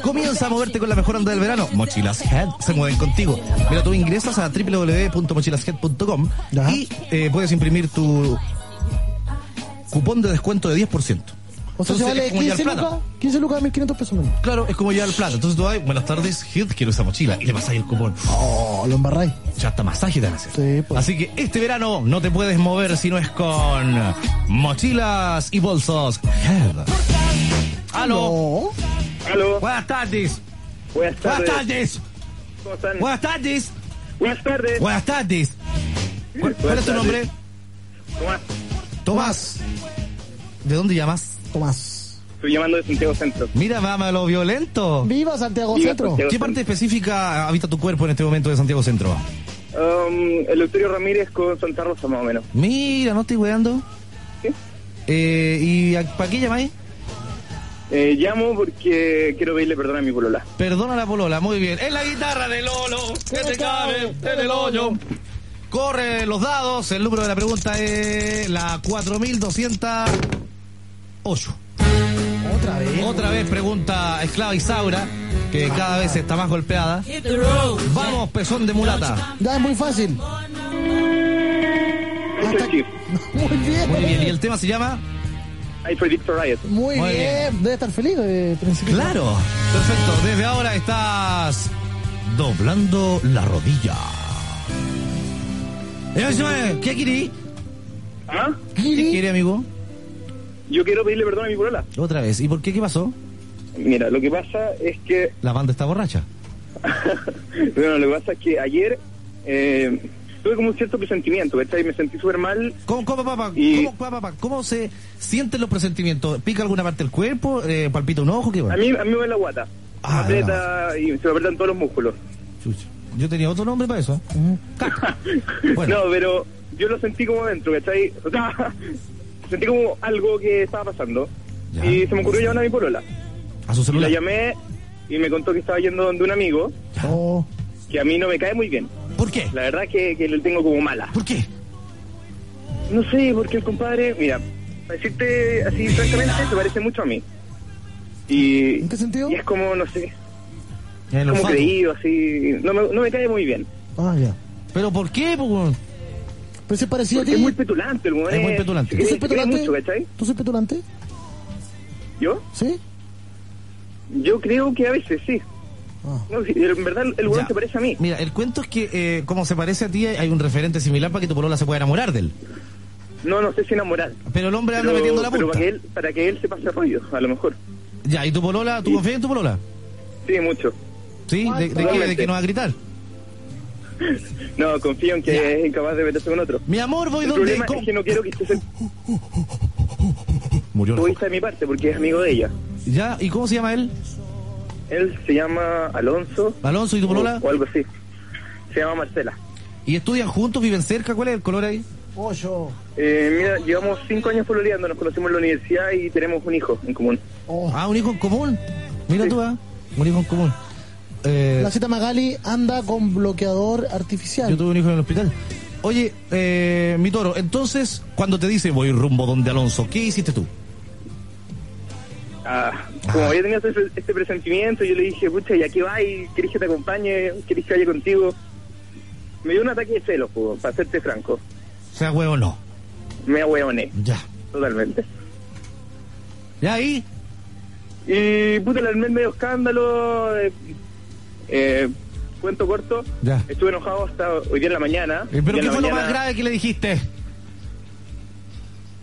Comienza a moverte con la mejor onda del verano. Mochilas Head se mueven contigo. Mira, tú ingresas a www.mochilashead.com y eh, puedes imprimir tu cupón de descuento de 10%.
O sea, se
Entonces,
vale
es como llevar
15
plata.
lucas, 15 lucas, 1500 pesos menos.
Claro, es como llevar el plato. Entonces tú vas, buenas tardes, Hit, quiero esa mochila. Y le pasáis el cupón.
Oh, lo embarráis.
Ya hasta masaje te van a hacer.
Sí, pues.
Así que este verano no te puedes mover si no es con mochilas y bolsos. Head. Aló.
Aló.
Buenas tardes.
Buenas tardes.
Buenas tardes.
¿Cómo están?
Buenas tardes.
Buenas tardes.
Buenas tardes. ¿Cuál, cuál es tu
Buenas
nombre?
tardes. Tomás,
Tomás. ¿De dónde llamas?
Tomás.
estoy llamando de Santiago Centro.
Mira, vamos a lo violento.
Viva Santiago
Viva
Centro.
Santiago
¿Qué parte específica habita tu cuerpo en este momento de Santiago Centro?
Um, Eleuterio Ramírez con Santa Rosa, más o menos.
Mira, no estoy weando. Eh, ¿Y para qué llamáis?
Eh, llamo porque quiero pedirle perdón a mi polola.
Perdona la polola, muy bien. Es la guitarra de Lolo, que se cabe en el hoyo. Corre los dados, el número de la pregunta es la 4208.
Otra vez.
Otra vez pregunta esclava Isaura, que cada vez está más golpeada. Vamos, pezón de mulata.
Ya es muy fácil. Hasta- Muy bien.
Muy bien, y el tema se llama...
I predict a riot.
Muy
Muy
bien. Debe estar feliz de principio.
Claro, perfecto. Desde ahora estás doblando la rodilla. Eso es, ¿Qué quiere?
¿Ah?
¿Qué quiere, amigo?
Yo quiero pedirle perdón a mi polola.
Otra vez. ¿Y por qué? ¿Qué pasó?
Mira, lo que pasa es que
La banda está borracha.
Bueno, lo que pasa es que ayer eh, tuve como un cierto presentimiento, ¿cachai? Me sentí súper mal.
¿Cómo, cómo, papá?
Y-
¿Cómo, papá, papá? ¿Cómo se sienten los presentimientos? ¿Pica alguna parte del cuerpo? Eh, ¿Palpita un ojo? ¿Qué va?
A mí, a mí me duele la guata.
Ah,
me aprieta y se me apretan todos los músculos.
Chucha. Yo tenía otro nombre para eso. ¿eh? Caca.
No, pero yo lo sentí como adentro, ¿cachai? O sea, sentí como algo que estaba pasando. Y se me ocurrió llamar a mi polola.
A su
Y la
celular.
llamé y me contó que estaba yendo donde un amigo
Oh,
que a mí no me cae muy bien.
¿Por qué?
La verdad que, que le tengo como mala.
¿Por qué?
No sé, porque el compadre, mira, para decirte así francamente, se parece mucho a mí. Y, ¿En
qué sentido?
Y es como, no sé,
El
como
olfato.
creído, así. No me, no me cae muy bien.
ah, ya.
¿Pero por qué? po, weón?
Pero se parecía a
Porque
ti.
es muy petulante el weón.
Es muy petulante.
se
¿Tú soy
cree- se cree
petulante?
mucho, ¿cachai?
¿Tú soy petulante?
¿Yo?
¿Sí?
Yo creo que a veces sí. No, sí, en verdad el weón
Ah. Ya.
se parece a mí.
Mira, el cuento es que eh, como se parece a ti, hay un referente similar para que tu polola se pueda enamorar de él.
No, no sé si enamorar.
Pero el hombre anda
Pero-
metiendo la
pero
punta.
para que, él, para que él se pase rollo, a lo mejor.
Ya, ¿y tu polola? ¿Tú confías en tu polola?
Sí, mucho.
¿Sí? ¿De, de qué, de
Totalmente.
qué nos va a gritar?
No, confío en que es incapaz de meterse con otro.
Mi amor, voy
el
donde-
problema
¿cómo?
es que no quiero que esté sen-
Murió.
egoísta de mi parte porque es amigo de ella.
¿Ya? ¿Y cómo se llama él?
Él se llama Alonso.
¿Alonso y tu polola?
O, o algo así. Se llama Marcela.
¿Y estudian juntos? ¿Viven cerca? ¿Cuál es el color ahí?
Pollo.
Eh, mira, llevamos cinco años pololeando, nos conocimos en la universidad y tenemos un hijo en común.
Ah, un hijo en común. Mira tú, ah, un hijo en común. Eh,
La cita Magali anda con bloqueador artificial.
yo tuve un hijo en el hospital. Oye, eh, mi toro, entonces, cuando te dice voy rumbo donde Alonso, ¿qué hiciste tú?
Ah, como yo tenía ese- este presentimiento, yo le dije, pucha, ¿y aquí va? ¿Y querés que te acompañe? ¿Querés que vaya contigo? Me dio un ataque de celos, po, para serte franco.
Sea huevo no.
Me ahueoné.
Ya.
Totalmente.
¿Y ahí?
Y puta, el mes medio escándalo. eh, eh, cuento corto.
Ya.
Estuve enojado hasta hoy día en la mañana.
Eh,
Hoy
¿Pero
día
qué
en la
fue lo
mañana-
más grave que le dijiste?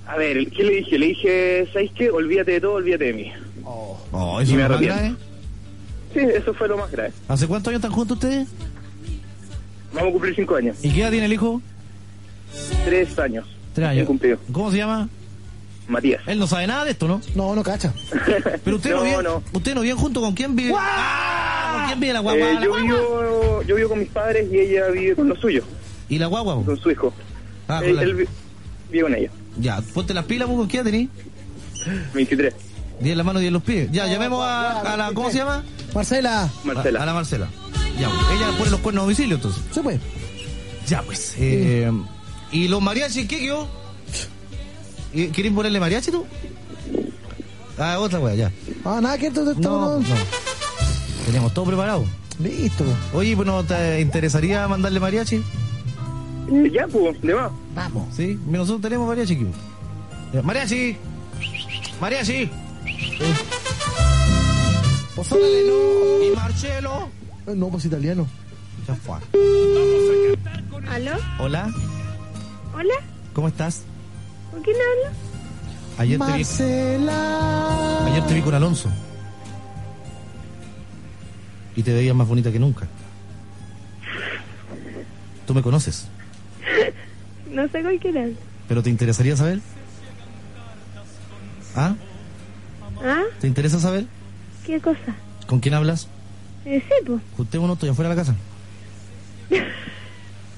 A ver, ¿qué le dije? Le dije, ¿sabes qué? Olvídate de todo, olvídate de mí.
Oh, eso es
me
lo más
arrepiento.
grave.
Sí, eso fue lo más grave.
¿Hace cuántos años están juntos ustedes?
Vamos a cumplir cinco años.
¿Y qué edad tiene el hijo?
Tres años.
Tres años.
cumplido.
¿Cómo se llama?
Matías.
Él no sabe nada de esto, ¿no? No, no cacha. Pero usted no,
No,
viene,
no.
usted no viene junto con quién vive. ¡Ah! ¿Con quién vive la guagua?
Eh,
la
yo,
guagua?
vivo, yo vivo con mis padres y ella vive con los suyos.
¿Y la guagua? po?
Con su hijo.
Ah,
él,
con la-
él vi- vive con ella.
Ya, ponte las pilas, po, ¿con quién tenés?
23.
10 en la mano, 10 en los pies. Ya, llamemos a, a la. ¿Cómo se llama?
Marcela.
A, a la Marcela. Ya, pues. ella pone los cuernos a domicilio, entonces.
Se puede.
Ya, pues. eh, ¿Y los mariachis qué quedó? ¿Y ¿Querés ponerle mariachi tú? Ah, otra wea, ya.
Ah, nada, que esto esto- no.
Teníamos todo preparado.
Listo.
Oye, pues no te interesaría mandarle mariachi.
Ya, pues, de más.
Vamos. Sí, nosotros tenemos mariachi aquí. Ya, Mariachi. Mariachi. Pozole no. Y Marcelo.
Eh, No, pues italiano.
Ya fue.
¿Aló?
Hola,
¿Hola?
¿cómo estás?
¿Con quién hablo?
Ayer te vi,
Marcela.
ayer te vi con Alonso. Y te veías más bonita que nunca. Tú me conoces,
No sé con quién hablo.
pero ¿te interesaría saber? ¿Ah?
¿Ah?
¿Te interesa saber?
¿Qué cosa?
¿Con quién hablas?
Eh, sí, pues.
Juntémonos, estoy afuera de la casa.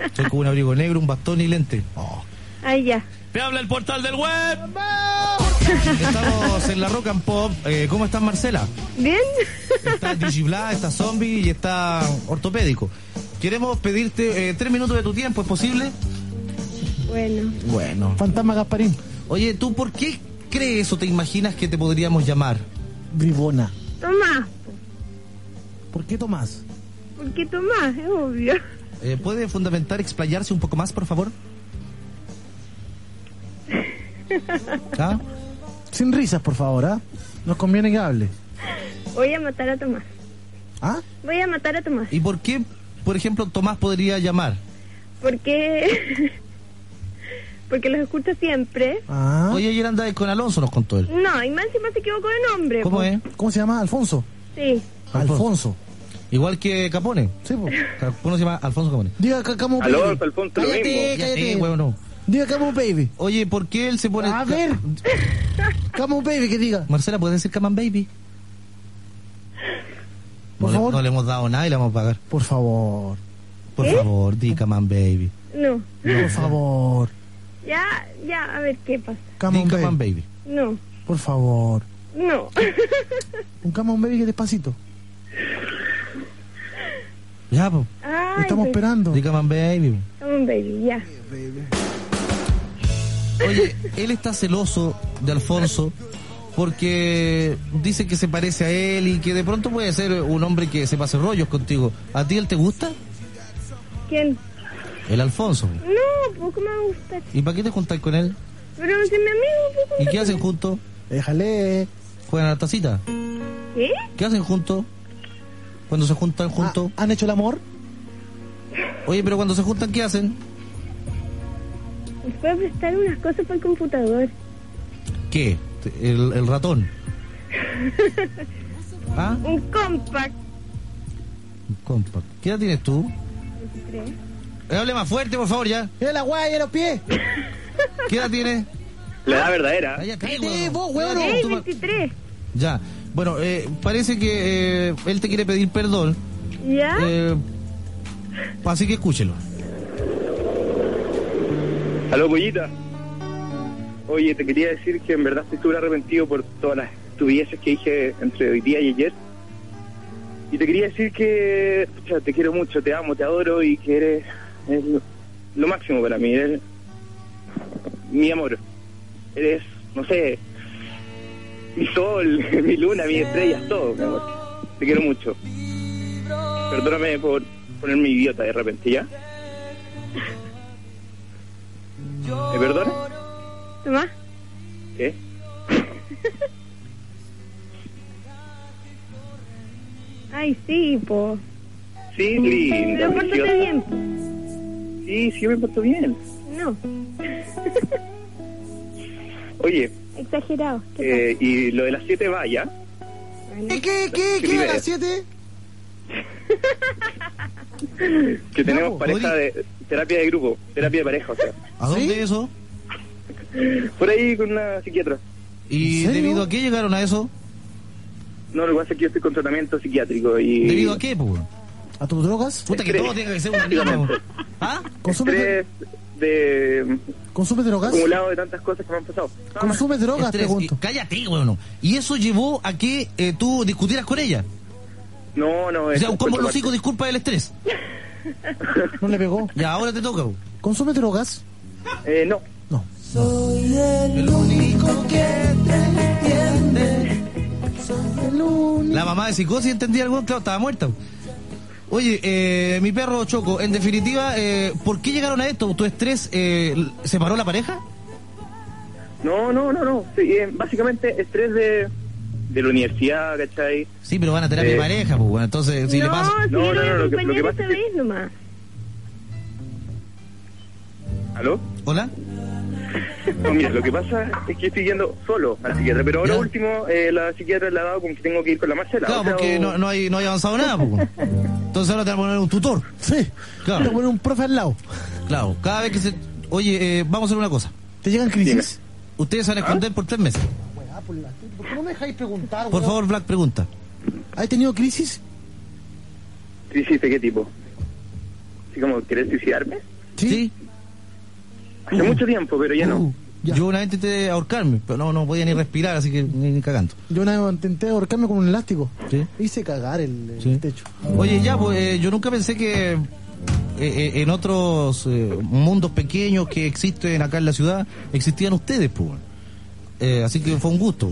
Estoy con un abrigo negro, un bastón y lente. Oh.
Ahí ya.
Te habla el portal del web. Estamos en la Rock and Pop. Eh, ¿Cómo estás, Marcela?
¿Bien?
Está Digibla, está Zombie y está Ortopédico. Queremos pedirte eh, tres minutos de tu tiempo, ¿es posible?
Bueno.
Bueno.
Fantasma Gasparín.
Oye, ¿tú por qué crees o te imaginas que te podríamos llamar?
Bribona.
Tomás.
¿Por qué Tomás?
¿Por qué Tomás? Es obvio.
Eh, ¿Puede fundamentar, explayarse un poco más, por favor? ¿Ah?
Sin risas, por favor, ¿ah? Nos conviene que hable.
Voy a matar a Tomás.
¿Ah?
Voy a matar a Tomás.
¿Y por qué, por ejemplo, Tomás podría llamar?
Porque... Porque los escucho siempre.
Ah.
Oye, ayer andaba con Alonso, nos contó él.
No, y más encima se equivocó de nombre.
¿Cómo
po.
es?
¿Cómo se llama? Alfonso.
Sí.
Alfonso. Igual que Capone.
Sí, pues.
Capone se llama Alfonso Capone.
Diga acá como baby. Cállate, cállate.
huevo, no.
Diga como baby.
Oye, ¿por qué él se pone...
A ver. Como baby, que diga.
Marcela, ¿puedes decir Caman Baby?
Por
no,
favor.
Le, no le hemos dado nada y le vamos a pagar.
Por favor.
Por favor, di Caman Baby.
No.
Por favor.
Ya, ya, a ver qué pasa.
Come
Di
on,
Come on,
baby.
baby.
No,
Por favor.
no.
Un come on, baby que despacito.
Ya, po.
Ay,
Estamos
baby.
esperando.
Di Come on, baby.
Come on, baby, ya.
Oye, él está celoso de Alfonso porque dice que se parece a él y que de pronto puede ser un hombre que se pase rollos contigo. ¿A ti él te gusta?
¿Quién?
El Alfonso.
No, poco me gusta.
¿Y para qué te juntas con él?
Pero si mi amigo, poco
¿Y qué hacen juntos?
Déjale.
¿Juegan a la tacita?
¿Qué?
¿Qué hacen juntos? Cuando se juntan juntos.
Ah, ¿Han hecho el amor?
Oye, pero cuando se juntan, ¿qué hacen?
¿Les puedo prestar unas cosas para el computador?
¿Qué? El, el ratón. ¿Ah?
Un compact.
Compa. ¿Qué edad tienes tú? Eh, hable más fuerte, por favor, ya.
Mira la guay en los pies.
¿Qué edad tienes?
La edad verdadera.
Cállate, vos, huevón.
Ey, 23.
Ya. Bueno, eh, parece que eh, él te quiere pedir perdón.
¿Ya?
eh, así que escúchelo.
Aló, pollita. Oye, te quería decir que en verdad estoy súper arrepentido por todas las estupideces que dije entre hoy día y ayer. Y te quería decir que pucha, te quiero mucho, te amo, te adoro y que eres, eres lo, lo máximo para mí. Eres mi amor. Eres, no sé, mi sol, mi luna, mis estrellas, todo, mi amor. Te quiero mucho. Perdóname por ponerme idiota de repente, ¿ya? ¿Me perdonas?
¿Tomás?
¿Qué?
Ay, sí, po.
Sí, linda,
Pero pórtate
preciosa.
bien, po.
Sí, sí, me porto bien.
No,
Oye,
exagerado.
eh, y lo de las siete vallas,
¿Qué, qué,
qué, qué, a las
siete?
que tenemos pareja de terapia de grupo, terapia de pareja, o sea.
¿A dónde eso?
Por ahí con una psiquiatra.
¿Y debido a qué llegaron a eso?
No, lo que pasa es que yo estoy con tratamiento psiquiátrico y...
¿Debido a qué, po?
¿A tus drogas?
Puta que todo tiene que ser una mierda. ¿Ah?
Estrés de...
¿Consumes drogas?
Acumulado de tantas cosas que me han pasado. Ah,
¿Consumes drogas?
Estrés,
Pregunto.
y- Cállate, bueno. ¿Y eso llevó a que eh, tú discutieras con ella?
No, no.
O sea,
eso
un
fue
combo
por
los hijos,
parte-
disculpa el estrés.
No le pegó.
Ya, ahora te toca. po.
¿Consumes drogas?
Eh, no.
Soy el único que te entiende. Soy el único.
La mamá de psicosis entendía algo, claro, estaba muerta. po. Oye, eh, mi perro Choco, en definitiva, eh, ¿por qué llegaron a esto? ¿Tu estrés eh, separó la pareja?
No, no, no, no. Sí, eh, básicamente estrés de, de la universidad, ¿cachai?
Sí, pero van a terapia
Eh.
de pareja, pues bueno, entonces si
No,
le pasa...
si No, yo no, lo no, lo que- acompañé lo que pasa
Esta vez nomás.
¿Aló?
¿Hola?
No, mira, lo que pasa es que estoy yendo solo a la psiquiatra, pero ahora último eh, la psiquiatra la ha dado con que tengo que ir con la Marcela.
Claro,
o sea,
porque
o-
no, no hay, no hay avanzado nada, po. Entonces ahora te van a poner un tutor.
Sí.
Claro.
Te ponen un profe al lado.
Claro, cada vez que se... Oye, eh, vamos a hacer una cosa.
¿Te llegan crisis?
Ustedes se van a esconder por tres meses.
¿Por qué no me dejáis preguntar,
Por favor, Black, pregunta.
¿Has tenido crisis?
¿Crisis de qué tipo? Así como, ¿querés suicidarme?
Sí. Uh.
Hace mucho tiempo, pero ya no.
Yo una vez intenté ahorcarme, pero no, no podía ni respirar, así que ni, ni cagando.
Yo una vez intenté ahorcarme con un elástico.
Sí.
Hice cagar el, el techo.
Oye, ya, pues eh, yo nunca pensé que eh, eh, en otros eh, mundos pequeños que existen acá en la ciudad existían ustedes, pues. Eh, así que fue un gusto.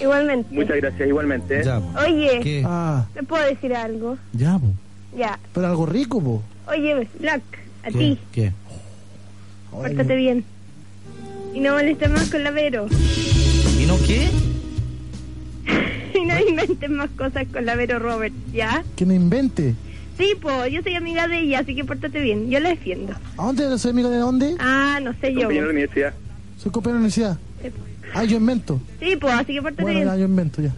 Igualmente.
Muchas gracias, igualmente. ¿eh?
Ya, pues.
Oye,
¿Qué?
¿te puedo decir algo?
Ya, pues.
Ya.
Pero algo rico, po.
Oye, Black, a
¿Qué?
ti,
¿Qué?
pórtate bien. Y no molestes más con la Vero.
¿Y no qué?
Y no inventes más cosas con la Vero Robert, ¿ya?
Que me invente.
Sí, po, yo soy amiga de ella, así que pórtate bien. Yo la defiendo.
¿A dónde soy amiga de dónde?
Ah, no sé yo.
Compañero de la universidad.
Soy compañero de universidad.
Sí, po.
Ah, yo invento.
Sí, po, así que pórtate
Bueno, ya,
bien.
yo invento ya.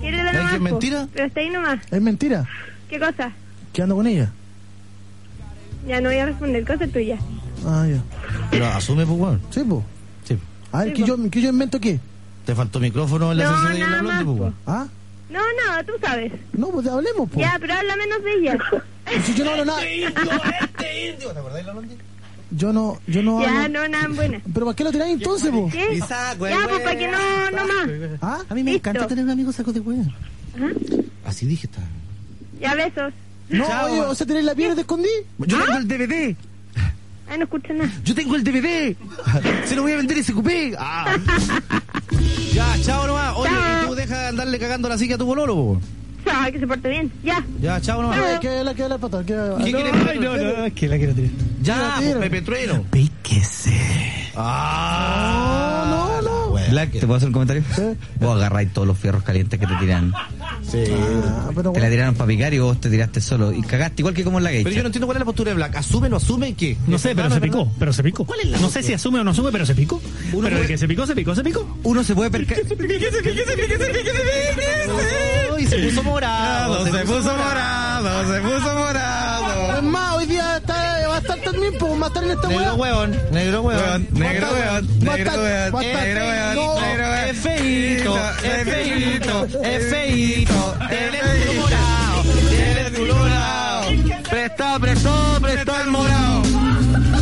Quiérela
¿Es
nomás, po.
mentira?
Pero está ahí nomás.
Es mentira.
¿Qué cosa?
¿Qué ando con ella?
Ya no voy a responder, cosa tuya.
Ah, ya.
Pero asume, pues, weón.
Sí, po.
Sí.
A ver, ¿que, yo, que yo invento qué?
Te faltó micrófono en la
pues. No,
sesión de
nada
la blonde,
más,
pues, weón.
¿Ah?
No, no, tú sabes.
No, pues hablemos, po.
Ya, pero habla menos de ella.
Si yo no hablo nada.
¿Te acordáis la blonde?
Yo no, yo no
eh. Ya,
hablo.
no, nada, buena.
¿Pero para qué lo tiráis entonces, po?
¿Qué? Ya, pues, para que no, no más.
¿Ah?
A mí me encanta tener un amigo saco de hueá. Así dije, está.
Ya, besos.
No,
Chao,
oye,
weón.
o sea, tenéis la piedra de escondí.
Yo tengo el DVD.
Ah, no escucho nada.
Yo tengo el DVD. Se lo voy a vender ese cupé. Ah. Ya, chao nomás. Oye,
Chao.
¿y tú deja de andarle cagando la silla a tu bololo, po?
Sabe que se porte bien. Ya.
Ya, chao nomás.
¿Qué, qué, la, qué, la, patón? ¿Qué,
¿Qué quieres?
es que la quiero tirar.
Ya, pues, Pepe Trueno. Píquese. Ah. No, no,
Black, ¿te puedo hacer un comentario? Vos agarráis todos los fierros calientes que te tiran. Ah, Sí. te la tiraron para picar y vos te tiraste solo. Y cagaste igual que como en la gay.
Pero yo no entiendo cuál es la postura de Black. ¿Asume, no asume? ¿Qué?
No sé, pero
Ah,
se
¿verdad?
picó, pero se picó. no sé si asume o no asume, pero se picó. pero de que se picó, se picó, se picó.
Uno se puede percar.
Uy, se puso morado, se puso morado, se puso morado.
Es más, hoy día está, va a estar también, pues, va a estar en esta
Negro
hueá.
hueón, negro hueón, negro hueón, negro hueón, negro
No.
hueón, negro hueón. Es feíto, es feíto, es feíto, tienes tu morado, tienes tu morado. Presta, prestó, prestó el morado.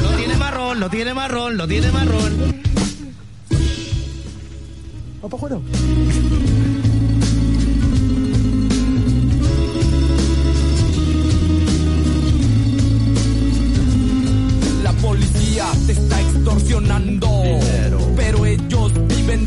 Lo tiene marrón, lo tiene marrón, lo tiene marrón.
Vamos para afuera.
La policía te está extorsionando. Pero ellos viven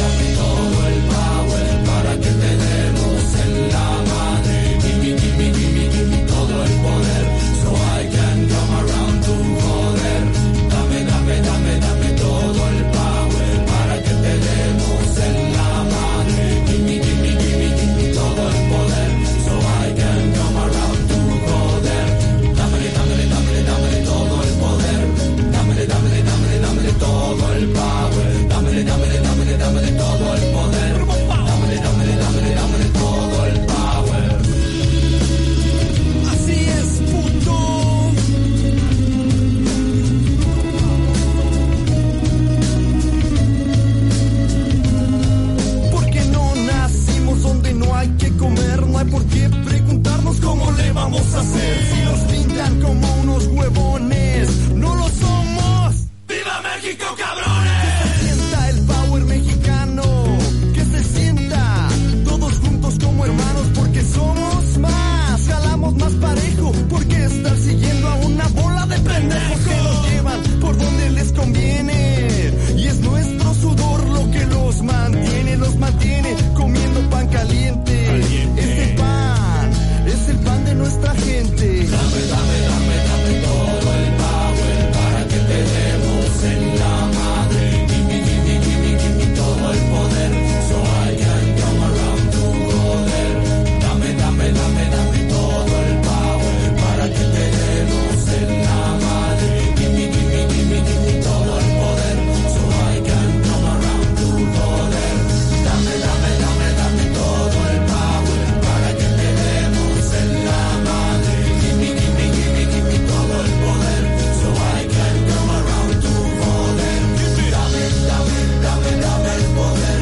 dame todo el power para que te demos en la madre. Gimme, gimme, gimme, gimme todo el poder. So I can come around to joder. Dame, dame, dame, dame todo el power para que te demos en la madre. Gimme, gimme, gimme, gimme todo el poder. So I can come around to joder. Dámele, dámele, dámele, dámele todo el poder. Dámele, dámele, dámele, dámele todo el power. Dámele, dámele, dámele, dámele todo el poder. Dámele, dámele, dámele, dámele todo el power.
Así es, puto. Porque no nacimos donde no hay que comer, no hay por qué preguntarnos cómo le vamos a hacer. Si nos pintan como unos huevones, no lo somos. ¡Viva México, cabrones! Que se sienta el power mexicano, que se sienta todos juntos como hermanos, porque somos más, jalamos más parejo, porque estar siguiendo a una bola de pendejos que nos llevan por donde les conviene. Y es nuestro sudor lo que los mantiene, los mantiene comiendo pan caliente. Ese pan es el pan de nuestra gente.
Dame, dame, dame, dame todo el power para que te demos en la madre. Gimme, gimme, gimme, gimme todo el poder. So I can come around to joder. Dame, dame, dame, dame todo el power para que te demos en la madre. Gimme, gimme, gimme, gimme todo el poder. So I can come around to joder. Dame, dame, dame, dame todo el power para que te demos en la madre. Gimme, gimme, gimme, gimme todo el poder. So I can come around to joder. Dame, dame, dame, dame el poder.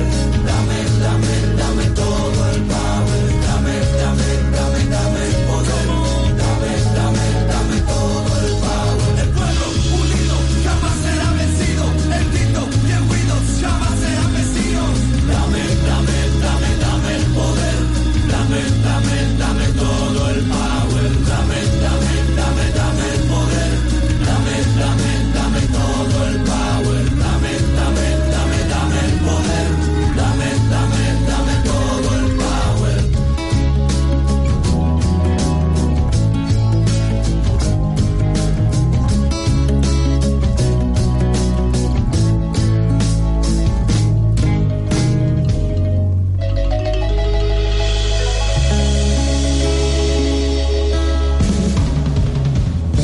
Dame, dame, dame todo el power. Dame, dame, dame, dame el poder. Dame, dame, dame todo el power. El pueblo unido jamás será vencido. El grito y el ruido jamás será vencido. Dame, dame, dame, dame el poder. Dame, dame, dame todo el power. Dame, dame, dame, dame el poder. Dame, dame, dame todo el power. Dame, dame, dame, dame el poder. Dame, dame, dame todo el power.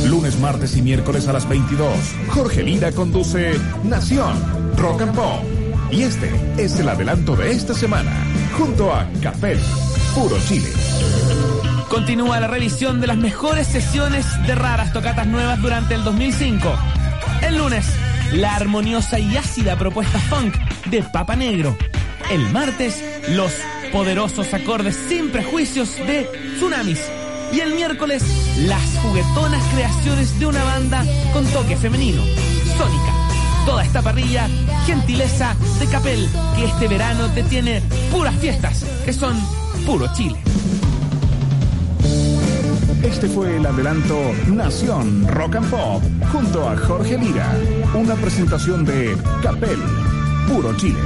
Lunes, martes y miércoles a las 22. Jorge Lira conduce Nación Rock and Pop. Y este es el adelanto de esta semana, junto a Café, puro Chile.
Continúa la revisión de las mejores sesiones de raras tocatas nuevas durante el 2005. El lunes, la armoniosa y ácida propuesta funk de Papa Negro. El martes, los poderosos acordes sin prejuicios de Tsunamis. Y el miércoles, las juguetonas creaciones de una banda con toque femenino, Sónica. Toda esta parrilla, gentileza de Capel, que este verano te tiene puras fiestas, que son puro Chile.
Este fue el adelanto Nación Rock and Pop, junto a Jorge Lira. Una presentación de Capel, puro Chile.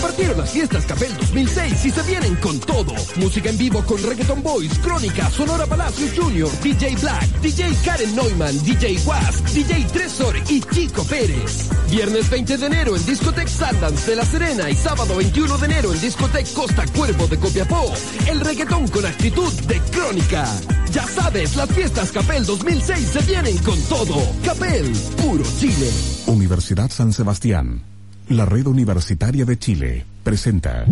Partiendo
Vieron las fiestas Capel 2006 y se vienen con todo. Música en vivo con Reggaeton Boys, Crónica, Sonora Palacios Jr., DJ Black, DJ Karen Neumann, DJ Wasp, DJ Tresor y Chico Pérez. Viernes 20 de enero en Discotec Sundance de La Serena y sábado 21 de enero en Discotec Costa Cuervo de Copiapó. El reggaetón con actitud de Crónica. Ya sabes, las fiestas Capel 2006 se vienen con todo. Capel, puro Chile.
Universidad San Sebastián, la red universitaria de Chile, presenta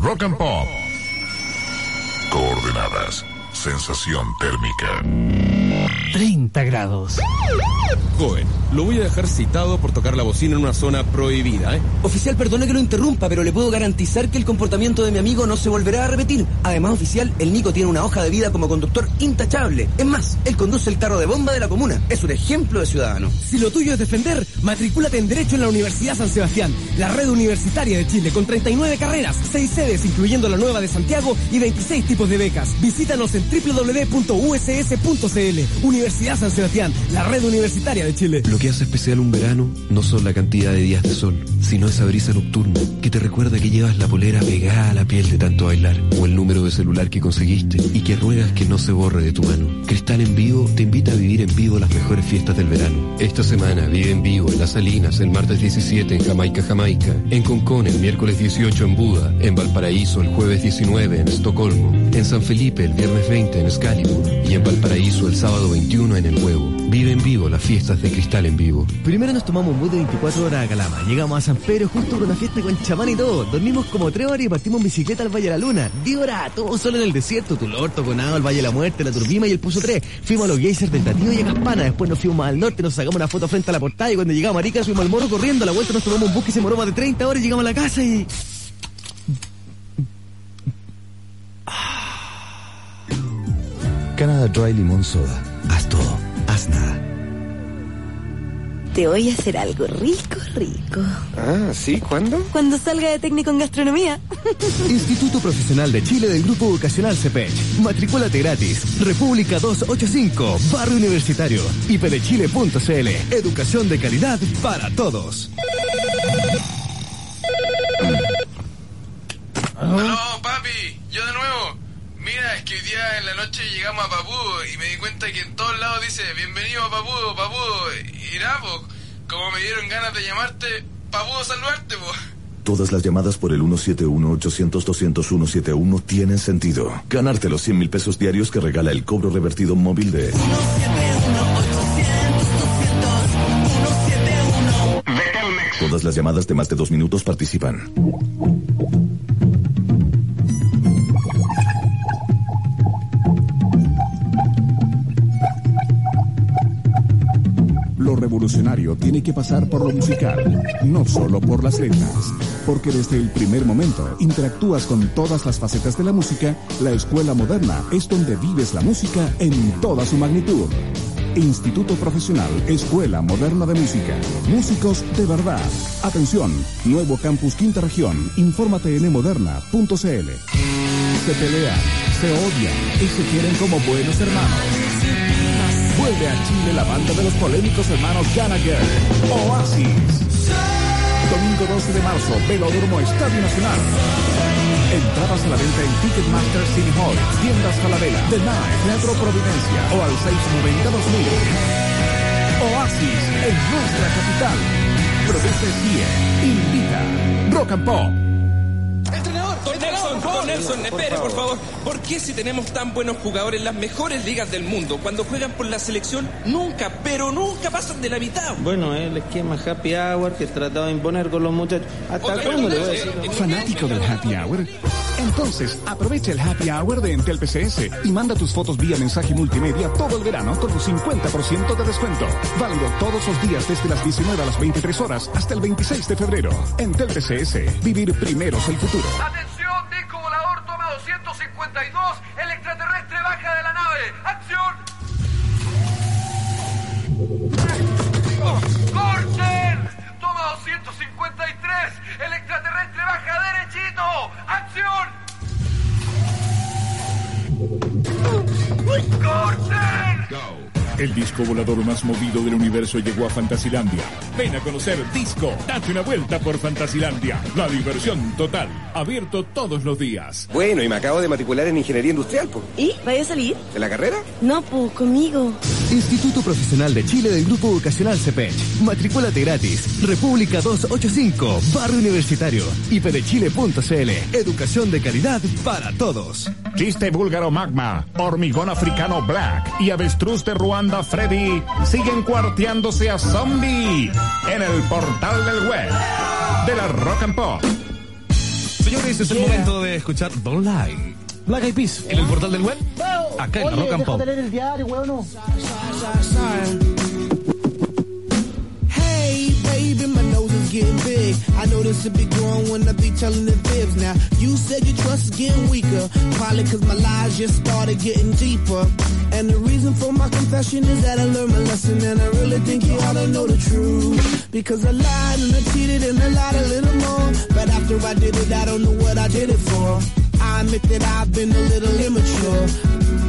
Rock and Pop. Coordenadas. Sensación térmica.
30 grados.
Joven, lo voy a dejar citado por tocar la bocina en una zona prohibida, ¿eh?
Oficial, perdone que lo interrumpa, pero le puedo garantizar que el comportamiento de mi amigo no se volverá a repetir. Además, oficial, el Nico tiene una hoja de vida como conductor intachable. Es más, él conduce el carro de bomba de la comuna. Es un ejemplo de ciudadano.
Si lo tuyo es defender, matricúlate en Derecho en la Universidad San Sebastián, la red universitaria de Chile, con 39 carreras, 6 sedes, incluyendo la nueva de Santiago y 26 tipos de becas. Visítanos en www.uss.cl. Universidad San Sebastián, la red universitaria de Chile.
Lo que hace especial un verano no son la cantidad de días de sol, sino esa brisa nocturna que te recuerda que llevas la polera pegada a la piel de tanto bailar, o el número de celular que conseguiste y que ruegas que no se borre de tu mano. Cristal en vivo te invita a vivir en vivo las mejores fiestas del verano. Esta semana vive en vivo en Las Salinas el martes 17 en Jamaica, Jamaica, en Concón el miércoles 18 en Buda, en Valparaíso el jueves 19 en Estocolmo, en San Felipe el viernes 20 en Excalibur y en Valparaíso el sábado 21 en El Huevo. Vive en vivo las fiestas de Cristal en vivo.
Primero nos tomamos un bus de 24 horas a Calama. Llegamos a San Pedro justo con la fiesta con chamán y todo. Dormimos como 3 horas y partimos en bicicleta al Valle de la Luna. 10 horas, todo solo en el desierto. Tulor, Toconado, el Valle de la Muerte, la Turbima y el Puso 3. Fuimos a los geysers del Tatío y a Campana. Después nos fuimos al norte, nos sacamos una foto frente a la portada y cuando llegamos a Arica subimos al morro corriendo. A la vuelta nos tomamos un bus que se moró más de 30 horas y llegamos a la casa y...
Canada Dry Limón Soda. Haz todo, haz nada.
Te voy a hacer algo rico, rico.
Ah, ¿sí? ¿Cuándo?
Cuando salga de técnico en gastronomía.
Instituto Profesional de Chile del Grupo Vocacional CEPECH. Matricúlate gratis. República 285, Barrio Universitario. ipdechile.cl. Educación de calidad para todos.
Aló, papi, yo de nuevo. Mira, es que hoy día en la noche llegamos a Papudo y me di cuenta que en todos lados dice bienvenido a Papudo, Papudo. Y nada, po, como me dieron ganas de llamarte, Papudo saludarte, po.
Todas las llamadas por el 171-800-200-171 tienen sentido. Ganarte los 100 mil pesos diarios que regala el cobro revertido móvil de... Todas las llamadas de más de dos minutos participan.
Lo revolucionario tiene que pasar por lo musical, no solo por las letras, porque desde el primer momento interactúas con todas las facetas de la música, la escuela moderna es donde vives la música en toda su magnitud. Instituto Profesional Escuela Moderna de Música. Músicos de verdad. Atención, nuevo campus Quinta Región. Infórmate en emoderna.cl. Se pelean, se odian y se quieren como buenos hermanos. Vuelve a Chile la banda de los polémicos hermanos Gallagher, Oasis. Domingo 12 de marzo, Velódromo Estadio Nacional. Entradas a la venta en Ticketmaster City Hall, Tiendas Falabella, The Night, Teatro Providencia o al 690-2000. Oasis, en nuestra capital. Produce CIE. Invita. Rock and Pop.
Entrenador, don Nelson, don Nelson, espere, por favor. ¿Por qué si tenemos tan buenos jugadores en las mejores ligas del mundo, cuando juegan por la selección, nunca, pero nunca pasan de la mitad?
Bueno, el esquema happy hour que trataba de imponer con los muchachos. ¿Hasta cómo le voy a decir?
¿Fanático del happy hour? Entonces, aprovecha el happy hour de Entel PCS y manda tus fotos vía mensaje multimedia todo el verano con un 50% de descuento. Válido todos los días desde las 19 a las 23 horas hasta el 26 de febrero. Entel PCS, vivir primero es el futuro.
Atención, disco volador toma 252. El extraterrestre baja de la nave. ¡Acción! ¡Oh! ¡Corten! Toma 253. El extraterrestre baja derechito. ¡Acción! ¡Corten!
El disco volador más movido del universo llegó a Fantasilandia. Ven a conocer Disco. Date una vuelta por Fantasilandia. La diversión total. Abierto todos los días.
Bueno, y me acabo de matricular en Ingeniería Industrial, po.
¿Y? ¿Vaya a salir?
¿De la carrera?
No, pues, conmigo.
Instituto Profesional de Chile del Grupo Vocacional CEPECH. Matricúlate gratis. República 285, Barrio Universitario. ipdechile.cl. Educación de calidad para todos.
Chiste búlgaro magma, hormigón africano black y avestruz de Ruanda Freddy siguen cuarteándose a zombie en el portal del web de la Rock and Pop.
Señores, es el momento de escuchar Don't Lie.
Black Eyed Peas.
En el portal del web, acá en la
Oye,
Rock and
deja
Pop.
de leer el diario, weón. no.
Hey, baby, my nose is getting big. I know this should be growing when I be telling the fibs. Now, you said your trust is getting weaker. Probably cause my lies just started getting deeper. And the reason for my confession is that I learned my lesson. And I really think you ought to know the truth. Because I lied and I cheated and I lied a little more. But after I did it, I don't know what I did it for. I admit that I've been a little immature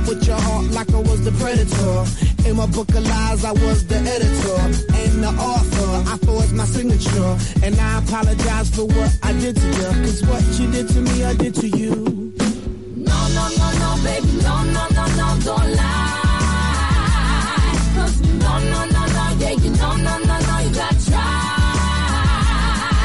with your heart like I was the predator. In my book of lies, I was the editor and the author. I forged my signature, and I apologize for what I did to you. Cause what you did to me, I did to you.
No, no, no, no, baby, no, no, no, no, don't lie. 'Cause no, no, no, no, yeah, you no, no, no, no, you gotta try.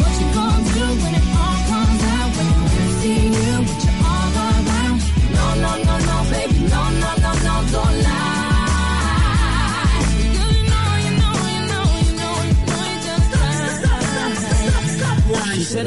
What you gonna do when it all comes out? When you see you with your arm around? No, no, no, no, baby, no, no, no, no, don't lie. You know, you know, you know, you know, you know you just
She said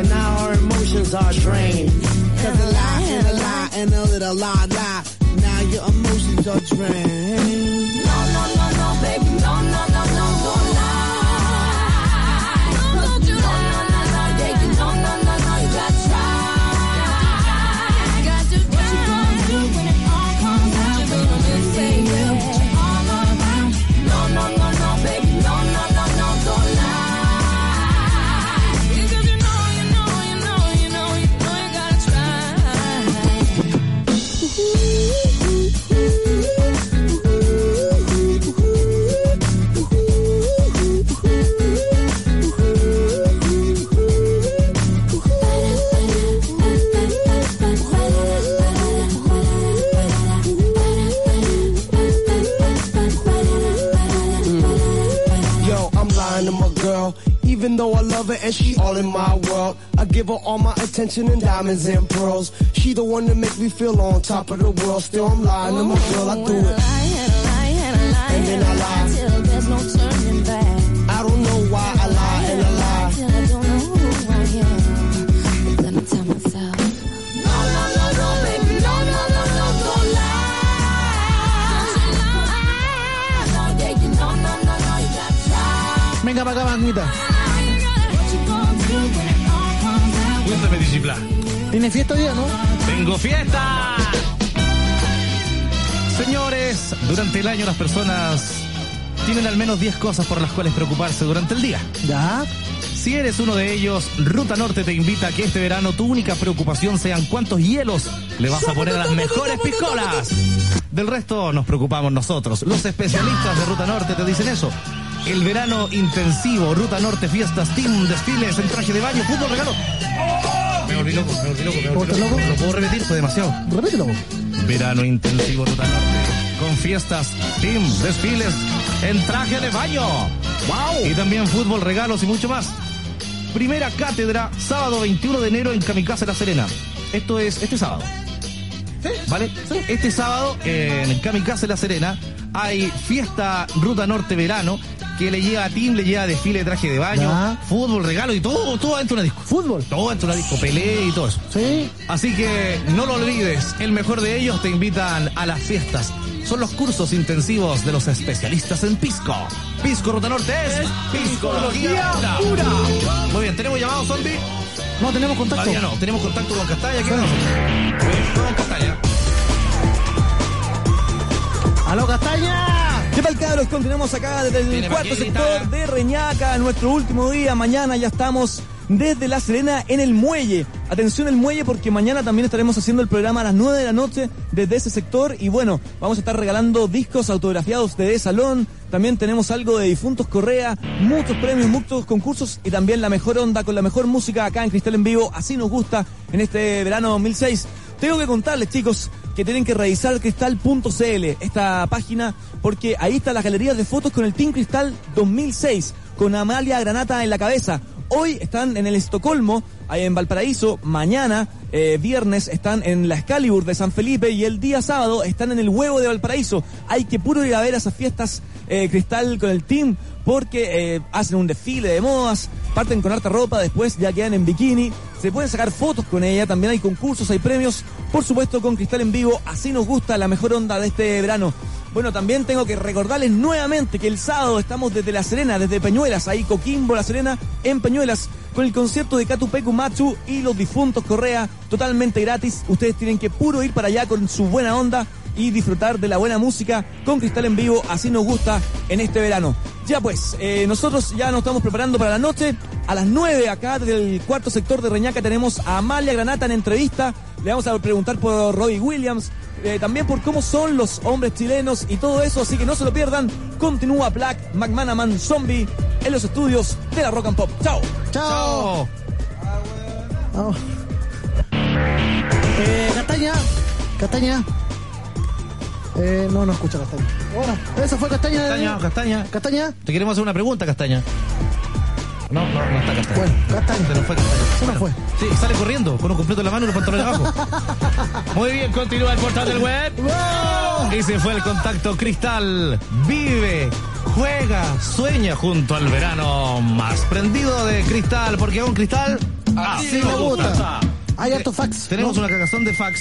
And now our emotions are drained. Cause a lie and a lie and a little lie lie. Now your emotions are drained.
No, no, no, no, baby, no, no, no, no, don't lie. No, no, no, no, yeah, you no, no, no, no, you gotta try. What you gonna do when it all comes out? You gonna say you all around? No, no, no, no, baby, no, no, no, no, don't lie. Because you know, you know, you know, you know, you know you gotta
Yo, I'm lying to my girl. Even though I love her and she all in my world, I give her all my attention and diamonds and pearls. She the one that make me feel on top of the world. Still, I'm lying to my girl. I do it. And then I lie.
Till there's no turning back.
I don't know why I lie and I lie.
Till I don't know who I am. Let me tell myself. No, no, no, no, baby, no, no, no, no, don't lie. No, yeah, you know, no, no, no, you gotta try.
Venga para acá, magnita.
What you gonna do when it all comes out?
Cuéntame, Digiplá.
Tiene fiesta hoy día, ¿no?
¡Tengo fiesta! Señores, durante el año las personas tienen al menos 10 cosas por las cuales preocuparse durante el día.
Ya.
Si eres uno de ellos, Ruta Norte te invita a que este verano tu única preocupación sean cuántos hielos le vas a poner a las mejores piscolas. Del resto nos preocupamos nosotros. Los especialistas de Ruta Norte te dicen eso. El verano intensivo, Ruta Norte, fiestas, team, desfiles, en traje de baño, fútbol, regalo. Me volví loco, me volví loco, me volví loco. ¿Lo puedo repetir? Fue demasiado.
Repítelo.
Verano intensivo Ruta Norte. Con fiestas, team, desfiles, en traje de baño. ¡Wow! Y también fútbol, regalos y mucho más. Primera cátedra, sábado 21 de enero en Kamikaze La Serena. Esto es este sábado. ¿Vale? Este sábado en Kamikaze La Serena hay fiesta Ruta Norte Verano que le lleva a team, le lleva desfile de traje de baño, fútbol, regalo y todo, todo dentro de una disco.
Fútbol.
Todo dentro de una disco, pelea y todo eso.
Sí.
Así que no lo olvides, el mejor de ellos te invitan a las fiestas. son los cursos intensivos de los especialistas en pisco. Pisco Ruta Norte es piscología pura. Muy bien, ¿tenemos llamado zombie?
No, tenemos contacto.
Todavía no, tenemos contacto con Castaña. ¿Qué vamos a hacer? Con Castaña.
¡Aló, Castaña!
¿Qué tal, cabros? Continuamos acá desde el Viene pa' cuarto aquí, grita, sector de Reñaca, nuestro último día. Mañana ya estamos desde La Serena en el muelle. Atención el muelle porque mañana también estaremos haciendo el programa a las 9 de la noche desde ese sector. Y bueno, vamos a estar regalando discos autografiados de Salón. También tenemos algo de Difuntos Correa, muchos premios, muchos concursos y también la mejor onda con la mejor música acá en Cristal en Vivo. Así nos gusta en este verano 2006. Tengo que contarles, chicos, que tienen que revisar cristal.cl, esta página, porque ahí están las galerías de fotos con el Team Cristal 2006, con Amalia Granata en la cabeza. Hoy están en el Estocolmo, ahí en Valparaíso. Mañana, eh, viernes, están en la Excalibur de San Felipe. Y el día sábado están en el Huevo de Valparaíso. Hay que puro ir a ver esas fiestas eh, Cristal con el team, porque eh, hacen un desfile de modas, parten con harta ropa, después ya quedan en bikini. Se pueden sacar fotos con ella, también hay concursos, hay premios, por supuesto con Cristal en vivo, así nos gusta la mejor onda de este verano. Bueno, también tengo que recordarles nuevamente que el sábado estamos desde La Serena, desde Peñuelas, ahí Coquimbo, La Serena, en Peñuelas, con el concierto de Catupecu Machu y los difuntos Correa, totalmente gratis. Ustedes tienen que puro ir para allá con su buena onda y disfrutar de la buena música con Cristal en vivo, así nos gusta en este verano. Ya pues, eh, nosotros ya nos estamos preparando para la noche. A las 9 acá desde el cuarto sector de Reñaca tenemos a Amalia Granata en entrevista. Le vamos a preguntar por Robbie Williams, eh, también por cómo son los hombres chilenos y todo eso, así que no se lo pierdan. Continúa Black, McManaman, Zombie en los estudios de la Rock and Pop. Chao.
Chao. Vamos. Ah. Eh, Castaña. Castaña. Eh, no, no escucha Castaña. Bueno, esa fue Castaña.
Castaña, Castaña.
Castaña.
Te queremos hacer una pregunta, Castaña. No, no, no está Castaña. Bueno,
Castaña.
Se nos fue Castaña.
Se nos fue.
Sí, sale corriendo, con un completo en la mano y los pantalones abajo. Muy bien, continúa el portal del web. Ese fue el contacto cristal. Vive, juega, sueña junto al verano más prendido de cristal, porque un cristal así
me
nos gusta. Eh,
gusta. Hay harto fax.
Tenemos
¿no?
una cagazón de fax.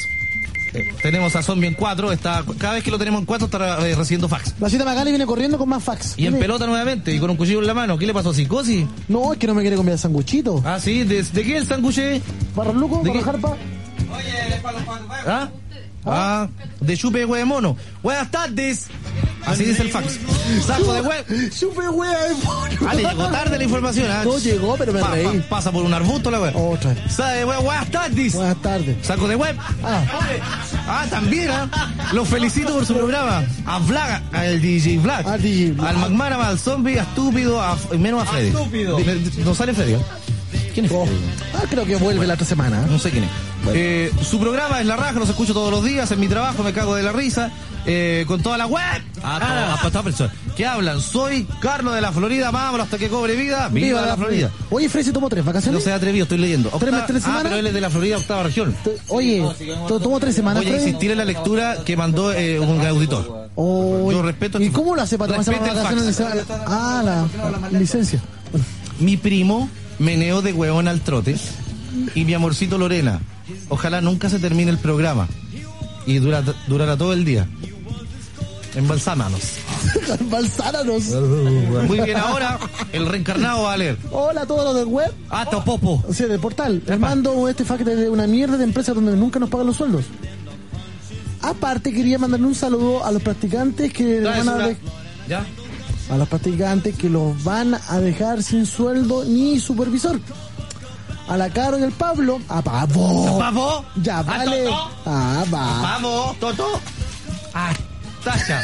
Eh, tenemos a Zombie en 4, está, cada vez que lo tenemos en 4 está eh, recibiendo fax.
La cita Magali viene corriendo con más fax.
Y en
Viene-
pelota nuevamente, y con un cuchillo en la mano. ¿Qué le pasó a Psicosis?
No, es que no me quiere comer el sanguchito.
Ah, sí, ¿de, de qué el sanguche?
Barraluco,
¿De
para
qué?
jarpa.
¿Ah? Ah, de chupe de huevo de mono. Buenas tardes. Así dice el fax. Saco de huevo.
Chupe hueá de mono.
Ah, le llegó tarde la información. ah.
No llegó, pero me
Pa- pa-
reí.
pasa por un arbusto la hueá.
Otra.
Saco de huevo, buenas tardes.
Buenas tardes.
Saco de web.
Ah.
Ah, también, ¿ah? Los felicito por su programa. A Vlad, al DJ Vlad.
Al DJ Vlad.
Al McManaman, al zombie, a estúpido, a, menos a Freddy. De- No sale Freddy. ¿eh? ¿Quién es Freddy?
Ah, creo que vuelve la otra semana.
No sé quién es. Eh, su programa es La Raja, los escucho todos los días, en mi trabajo me cago de la risa, eh, con toda la web. Ah, a todas personas. ¿Qué hablan? Soy Carlos de la Florida, vámonos hasta que cobre vida. Ah, Viva, la, Florida.
Oye, Fred se tomó tres
No
vacaciones.
se ha atrevido, estoy leyendo.
¿Tres
Octava-
tres
ah,
semanas?
pero él es de la Florida, octava región.
Te- Oye, ¿to- tomó tres semanas,
Voy a
Fred.
insistir en la lectura que mandó eh, un auditor.
Oye,
Yo respeto a
¿Y
este-
cómo lo hace para tomarse las
Respete el
vacaciones?
fax.
Ah, la licencia.
Mi primo meneó de hueón al trote y mi amorcito Lorena. Ojalá nunca se termine el programa y dura, durará todo el día. Embalsámanos.
Balsáranos.
Muy bien, ahora el reencarnado va a leer.
Hola a todos los del web.
Hasta Popo.
O sea, de portal. Les mando este fax de una mierda de empresa donde nunca nos pagan los sueldos. Aparte, quería mandarle un saludo a los practicantes que
Ya, es
van a,
una-
de-
¿Ya?
a los practicantes que los van a dejar sin sueldo ni supervisor. A la Caro y al Pablo. A Pavo.
Pavo.
Ya,
A
vale.
Toto.
Ah, va.
Pavo, Toto.
Ah.
A Tasha.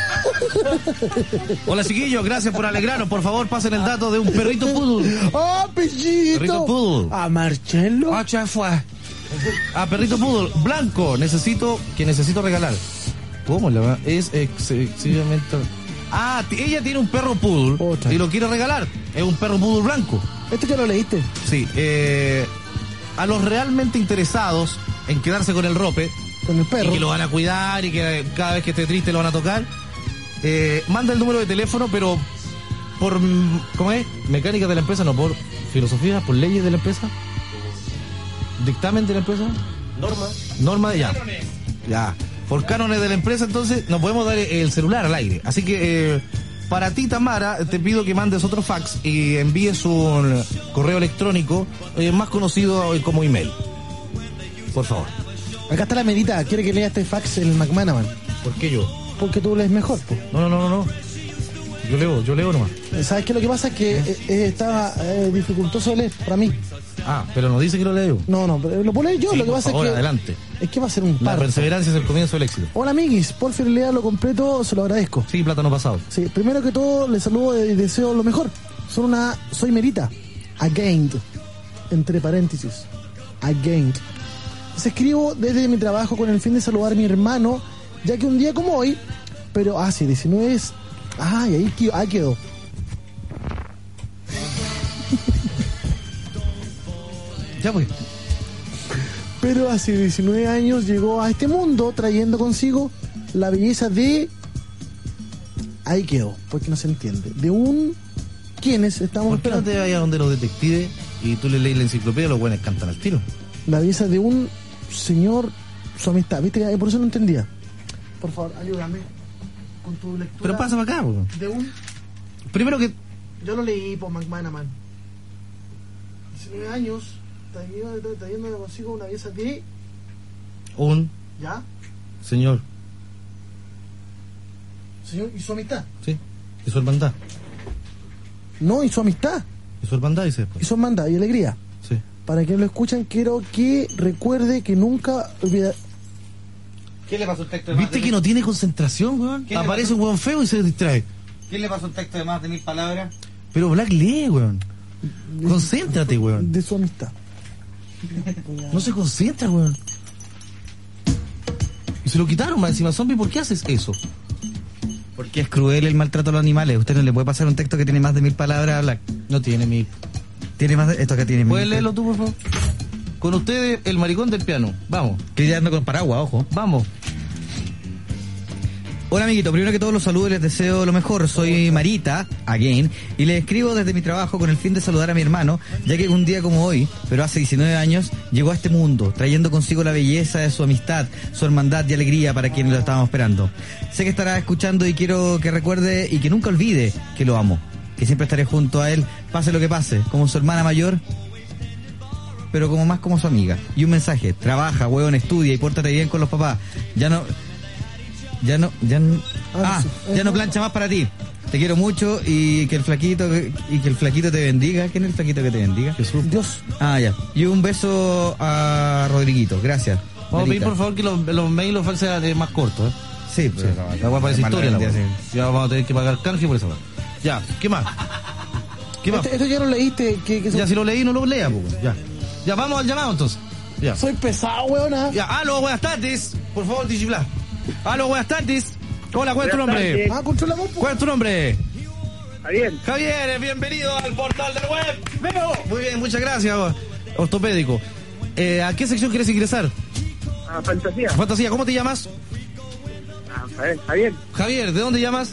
Hola, chiquillos. Gracias por alegrarnos. Por favor, pasen el dato de un perrito poodle.
¡Oh, pellito!
Perrito poodle.
A Marcelo.
Ah, ya fue. A perrito poodle. Blanco. Necesito, que necesito regalar. ¿Cómo la va? Es excesivamente... Ah, t- ella tiene un perro poodle
Otra.
y lo quiere regalar. Es un perro poodle blanco.
Esto ya lo leíste.
Sí, eh, a los realmente interesados en quedarse con el rope
Con el
y
perro.
que lo van a cuidar y que cada vez que esté triste lo van a tocar, eh, manda el número de teléfono, pero por, mm, ¿cómo es? Mecánica de la empresa, no, por filosofía, por leyes de la empresa, dictamen de la empresa, norma, norma de ya. Ya. por cánones de la empresa, entonces nos podemos dar el celular al aire. Así que eh, para ti, Tamara, te pido que mandes otro fax y envíes un correo electrónico eh, más conocido como email. Por favor.
Acá está la medita, quiere que lea este fax el McManaman.
¿Por qué yo?
Porque tú lees mejor, po.
No, no, no, no, no. Yo leo, yo leo nomás.
¿Sabes qué? Lo que pasa es que eh, estaba eh, dificultoso de leer para mí.
Ah, pero no dice que lo leo Eh, yo.
No, no, pero eh, lo puedo leer yo.
Sí,
lo que
por
pasa
favor,
es que.
adelante.
Es que va a ser un
La
par.
perseverancia es el comienzo del éxito.
Hola, amiguis. Por fin lea lo completo, se lo agradezco.
Sí, plátano pasado.
Sí, primero que todo, les saludo y deseo lo mejor. Son una. Soy Merita. Again. Entre paréntesis. Again. Se escribo desde mi trabajo con el fin de saludar a mi hermano, ya que un día como hoy, pero. Ah, sí, 19 es. Ah, y ahí, qui- ahí quedó.
Ya pues.
Pero hace 19 años llegó a este mundo trayendo consigo la belleza de. Ahí quedó, porque no se entiende. De un. ¿Quiénes estamos
¿Por qué no
esperando?
te vayas donde los detectives y tú le lees la enciclopedia los buenos cantan al tiro?
La belleza de un señor, su amistad. ¿Viste? que Por eso no entendía. Por favor, ayúdame con tu lectura.
Pero pasa para acá, po.
De un.
Primero que
Yo lo leí por McManaman. 19 años, trayendo, trayendo consigo una belleza de.
un
¿Ya?
señor,
Señor, y su amistad.
¿sí? Y su hermandad.
No, y su amistad.
Y su hermandad dice
Y
pues.
su hermandad y alegría.
Sí.
Para quienes lo escuchan, quiero que recuerde que nunca olvida.
¿Qué le pasó al texto de más
¿Viste
de
Este que
mil-
no tiene concentración, weón?
¿Qué le
Aparece
pasó?
un weón feo y se distrae.
¿Qué le pasó al texto de más de mil palabras?
Pero Black lee, weón. Concéntrate, weón.
De su amistad.
No se concentra, weón. Y se lo quitaron más encima, zombie, ¿por qué haces eso?
Porque es cruel el maltrato a los animales. Usted no le puede pasar un texto que tiene más de mil palabras a Black.
No tiene mil.
Tiene más de... Esto acá tiene
¿Puedes
mil.
leerlo tú, por favor? Con ustedes, el maricón del piano. Vamos.
Que ya ando con paraguas, ojo.
Vamos.
Hola amiguito, primero que todo los saludo y les deseo lo mejor. Soy Marita, again, y les escribo desde mi trabajo con el fin de saludar a mi hermano, ya que un día como hoy, pero hace 19 años, llegó a este mundo, trayendo consigo la belleza de su amistad, su hermandad y alegría para quienes lo estábamos esperando. Sé que estará escuchando y quiero que recuerde y que nunca olvide que lo amo, que siempre estaré junto a él, pase lo que pase, como su hermana mayor, pero como más como su amiga. Y un mensaje, trabaja, huevón, estudia y pórtate bien con los papás. Ya no... Ya no... Ya no ah, ya no plancha más para ti. Te quiero mucho y que el flaquito y que el flaquito te bendiga. ¿Quién es el flaquito que te bendiga? Jesús.
Dios.
Ah, ya. Y un beso a Rodriguito. Gracias.
Vamos a pedir
Verita.
por favor que los, los mails los faxes sean más cortos. ¿eh?
Sí,
pues,
pero no,
la guapa es
más
historia.
la
La weá.
vendía,
ya vamos a tener que pagar canje por esa weá. Ya, ¿qué más? ¿Qué más?
Esto, esto Este, ya lo leíste. Que, que
Ya si lo leí, no lo lea, po, weón. ya. Ya vamos al llamado entonces. Ya.
Soy pesado, weona.
Ya, aló, buenas tardes. Por favor, Digibla. Aló, buenas tardes. Hola, ¿cuál es tu
Buenas
nombre?
tardes. Ah, controlamos, po.
¿Cuál es tu nombre?
Javier.
Javier, bienvenido al portal del web. Veo. Muy bien, muchas gracias, ortopédico. Eh, ¿A qué sección quieres ingresar?
Ah, fantasía.
Fantasía, ¿cómo te llamas?
Ah, Javier, Javier,
Javier, ¿de dónde llamas?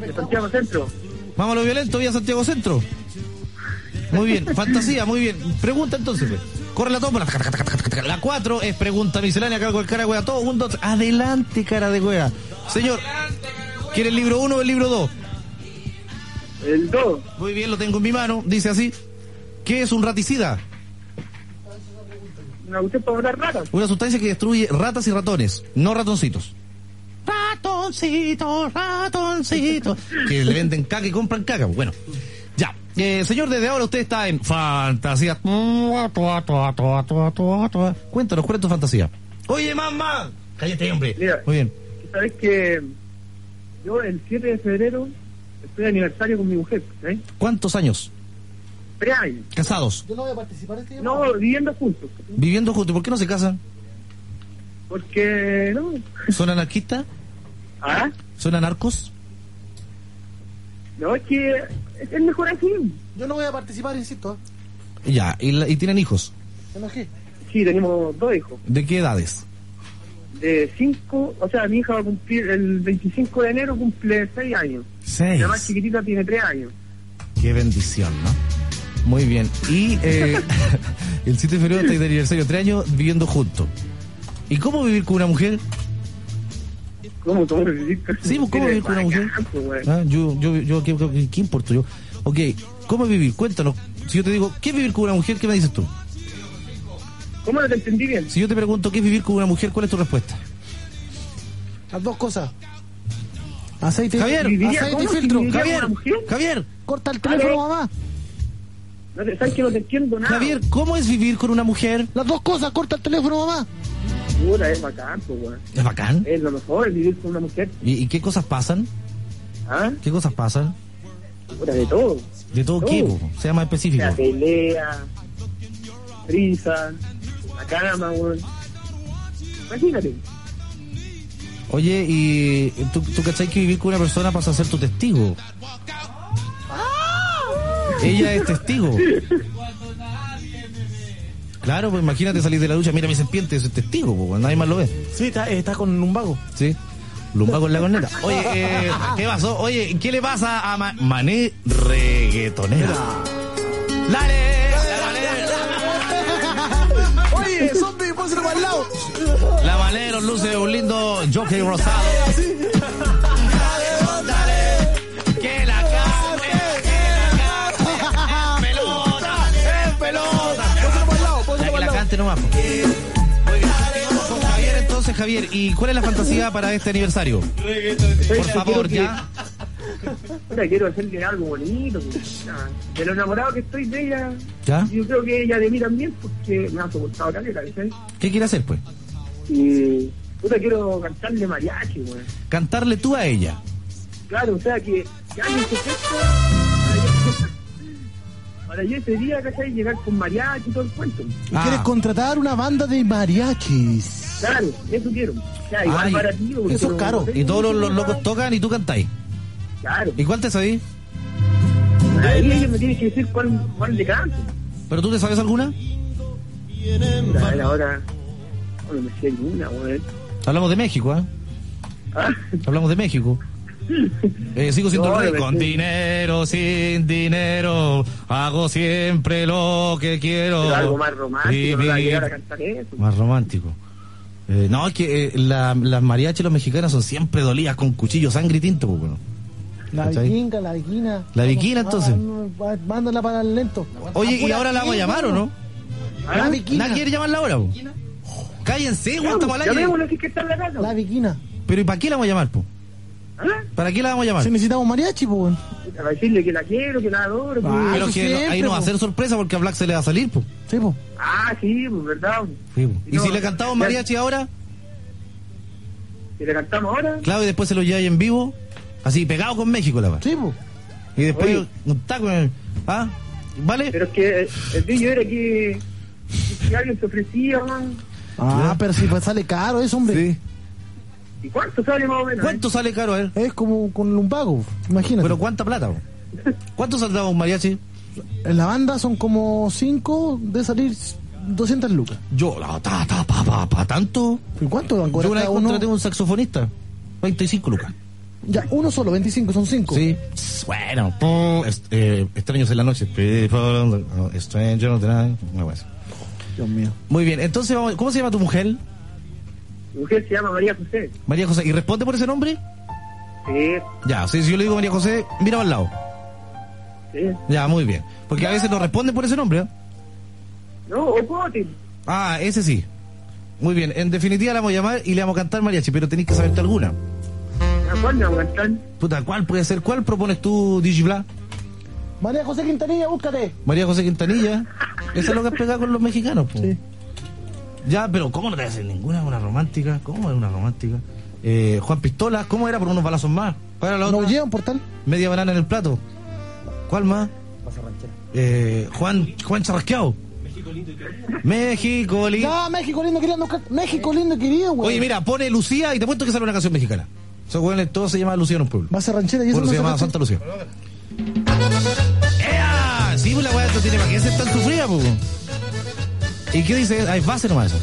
de Santiago Centro.
Vamos a lo violento, vía Santiago Centro. Muy bien, fantasía, muy bien. Pregunta entonces, pues. Corre la tómbola. La 4 es pregunta miscelánea, cargo el cara de hueá. Todo, un, dos, tres. Adelante, cara de hueá. Señor, ¿quiere el libro 1 o el libro 2?
El 2.
Muy bien, lo tengo en mi mano. Dice así. ¿Qué es un raticida?
Una cuestión para votar ratas.
Una sustancia que destruye ratas y ratones, no ratoncitos. Ratoncito, ratoncito. Que le venden caca y compran caca. pues, Bueno, ya. Eh, señor, desde ahora usted está en fantasía. Cuéntanos, cuéntanos fantasía. Oye, mamá. Cállate, hombre.
Mira,
Muy bien.
sabes que yo el 7 de febrero estoy de aniversario con mi mujer, ¿eh?
¿Cuántos años?
Tres años.
Casados.
Yo no voy a participar este No, viviendo juntos.
Viviendo juntos. ¿Por qué no se casan?
Porque, no,
¿Son anarquistas?
¿Ah?
¿Son anarcos?
no, es que es es mejor así.
Yo no voy a participar, insisto. ¿eh?
Ya. ¿Y, la- y tienen hijos?
Me enojé.
Sí, tenemos dos hijos.
¿De qué edades?
De 5, o sea, mi hija va a cumplir, el 25 de enero cumple 6 años.
Seis.
La más chiquitita tiene 3 años.
Qué bendición, ¿no? Muy este bien. Y eh, el 7 de febrero estáis de aniversario, tres años viviendo juntos. ¿Y ¿Y cómo vivir con una mujer?
¿Cómo, cómo vivir
Sí, pues, ¿cómo vivir con una mujer? Ah, yo, yo, yo, ¿qué, qué, qué importo yo? Ok, ¿cómo vivir? Cuéntanos. Si yo te digo, ¿qué es vivir con una mujer? ¿Qué me dices tú?
¿Cómo no te entendí bien?
Si yo te pregunto, ¿qué es vivir con una mujer? ¿Cuál es tu respuesta?
Las dos cosas. Aceite,
Javier,
aceite y filtro.
Javier, Javier,
corta el teléfono, mamá.
No te, sabes que no te entiendo nada.
Javier, ¿cómo es vivir con una mujer?
Las dos cosas, corta el teléfono, mamá.
Puta, es bacán, pues, weón.
¿Es bacán?
Es lo mejor, es vivir con una mujer.
¿Y, y qué cosas pasan?
¿Ah?
¿Qué cosas pasan?
Puta, de todo.
¿De todo qué? po? Sea más específico.
La pelea, risa, la cama, weón. Imagínate.
Oye, ¿y eh, tú, tú cachai que vivir con una persona pasa a ser tu testigo? Ella es testigo. Claro, pues imagínate salir de la ducha, mira mi serpiente, es testigo, po, nadie más lo ve.
Sí, está, eh, está con lumbago.
Sí. Lumbago en la corneta. Oye, eh, ¿qué pasó? Oye, ¿qué le pasa a Ma- Mané Reggaetonera? ¡Dale!
Oye, son de depósito para el lado.
La Mané nos luce un lindo jockey rosado.
Que la carne, que la carne, es pelota,
eh,
es pelota.
Ya que la cante nomás, po. Con Javier, entonces, Javier, ¿y cuál es la fantasía para este aniversario? Por favor, ya.
Puta, quiero hacerle algo bonito. pues. Nada, De lo enamorado que estoy de ella,
¿Ya?
yo creo que ella de mí también, porque me ha soportado caleta, ¿cachai?
¿Qué quiere hacer, pues?
Y puta, quiero cantarle mariachi, weón.
Cantarle tú a ella.
Claro, o sea que que alguien se sepa. Para yo ese día, ¿cachai? Llegar con mariachi y todo el cuento.
Ah.
Quieres contratar una banda de mariachis.
Claro, eso quiero. O sea, Ah, igual
Ay,
para ti, porque
Ah, eso es
no-
caro.
no sé
Y todos los,
cómo
los
se
locos
llama.
tocan y tú cantáis.
Claro.
¿Y cuál te sabís?
Ahí ella me tiene que decir cuál, cuál le canto.
¿Pero tú te sabes alguna?
Puta, a ver, ahora. No me sé ninguna, weón.
Hablamos de México, ¿eh? Hablamos de México. Eh, sigo siendo
Ah. No,
el rey.
de
Con
México.
dinero, sin dinero, hago siempre lo que quiero.
Pero algo más romántico, no la voy a
Vivir-
llegar a cantar eso.
Más romántico. Eh, no, es que eh, la- las mariachis y los mexicanos son siempre dolidas con cuchillo, sangre y tinto. Pues, bueno.
La
¿Cachai?
vikinga, la viquina.
La viquina, entonces.
Ah, Mándala para el lento.
Oye, ¿y ahora la vamos a llamar o no? ¿Ah?
La viquina.
¿Nadie quiere llamarla ahora? po? Cállense, güey, estamos al aire.
Llamémosle así que está en la casa.
La viquina.
Pero ¿y para qué la vamos a llamar, po?
¿Ah?
¿Para qué la vamos a llamar?
Si necesitamos mariachi, pues. weón.
Para decirle que la quiero, que la adoro. que-
Ah, Pero que no- ahí no va a ser sorpresa porque a Black se le va a salir, po.
Sí, po.
Ah, sí, pues verdad. po.
Sí, po. ¿Y
No,
si le cantamos
ya-
mariachi ahora?
Si le cantamos ahora,
Claro, y después se lo lleváis en vivo, así pegado con México la verdad.
Sí, po.
Y después
Oye.
un taco en el- ¿Ah? ¿Vale?
pero es que eh, el niño era que, que si alguien se ofrecía, man.
Ah, pero si pues, sale caro eso, hombre.
¿Y cuánto sale más o menos?
¿Cuánto sale caro, eh?
Es como con lumbago, imagínate.
Pero ¿cuánta plata, po? ¿Cuánto saldrá un mariachi?
En la banda son como 5 de salir 200 lucas.
Yo, la ta, ta, pa, pa, pa, tanto.
¿Y cuánto van a
Yo
cobrar
una vez
cada uno?
contraté un saxofonista, 25 lucas.
Ya, uno solo, 25, son 5.
Sí. Bueno, pum, est- eh, extraños en la noche. People, uh, Stranger, tonight. Una wea así.
Dios mío.
Muy bien, entonces, vamos- ¿cómo se llama tu mujer?
Mi mujer se llama María José.
María José. ¿Y responde por ese nombre?
Sí,
Ya, si si yo le digo María José, mira para el lado.
sí.
Ya, muy bien. Porque a veces no responden por ese nombre. ¿eh?
No, o Coti.
Ah, ese sí. Muy bien, en definitiva la vamos a llamar y le vamos a cantar mariachi, pero tenéis que saberte alguna.
¿A cuál le vamos a cantar?
Puta, ¿cuál puede ser? ¿Cuál propones tú, Digibla?
María José Quintanilla, búscate.
María José Quintanilla. Esa es lo que has pegado con los mexicanos, po. Ya, pero ¿cómo no te hacen ninguna? Una romántica. ¿Cómo es una romántica? Eh, Juan Pistola, ¿cómo era? Por unos balazos más. ¿Cuál era la
¿Nos
otra?
llevan portal?
Media banana en el plato. ¿Cuál más? Eh, Juan, Juan Charrasqueado. México lindo.
Ya, México lindo querido. no ca- México lindo querido, güey.
Oye, mira, pone Lucía y te puesto que sale una canción mexicana. Esos güeyes, todo se llama Lucía en un pueblo.
Va a ser ranchera y eso
Bueno,
no
se
se
llama
cacha.
Santa Lucía. ¡Ea! Sí, pues la weá no tiene para qué ser tan sufrida, pues. ¿Y qué dice? Hay base nomás eso.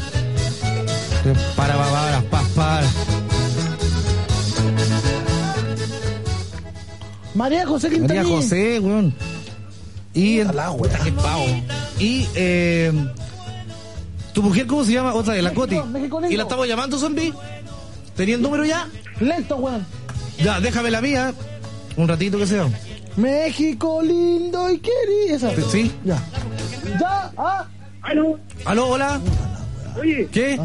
Para, para, para, para, para.
María José Quintanilla.
María José, weón. Y el
Ojalá, weón.
Puta, qué pavo. Y eh, ¿Tu mujer cómo se llama? Otra de la Coti.
México, México lindo.
¿Y la estamos llamando, zombie? ¿Tenía el número ya?
Lento, weón.
Ya, déjame la mía. Un ratito que sea.
México lindo y querido. Esa.
¿Sí?
Ya. Ya, ah.
Aló.
Aló, hola.
Oye.
¿Qué?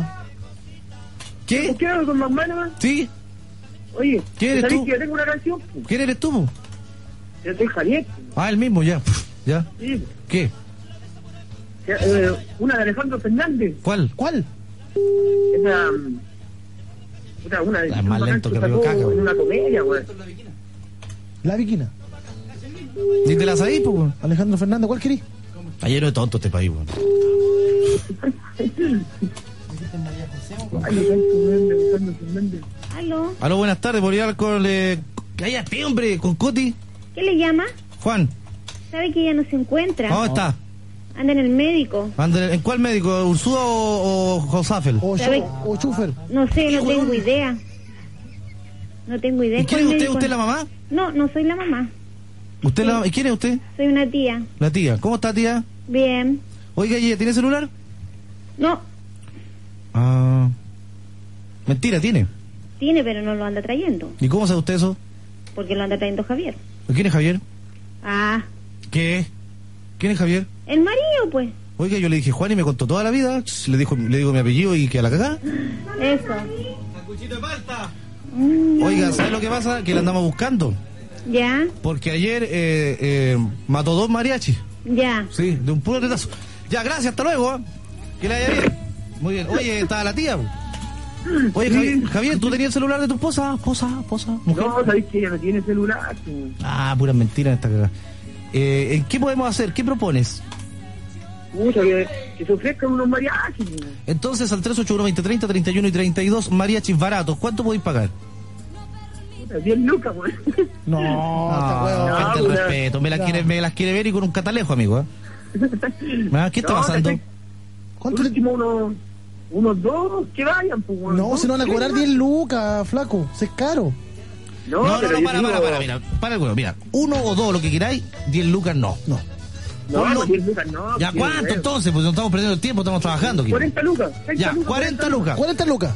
¿Qué?
¿Qué hago con McManaman?
¿Sí?
Oye.
¿Quién eres
¿sabes
tú?
que yo tengo una canción? po?
¿Quién eres tú? po?
Yo soy Javier.
Ah, el mismo, ya. ¿Ya?
Sí.
¿Qué?
Eh, una de Alejandro Fernández.
¿Cuál? ¿Cuál?
Esa. mm, puta, una de.
Es más lento que Río
sacó
Caca,
en
weón.
Una comedia, güey.
La viquina.
¿Y te la sabí, po, weón?
Alejandro Fernández, ¿cuál querís?
Está lleno de tontos este país, weón.
Aló,
Aló, buenas tardes. Voy a hablar con... Eh... Cállate, hombre. ¿Con Coti?
¿qué le llama?
Juan.
Sabe que ella no se encuentra.
¿Dónde está?
Anda en el médico.
Ándale, ¿En cuál médico? ¿Ursúa o, o Josafel?
¿Sabe?
oh,
Schufer.
No sé, no tengo idea. No tengo idea.
¿Y
¿Cuál
quién es usted?
médico?
¿Usted es la mamá?
No, no soy la mamá.
¿Usted la- ¿Quién es usted?
Soy una tía.
La tía. ¿Cómo está, tía?
Bien.
Oiga, ¿y ella tiene celular?
No,
Ah. Mentira, tiene.
tiene, pero no lo anda trayendo.
¿Y cómo sabe usted eso?
Porque lo anda trayendo Javier.
¿Quién es Javier?
Ah,
¿Qué? ¿Quién es Javier?
el marido, pues.
Oiga, yo le dije Juan y me contó toda la vida. Ch, Le, dijo, le digo mi apellido y que a la cagada.
Eso.
Oiga, ¿sabes lo que pasa? Que la andamos buscando.
Mm. Ya,
Porque ayer eh, eh, mató dos mariachis.
ya.
Sí, de un puro retazo. Ya, gracias, hasta luego. ¿ah? Que le haya bien. Muy bien. Oye, estaba la tía. Oye, Javier, Javier, ¿tú tenías el celular de tu esposa? Esposa, esposa, mujer.
No, sabéis que ella no tiene celular. po.
Ah, puras mentiras esta cagada. Eh, ¿en ¿Qué podemos hacer? ¿Qué propones?
Puta, que, que se ofrezcan unos mariachis. po.
Entonces al 381-2030, 31 y 32, mariachis baratos. ¿Cuánto podéis pagar?
Puta, 10 lucas, pues. güey.
No,
huevo.
falta Ah, el
No, pues,
respeto. Me las,
no.
quiere, me las quiere ver y con un catalejo, amigo. ¿eh? Ah, ¿Qué está
No,
pasando?
cachai. Por último, unos, unos dos que vayan, pues, güey.
No,
Dos,
si no van a
tres
cobrar
más.
10 lucas, flaco. Se es caro.
No,
No, no,
pero
no,
yo
para,
digo-
para, para, mira, para el huevo, mira. Uno o dos, lo que queráis, 10 lucas no. No.
No,
Ponlo-
no, 10 lucas, no.
¿Ya
pues,
cuánto
güey.
entonces? Pues no estamos perdiendo el tiempo, estamos trabajando aquí.
40 lucas.
Ya, 40 lucas.
40 lucas.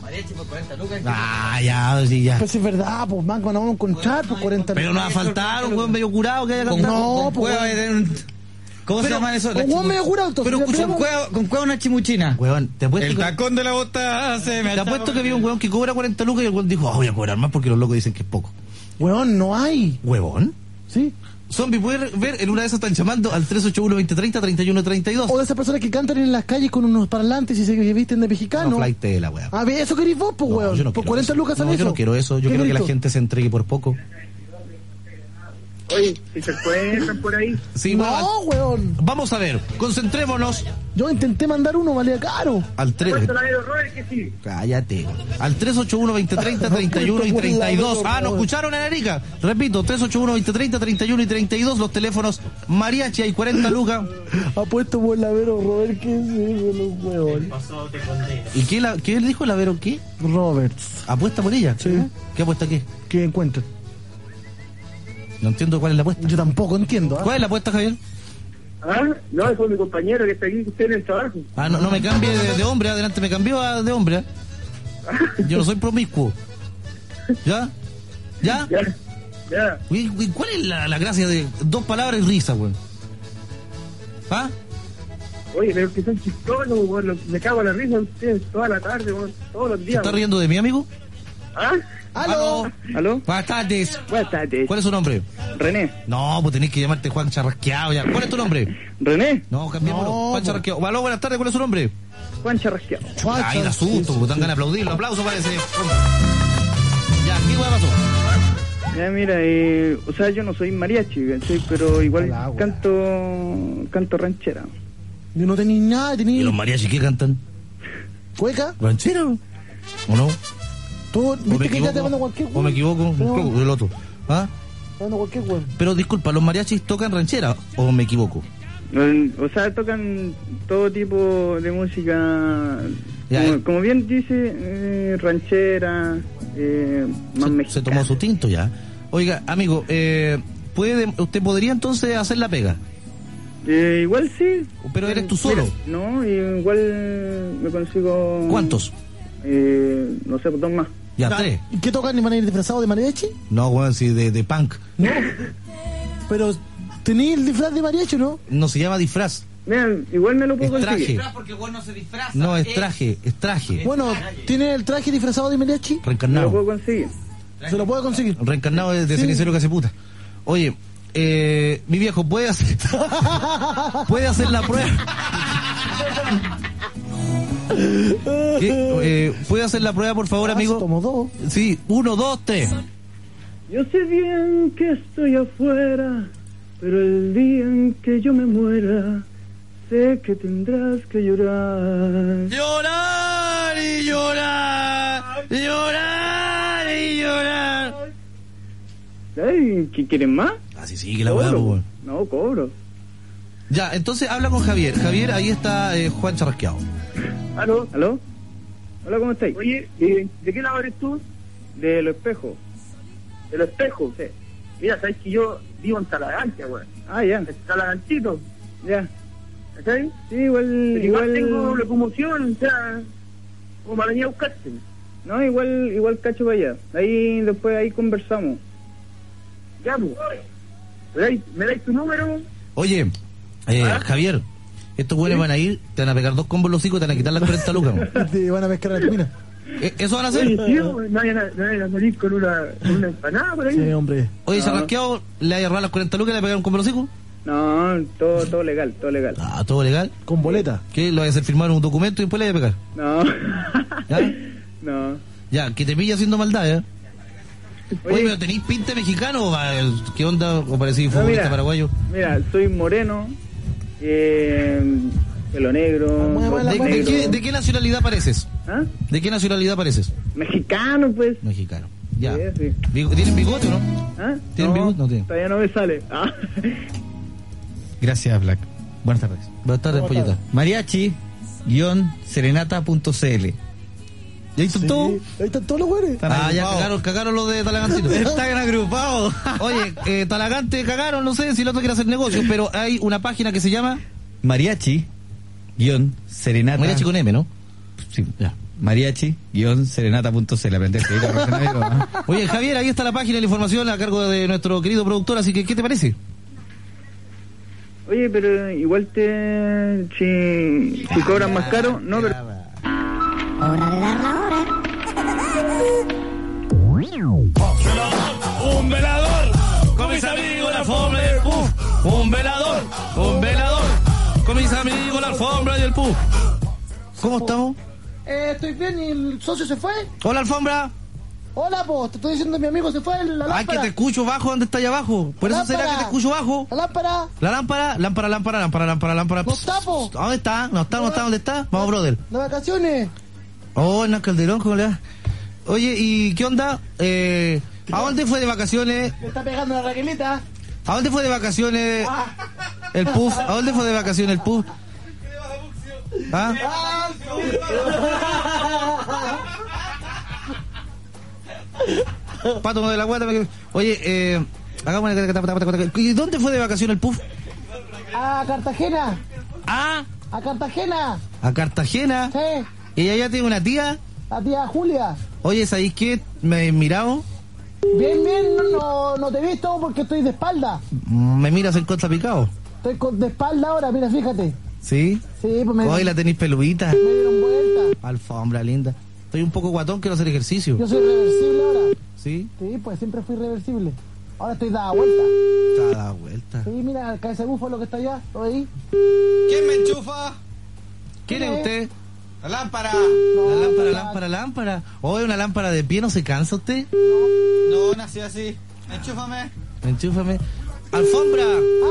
Ah, ya, sí, ya.
Pues es verdad, pues man, cuando vamos a encontrar por 40
Pero no va a faltar un hueón medio curado que haya
Con-
cantado.
con
pues,
cueva
hueón.
¿Cómo
Pero-
se llaman eso?
con hueón medio curado,
Pero
si
escucha,
la
con
pegamos-
cueva, con cueva una chimuchina.
Hueón, te apuesto
El
que-
tacón de la bota se me
Te apuesto que vi un hueón que cobra 40 lucas y el hueón dijo, ah, voy a cobrar más porque los locos dicen que es poco.
Hueón, no hay.
¿Huevón?
Sí.
Zombie, ¿puedes ver? En una de esas están llamando al 381-2030-3132.
O de esas personas que cantan en las calles con unos parlantes y se visten de mexicano.
No, flight de la wea.
A ver, eso querís vos, pues, weón.
Yo no
Ah, por
quiero
40
eso.
lucas
No,
sale eso.
yo no quiero eso. Yo
¿Qué
quiero que la
grito?
gente se entregue por poco.
Oye, si se encuentran por ahí.
Sí,
No, weón.
Vamos a ver, concentrémonos
Oh, Yo intenté mandar uno, valía caro.
al 3.
Puesto la de los Robert, que sí.
Cállate. Al 381-2030-31 y 32. Ah, ¿no escucharon en Arica? Repito, 381-2030-31 y 32. Los teléfonos mariachi hay 40 lucas.
Apuesto por la Vero Robert que es eso, los weón.
¿Y qué, la, qué le dijo la Vero? ¿Qué?
Roberts.
¿Apuesta por ella? Sí. ¿Qué apuesta qué?
Que encuentren.
No entiendo cuál es la apuesta.
Yo tampoco entiendo. ¿ah?
¿Cuál es la apuesta, Javier?
Ah, no, es mi compañero que está aquí usted en el trabajo.
Ah, no, no me cambie de, de hombre, adelante me cambió a- de hombre. ¿ah? Yo no soy promiscuo. ¿Ya? ¿Ya?
Ya.
Güey, güey, ¿Cuál es la, la gracia de dos palabras y risa, güey? ¿Ah?
Oye, pero que son chistosos, weón. los- Me cago en la risa de ustedes toda la tarde, weón. Todos los
¿Se
días.
está
weón.
riendo de mí, amigo?
¿Ah?
¿Aló?
¿Aló?
Buenas tardes.
Buenas tardes.
¿Cuál es su nombre?
René.
No, pues tenés que llamarte Juan Charrasqueado ya. ¿Cuál es tu nombre?
René. pues.
No, cambiémoslo. Juan Charrasqueado. Aló, buenas tardes, ¿cuál es su nombre?
Juan Charrasqueado.
Ay, da susto, pues, dan ganas de aplaudirlo. Aplauso para ese. Ya, ¿qué hueá pasó?
Ya mira, eh, o sea, yo no soy mariachi, ¿cachai? Pero igual canto canto ranchera.
Yo no tenía nada, tenía.
¿Y los mariachis qué cantan?
¿Cueca?
¿Ranchero? ¿O no?
¿Tú
¿O me
viste que ya te
equivoco?
mando cualquier weón?
¿O me equivoco?
No.
El otro. ¿Ah?
Te mando cualquier weón.
Pero disculpa, ¿los mariachis tocan ranchera o me equivoco?
Eh, O sea, tocan todo tipo de música,
Ya,
como,
eh.
como bien dice, eh, ranchera, eh, más
Se, se tomó su tinto ya. Oiga, amigo, eh, ¿puede, ¿usted podría entonces hacer la pega?
Eh, igual sí. Eh,
Pero eres tú solo.
No, igual me consigo.
¿Cuántos?
Eh, no sé, dos más.
Ya, tres.
¿Y ¿Qué tocan y van a ir disfrazados de mariachi?
No, weón, sí, de, de punk.
No. Pero tenía el disfraz de mariachi, ¿no?
No se llama disfraz.
Vean, igual me lo puedo
Es
conseguir.
traje.
Porque bueno no se disfraza. Eh,
No,
Eh.
es traje, es traje.
Bueno, ¿tiene el traje disfrazado de mariachi?
Reencarnado.
conseguir.
Se lo puede conseguir.
Reencarnado de, de cenicero que hace puta. Oye, eh, mi viejo, ¿puede hacer, puede hacer la prueba? ¿Qué? Eh, ¿Puede hacer la prueba, por favor, amigo?
Ah, Como dos.
Sí, uno, dos, tres.
Yo sé bien que estoy afuera, pero el día en que yo me muera, sé que tendrás que llorar.
Llorar y llorar, llorar y llorar.
Ay, ¿Qué quieren más?
Ah,
Así sí, que la weá, po, weón.
No, cobro.
Ya, entonces habla con Javier. Javier, ahí está eh, Juan Charrasqueado.
¿Aló? ¿Aló? Hola, ¿cómo estáis?
Oye, eh, ¿de qué lado eres tú?
Del espejo.
Del espejo. Mira, sabes que yo vivo en Talagancha, weón.
Ah, ya.
En Talagantito.
Ya.
¿Cachai?
Sí, igual.
Pero
igual
igual tengo locomoción, o sea, como para venir a buscarte.
No, igual, igual cacho para allá. Ahí después ahí conversamos.
Ya, pues. ¿Me dais, me dais tu número?
Oye, eh,
Ah.
Javier, estos güeyes van a ir, te van a pegar dos combos en los hijos, te van a quitar las 40 lucas. weón.
Te van a pescar a la mina.
Eh, ¿Eso van a hacer?
Oye, sí, güey, no vayan a, no vayan a salir con una, con una empanada por ahí.
Sí, hombre.
Oye,
No.
Charrasqueado, ¿le ha agarrado las 40 lucas y le pegaron combo en los hijos?
No, todo, todo legal, todo legal.
Ah, todo legal.
Con boleta.
¿Qué? ¿Lo vas a hacer firmar un documento y después le voy a pegar?
No,
¿Ya?
no.
Ya, que te pilla haciendo maldad, ¿eh? Oye, pero ¿tenéis pinta mexicano? o, ah, el- ¿Qué onda? ¿O parecís
No,
futbolista
Ah, mira.
paraguayo?
Mira, soy moreno, eh, pelo negro,
¿De,
botas
de
negro.
qué, de qué nacionalidad pareces?
¿Ah?
¿De qué nacionalidad pareces?
Mexicano, pues.
Mexicano. Ya.
Sí, sí.
Bigo- ¿Tienen bigote o no?
¿Ah?
¿Tienen
No,
bigote? No tienen.
todavía no me sale. Ah.
Gracias, Black. Buenas tardes.
Buenas tardes, Polleta.
Mariachi-serenata.cl.
¿Ya hizo todo?
Ahí están todos los güeyes.
Ah, ya
agrupados.
cagaron, cagaron los de Talagantino.
Están agrupados.
Oye, eh, Talagante cagaron, no sé si el otro quiere hacer negocio, pero hay una página que se llama
Mariachi guión serenata.
Mariachi con M, ¿no?
Sí, ya. Mariachi guión serenata.cl. Aprendí a escribir a Rosa Negro, ¿ah?
Oye, Javier, ahí está la página y la información a cargo de nuestro querido productor, así que, ¿qué te parece?
Oye, pero igual te. Si, si cobran más caro, no, pero.
Un velador con mis amigos la alfombra y el pu. Un velador, un velador con mis amigos la alfombra y el pu.
Ah, ¿Cómo estamos?
Eh, estoy bien y el socio se fue.
Hola, alfombra.
Hola, pues, te estoy diciendo mi amigo se fue. La lámpara.
Ay, que te escucho bajo, ¿dónde está allá abajo? Por eso será que te escucho bajo.
La lámpara.
La lámpara, lámpara, lámpara, lámpara, lámpara, lámpara.
Los tapos.
¿Dónde está? ¿No está? ¿No está? ¿Dónde está? Vamos, brother.
Las vacaciones.
Oh, Hernán Calderón, ¿cómo le va? Oye, ¿y qué onda? Eh, ¿A dónde fue de vacaciones?
Me está pegando la raquelita.
¿A dónde fue de vacaciones el puff? ¿A dónde fue de vacaciones el puff? ¿Ah? Pato no de la guata. me- Oye, eh, hagamos una... ¿Y dónde fue de vacaciones el puff?
A Cartagena.
¿Ah?
A Cartagena.
A Cartagena.
Sí.
Y allá tiene una tía.
La tía Julia.
Oye, ¿sabéis qué? Me mirado.
Bien, bien, no, no te he visto porque estoy de espalda.
Me miras en contra picado.
Estoy con- de espalda ahora, mira, fíjate.
¿Sí?
Sí, pues me,
Hoy la tenéis peluita.
me dieron vuelta.
Alfombra linda. Estoy un poco guatón, quiero hacer ejercicio.
Yo soy reversible ahora.
¿Sí?
Sí, pues siempre fui reversible. Ahora estoy dada vuelta.
Está dada vuelta.
Sí, mira, cae ese búfalo que está allá, ¿lo veí?
¿Quién me enchufa? ¿Quién es
¿Quién
usted?
La lámpara.
La lámpara, lámpara, lámpara. Hoy una lámpara de pie, ¿no se cansa usted?
No, nací así. Enchúfame.
Enchúfame. Alfombra.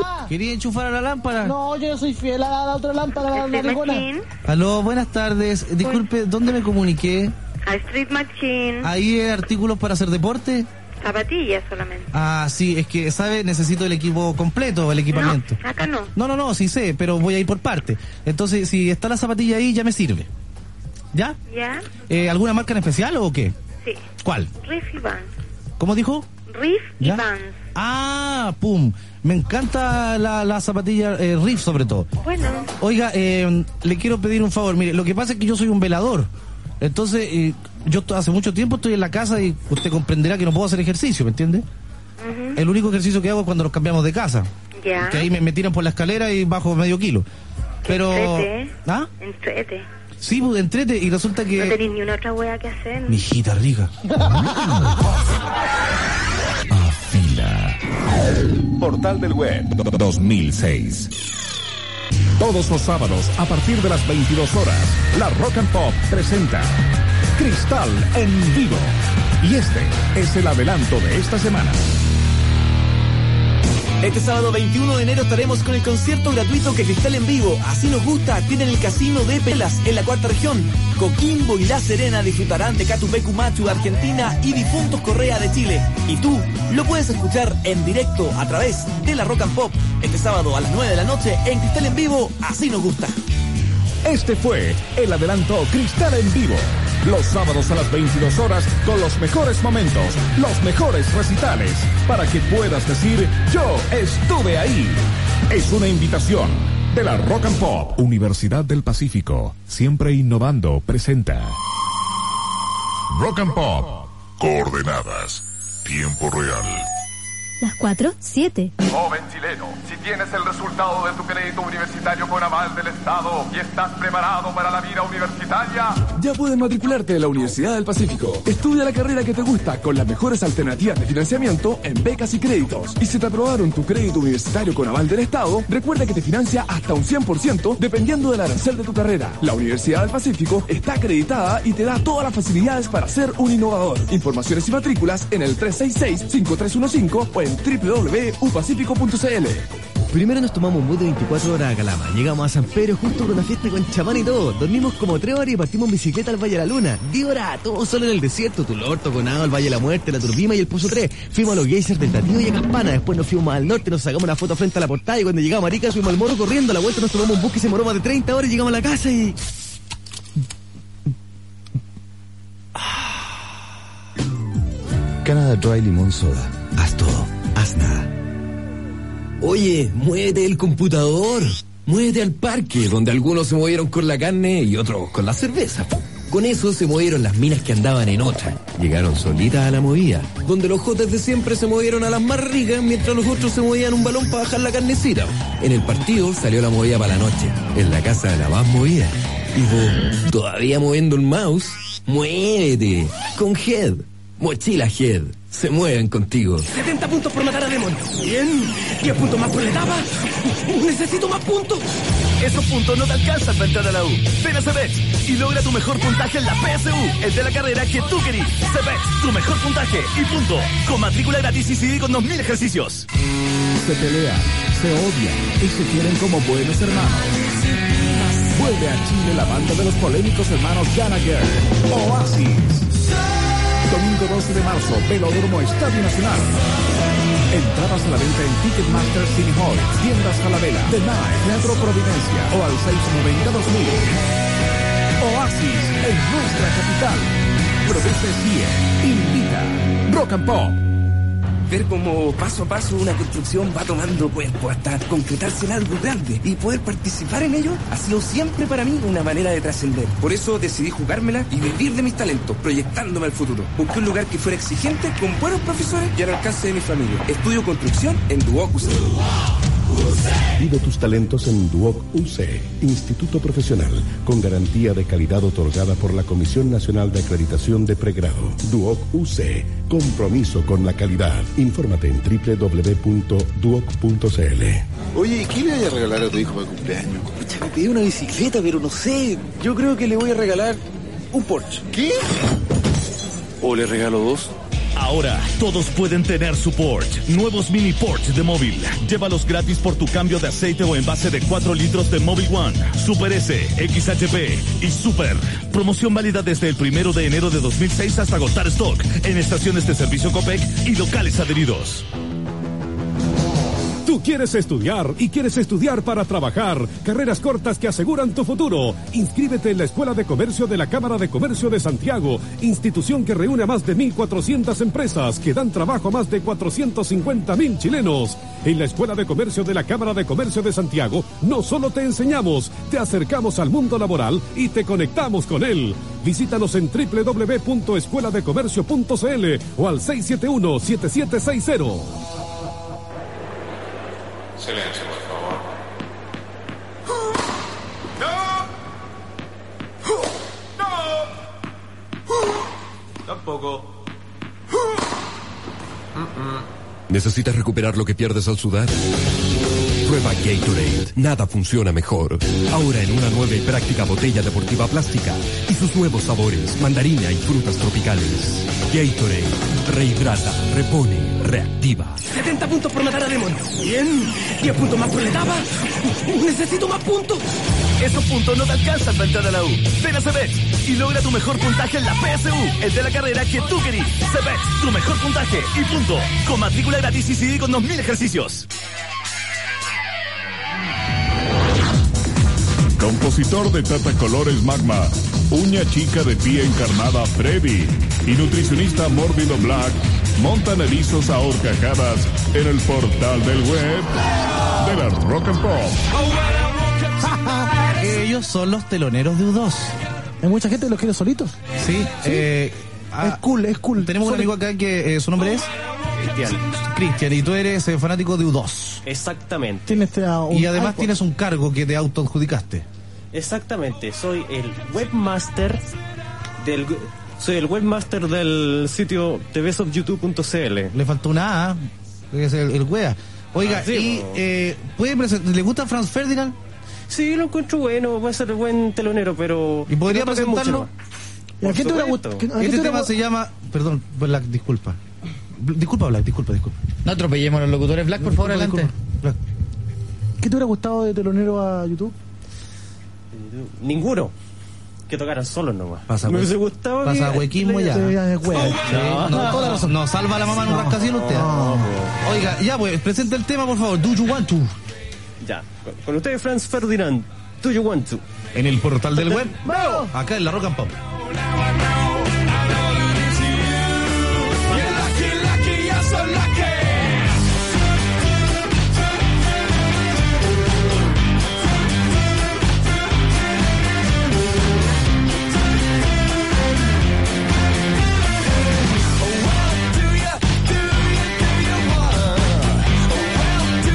Ah.
¿Quería enchufar a la lámpara?
No, yo soy fiel a la, a la otra lámpara,
Este
la, la
Street
maricona.
Machine,
Aló, buenas tardes. Disculpe, ¿dónde me comuniqué?
a Street Machine,
¿Ahí hay artículos para hacer deporte?
zapatillas solamente.
Ah, sí, es que, ¿sabe? Necesito el equipo completo, el equipamiento.
Acá no.
No, no, no, sí sé, pero voy a ir por parte. Entonces, si está la zapatilla ahí, ya me sirve. ¿Ya?
¿Ya?
Eh, ¿Alguna marca en especial o qué?
Sí.
¿Cuál?
Riff y Band.
¿Cómo dijo?
Riff y
¿Ya?
Vans.
Ah, pum. Me encanta la, la zapatilla eh, Riff sobre todo.
Bueno,
Oiga, eh, le quiero pedir un favor. Mire, lo que pasa es que yo soy un velador. Entonces, eh, yo to- hace mucho tiempo estoy en la casa y usted comprenderá que no puedo hacer ejercicio, ¿me entiende?
ujú,
El único ejercicio que hago es cuando nos cambiamos de casa.
ya.
Que ahí me, me tiran por la escalera y bajo medio kilo. Pero...
Entrete, ¿eh?
¿Ah?
Entrete.
Sí, pues, entrete y resulta
No
que...
tenéis ni una otra wea que hacer.
Mi hijita rica.
Portal del Web 2006. Todos los sábados a partir de las 22 horas, la Rock and Pop presenta Cristal en vivo. Y este es el adelanto de esta semana.
Este sábado 21 de enero estaremos con el concierto gratuito que Cristal en vivo, así nos gusta, tiene en el casino de Pelas, en la cuarta región. Coquimbo y La Serena disfrutarán de Catupecu Machu de Argentina y Difuntos Correa de Chile. Y tú lo puedes escuchar en directo a través de la Rock and Pop. Este sábado a las 9 de la noche en Cristal en vivo, así nos gusta.
Este fue el adelanto Cristal en vivo. Los sábados a las 22 horas con los mejores momentos, los mejores recitales, para que puedas decir yo estuve ahí. Es una invitación de la Rock and Pop.
Universidad del Pacífico, siempre innovando, presenta.
Rock and Pop. Coordenadas. Tiempo real.
Las 4, 7.
Joven chileno, si tienes el resultado de tu crédito universitario con aval del Estado y estás preparado para la vida universitaria,
Ya puedes matricularte en la Universidad del Pacífico. Estudia la carrera que te gusta con las mejores alternativas de financiamiento en becas y créditos. Y si te aprobaron tu crédito universitario con aval del Estado, recuerda que te financia hasta un 100% dependiendo del arancel de tu carrera. La Universidad del Pacífico está acreditada y te da todas las facilidades para ser un innovador. Informaciones y matrículas en el 366-5315 o en www.upacífico.cl.
Primero nos tomamos un bus de 24 horas a Calama. Llegamos a San Pedro justo con una fiesta con chamán y todo. Dormimos como 3 horas y partimos en bicicleta al Valle de la Luna. 10 horas, todo solo en el desierto. Tulor, Toconado, el Valle de la Muerte, la Turbima y el Pozo 3. Fuimos a los geysers del Tatío y a Campana. Después nos fuimos al norte, nos sacamos una foto frente a la portada y cuando llegamos a Arica fuimos al morro corriendo. A la vuelta nos tomamos un bus que se moró más de 30 horas y llegamos a la casa y...
Canada Dry Limón Soda. Haz todo, haz nada.
Oye, muévete el computador. Muévete al parque, donde algunos se movieron con la carne y otros con la cerveza. Con eso se movieron las minas que andaban en otra. Llegaron solitas a la movida, donde los jotes de siempre se movieron a las más ricas mientras los otros se movían un balón para bajar la carnecita. En el partido salió la movida para la noche, en la casa de la más movida. Y vos, todavía moviendo el mouse, muévete con Head. Mochila Head, se mueven contigo.
70 puntos por matar a Demon. Bien. 10 puntos más por la etapa. Necesito más puntos.
Esos puntos no te alcanzan para entrar a la U. Ven a CEBEX y logra tu mejor puntaje en la PSU, el de la carrera que tú querís. CEBEX, tu mejor puntaje y punto. Con matrícula gratis y CD con 2.000 ejercicios.
Se pelean, se odian y se quieren como buenos hermanos. Vuelve a Chile la banda de los polémicos hermanos Gallagher, Oasis. Domingo 12 de marzo, Velódromo Estadio Nacional. Entradas a la venta en Ticketmaster Cine Hall, Tiendas Falabella, The Night, Teatro Providencia o al 690-2000. Oasis, en nuestra capital. Produce CIE, invita. Rock and Pop.
Ver cómo paso a paso una construcción va tomando cuerpo hasta concretarse en algo grande y poder participar en ello ha sido siempre para mí una manera de trascender. Por eso decidí jugármela y vivir de mis talentos, proyectándome al futuro. Busqué un lugar que fuera exigente, con buenos profesores y al alcance de mi familia. Estudio construcción en Duocus.
Vive tus talentos en Duoc UC, Instituto Profesional, con garantía de calidad otorgada por la Comisión Nacional de Acreditación de Pregrado. Duoc UC, compromiso con la calidad. Infórmate en www.duoc.cl.
Oye, ¿y qué le voy a regalar a tu hijo para cumpleaños?
Me pedí una bicicleta, pero no sé. Yo creo que le voy a regalar un Porsche. ¿Qué?
¿O le regalo dos?
Ahora, todos pueden tener su Porsche. Nuevos mini Porsche de móvil. Llévalos gratis por tu cambio de aceite o envase de 4 litros de Móvil One, Super S, XHP y Super. Promoción válida desde el primero de enero de 2006 hasta agotar stock en estaciones de servicio Copec y locales adheridos.
Tú quieres estudiar y quieres estudiar para trabajar. Carreras cortas que aseguran tu futuro. Inscríbete en la Escuela de Comercio de la Cámara de Comercio de Santiago, institución que reúne a más de 1.400 empresas que dan trabajo a más de 450.000 chilenos. En la Escuela de Comercio de la Cámara de Comercio de Santiago no solo te enseñamos, te acercamos al mundo laboral y te conectamos con él. Visítanos en www.escueladecomercio.cl o al 671-7760.
Silencio, por favor.
No.
Tampoco.
¿Necesitas recuperar lo que pierdes al sudar? Prueba Gatorade. Nada funciona mejor. Ahora en una nueva y práctica botella deportiva plástica y sus nuevos sabores, mandarina y frutas tropicales. Gatorade. Rehidrata, repone, reactiva.
70 puntos por matar a Demon. Bien. 10 puntos más por la etapa. Necesito más puntos.
Esos puntos no te alcanzan para entrar a la U. Ven a Cebex y logra tu mejor puntaje en la PSU, el de la carrera que tú querís. Cebex, tu mejor puntaje y punto. Con matrícula gratis y CD con 2.000 ejercicios.
Compositor de Tata Colores Magma, uña chica de pie encarnada Freddy y nutricionista mórbido Black montan erizos a horcajadas en el portal del web de la Rock and Pop.
Ellos son los teloneros de U2.
Hay mucha gente que los quiere solitos.
Sí, eh, es cool, es cool. Tenemos un
Sorry.
amigo acá que eh, su nombre es
Cristian.
Cristian y tú eres eh, fanático de U2.
Exactamente.
Tienes a este, ah, un
Y además
iPod.
tienes un cargo que te autoadjudicaste.
Exactamente, soy el webmaster del soy el webmaster del sitio tvsofyoutube.cl.
Le faltó una A, que es el, el wea. Oiga,
Ah, sí,
y
po.
eh, ¿puede presen- ¿le gusta Franz Ferdinand?
Sí, lo encuentro bueno, puede ser buen telonero, pero
¿Y podría
no toquen
presentarlo?
mucho más.
¿Y a
Por
quién te hubiera
supuesto.
gust-
Este tema se llama. Perdón, Black, disculpa. Bl- Disculpa, Black, disculpa, disculpa.
No atropellemos a los locutores Black, por favor, adelante.
¿Qué te hubiera gustado de telonero a YouTube?
Ninguno. Que tocaran solos nomás.
Pasa
Me
hue-
hubiese gustado
pasa
que-
huequismo ya.
Eh, es wea.
No, no, toda la razón. No, salva a la mamá en un rascacielos usted. Oiga, ya pues, presenta el tema, por favor. Do you want to?
Ya. Con- Con ustedes, Franz Ferdinand. Do you want to?
En el portal del web. Acá en la Rock and Pop.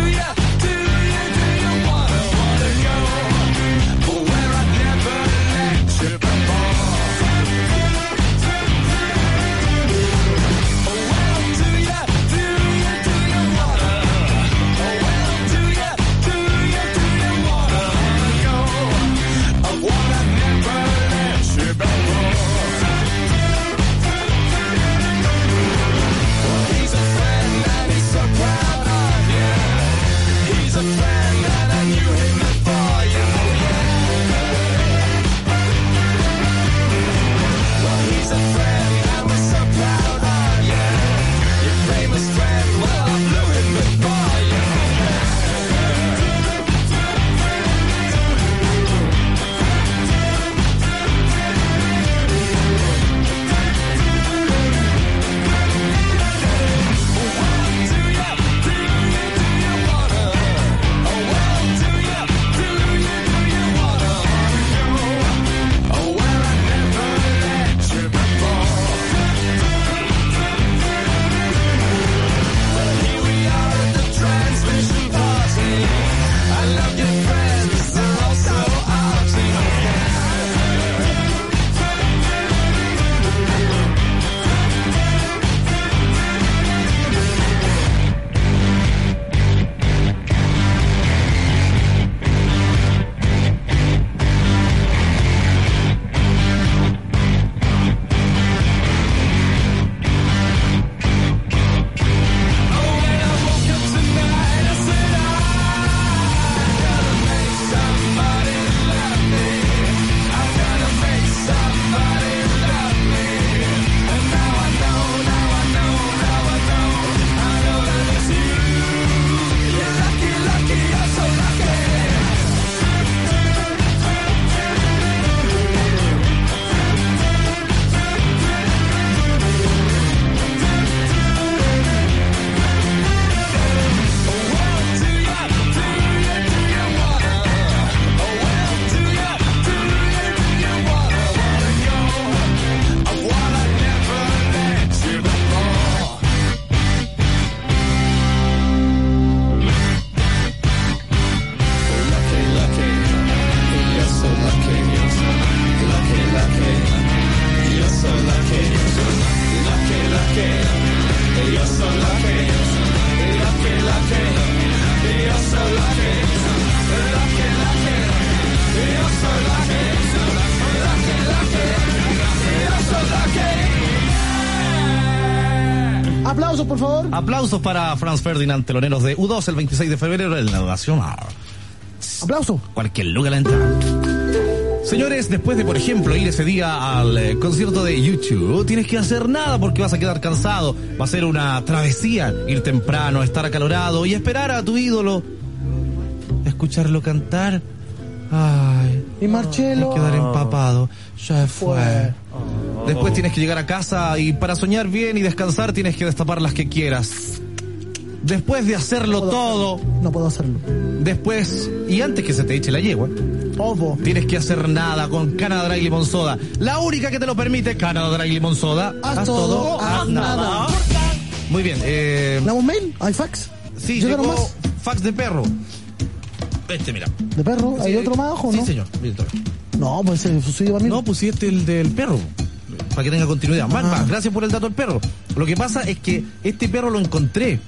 Where I've never let you before.
Aplausos, por favor.
Aplausos para Franz Ferdinand, teloneros de U2 el 26 de febrero en la Nacional.
Aplauso.
Cualquier lugar la entrada. Señores, después de, por ejemplo, ir ese día al eh, concierto de YouTube, tienes que hacer nada porque vas a quedar cansado. Va a ser una travesía ir temprano, estar acalorado y esperar a tu ídolo. Escucharlo cantar. Ay.
Y Marcelo.
Y quedar empapado. Ya fue. Después tienes que llegar a casa y para soñar bien y descansar tienes que destapar las que quieras. Después de hacerlo todo,
No puedo hacerlo.
después y antes que se te eche la yegua,
Ojo.
tienes que hacer nada con Canada Dry Limon Soda. La única que te lo permite, Canada Dry Limon Soda.
Haz todo, haz nada.
Muy bien, eh,
¿Damos mail? ¿Hay fax?
sí,
¿Llegaron
llegó
más?
fax de perro. Este, mira.
¿De perro? ¿Hay
Sí,
otro más abajo,
Sí,
no?
señor. Mira, toma.
No, pues ese suicidio para mí.
No, pusiste el del perro. Para que tenga continuidad.
Ah.
Magma, gracias por el dato del perro. Lo que pasa es que este perro lo encontré.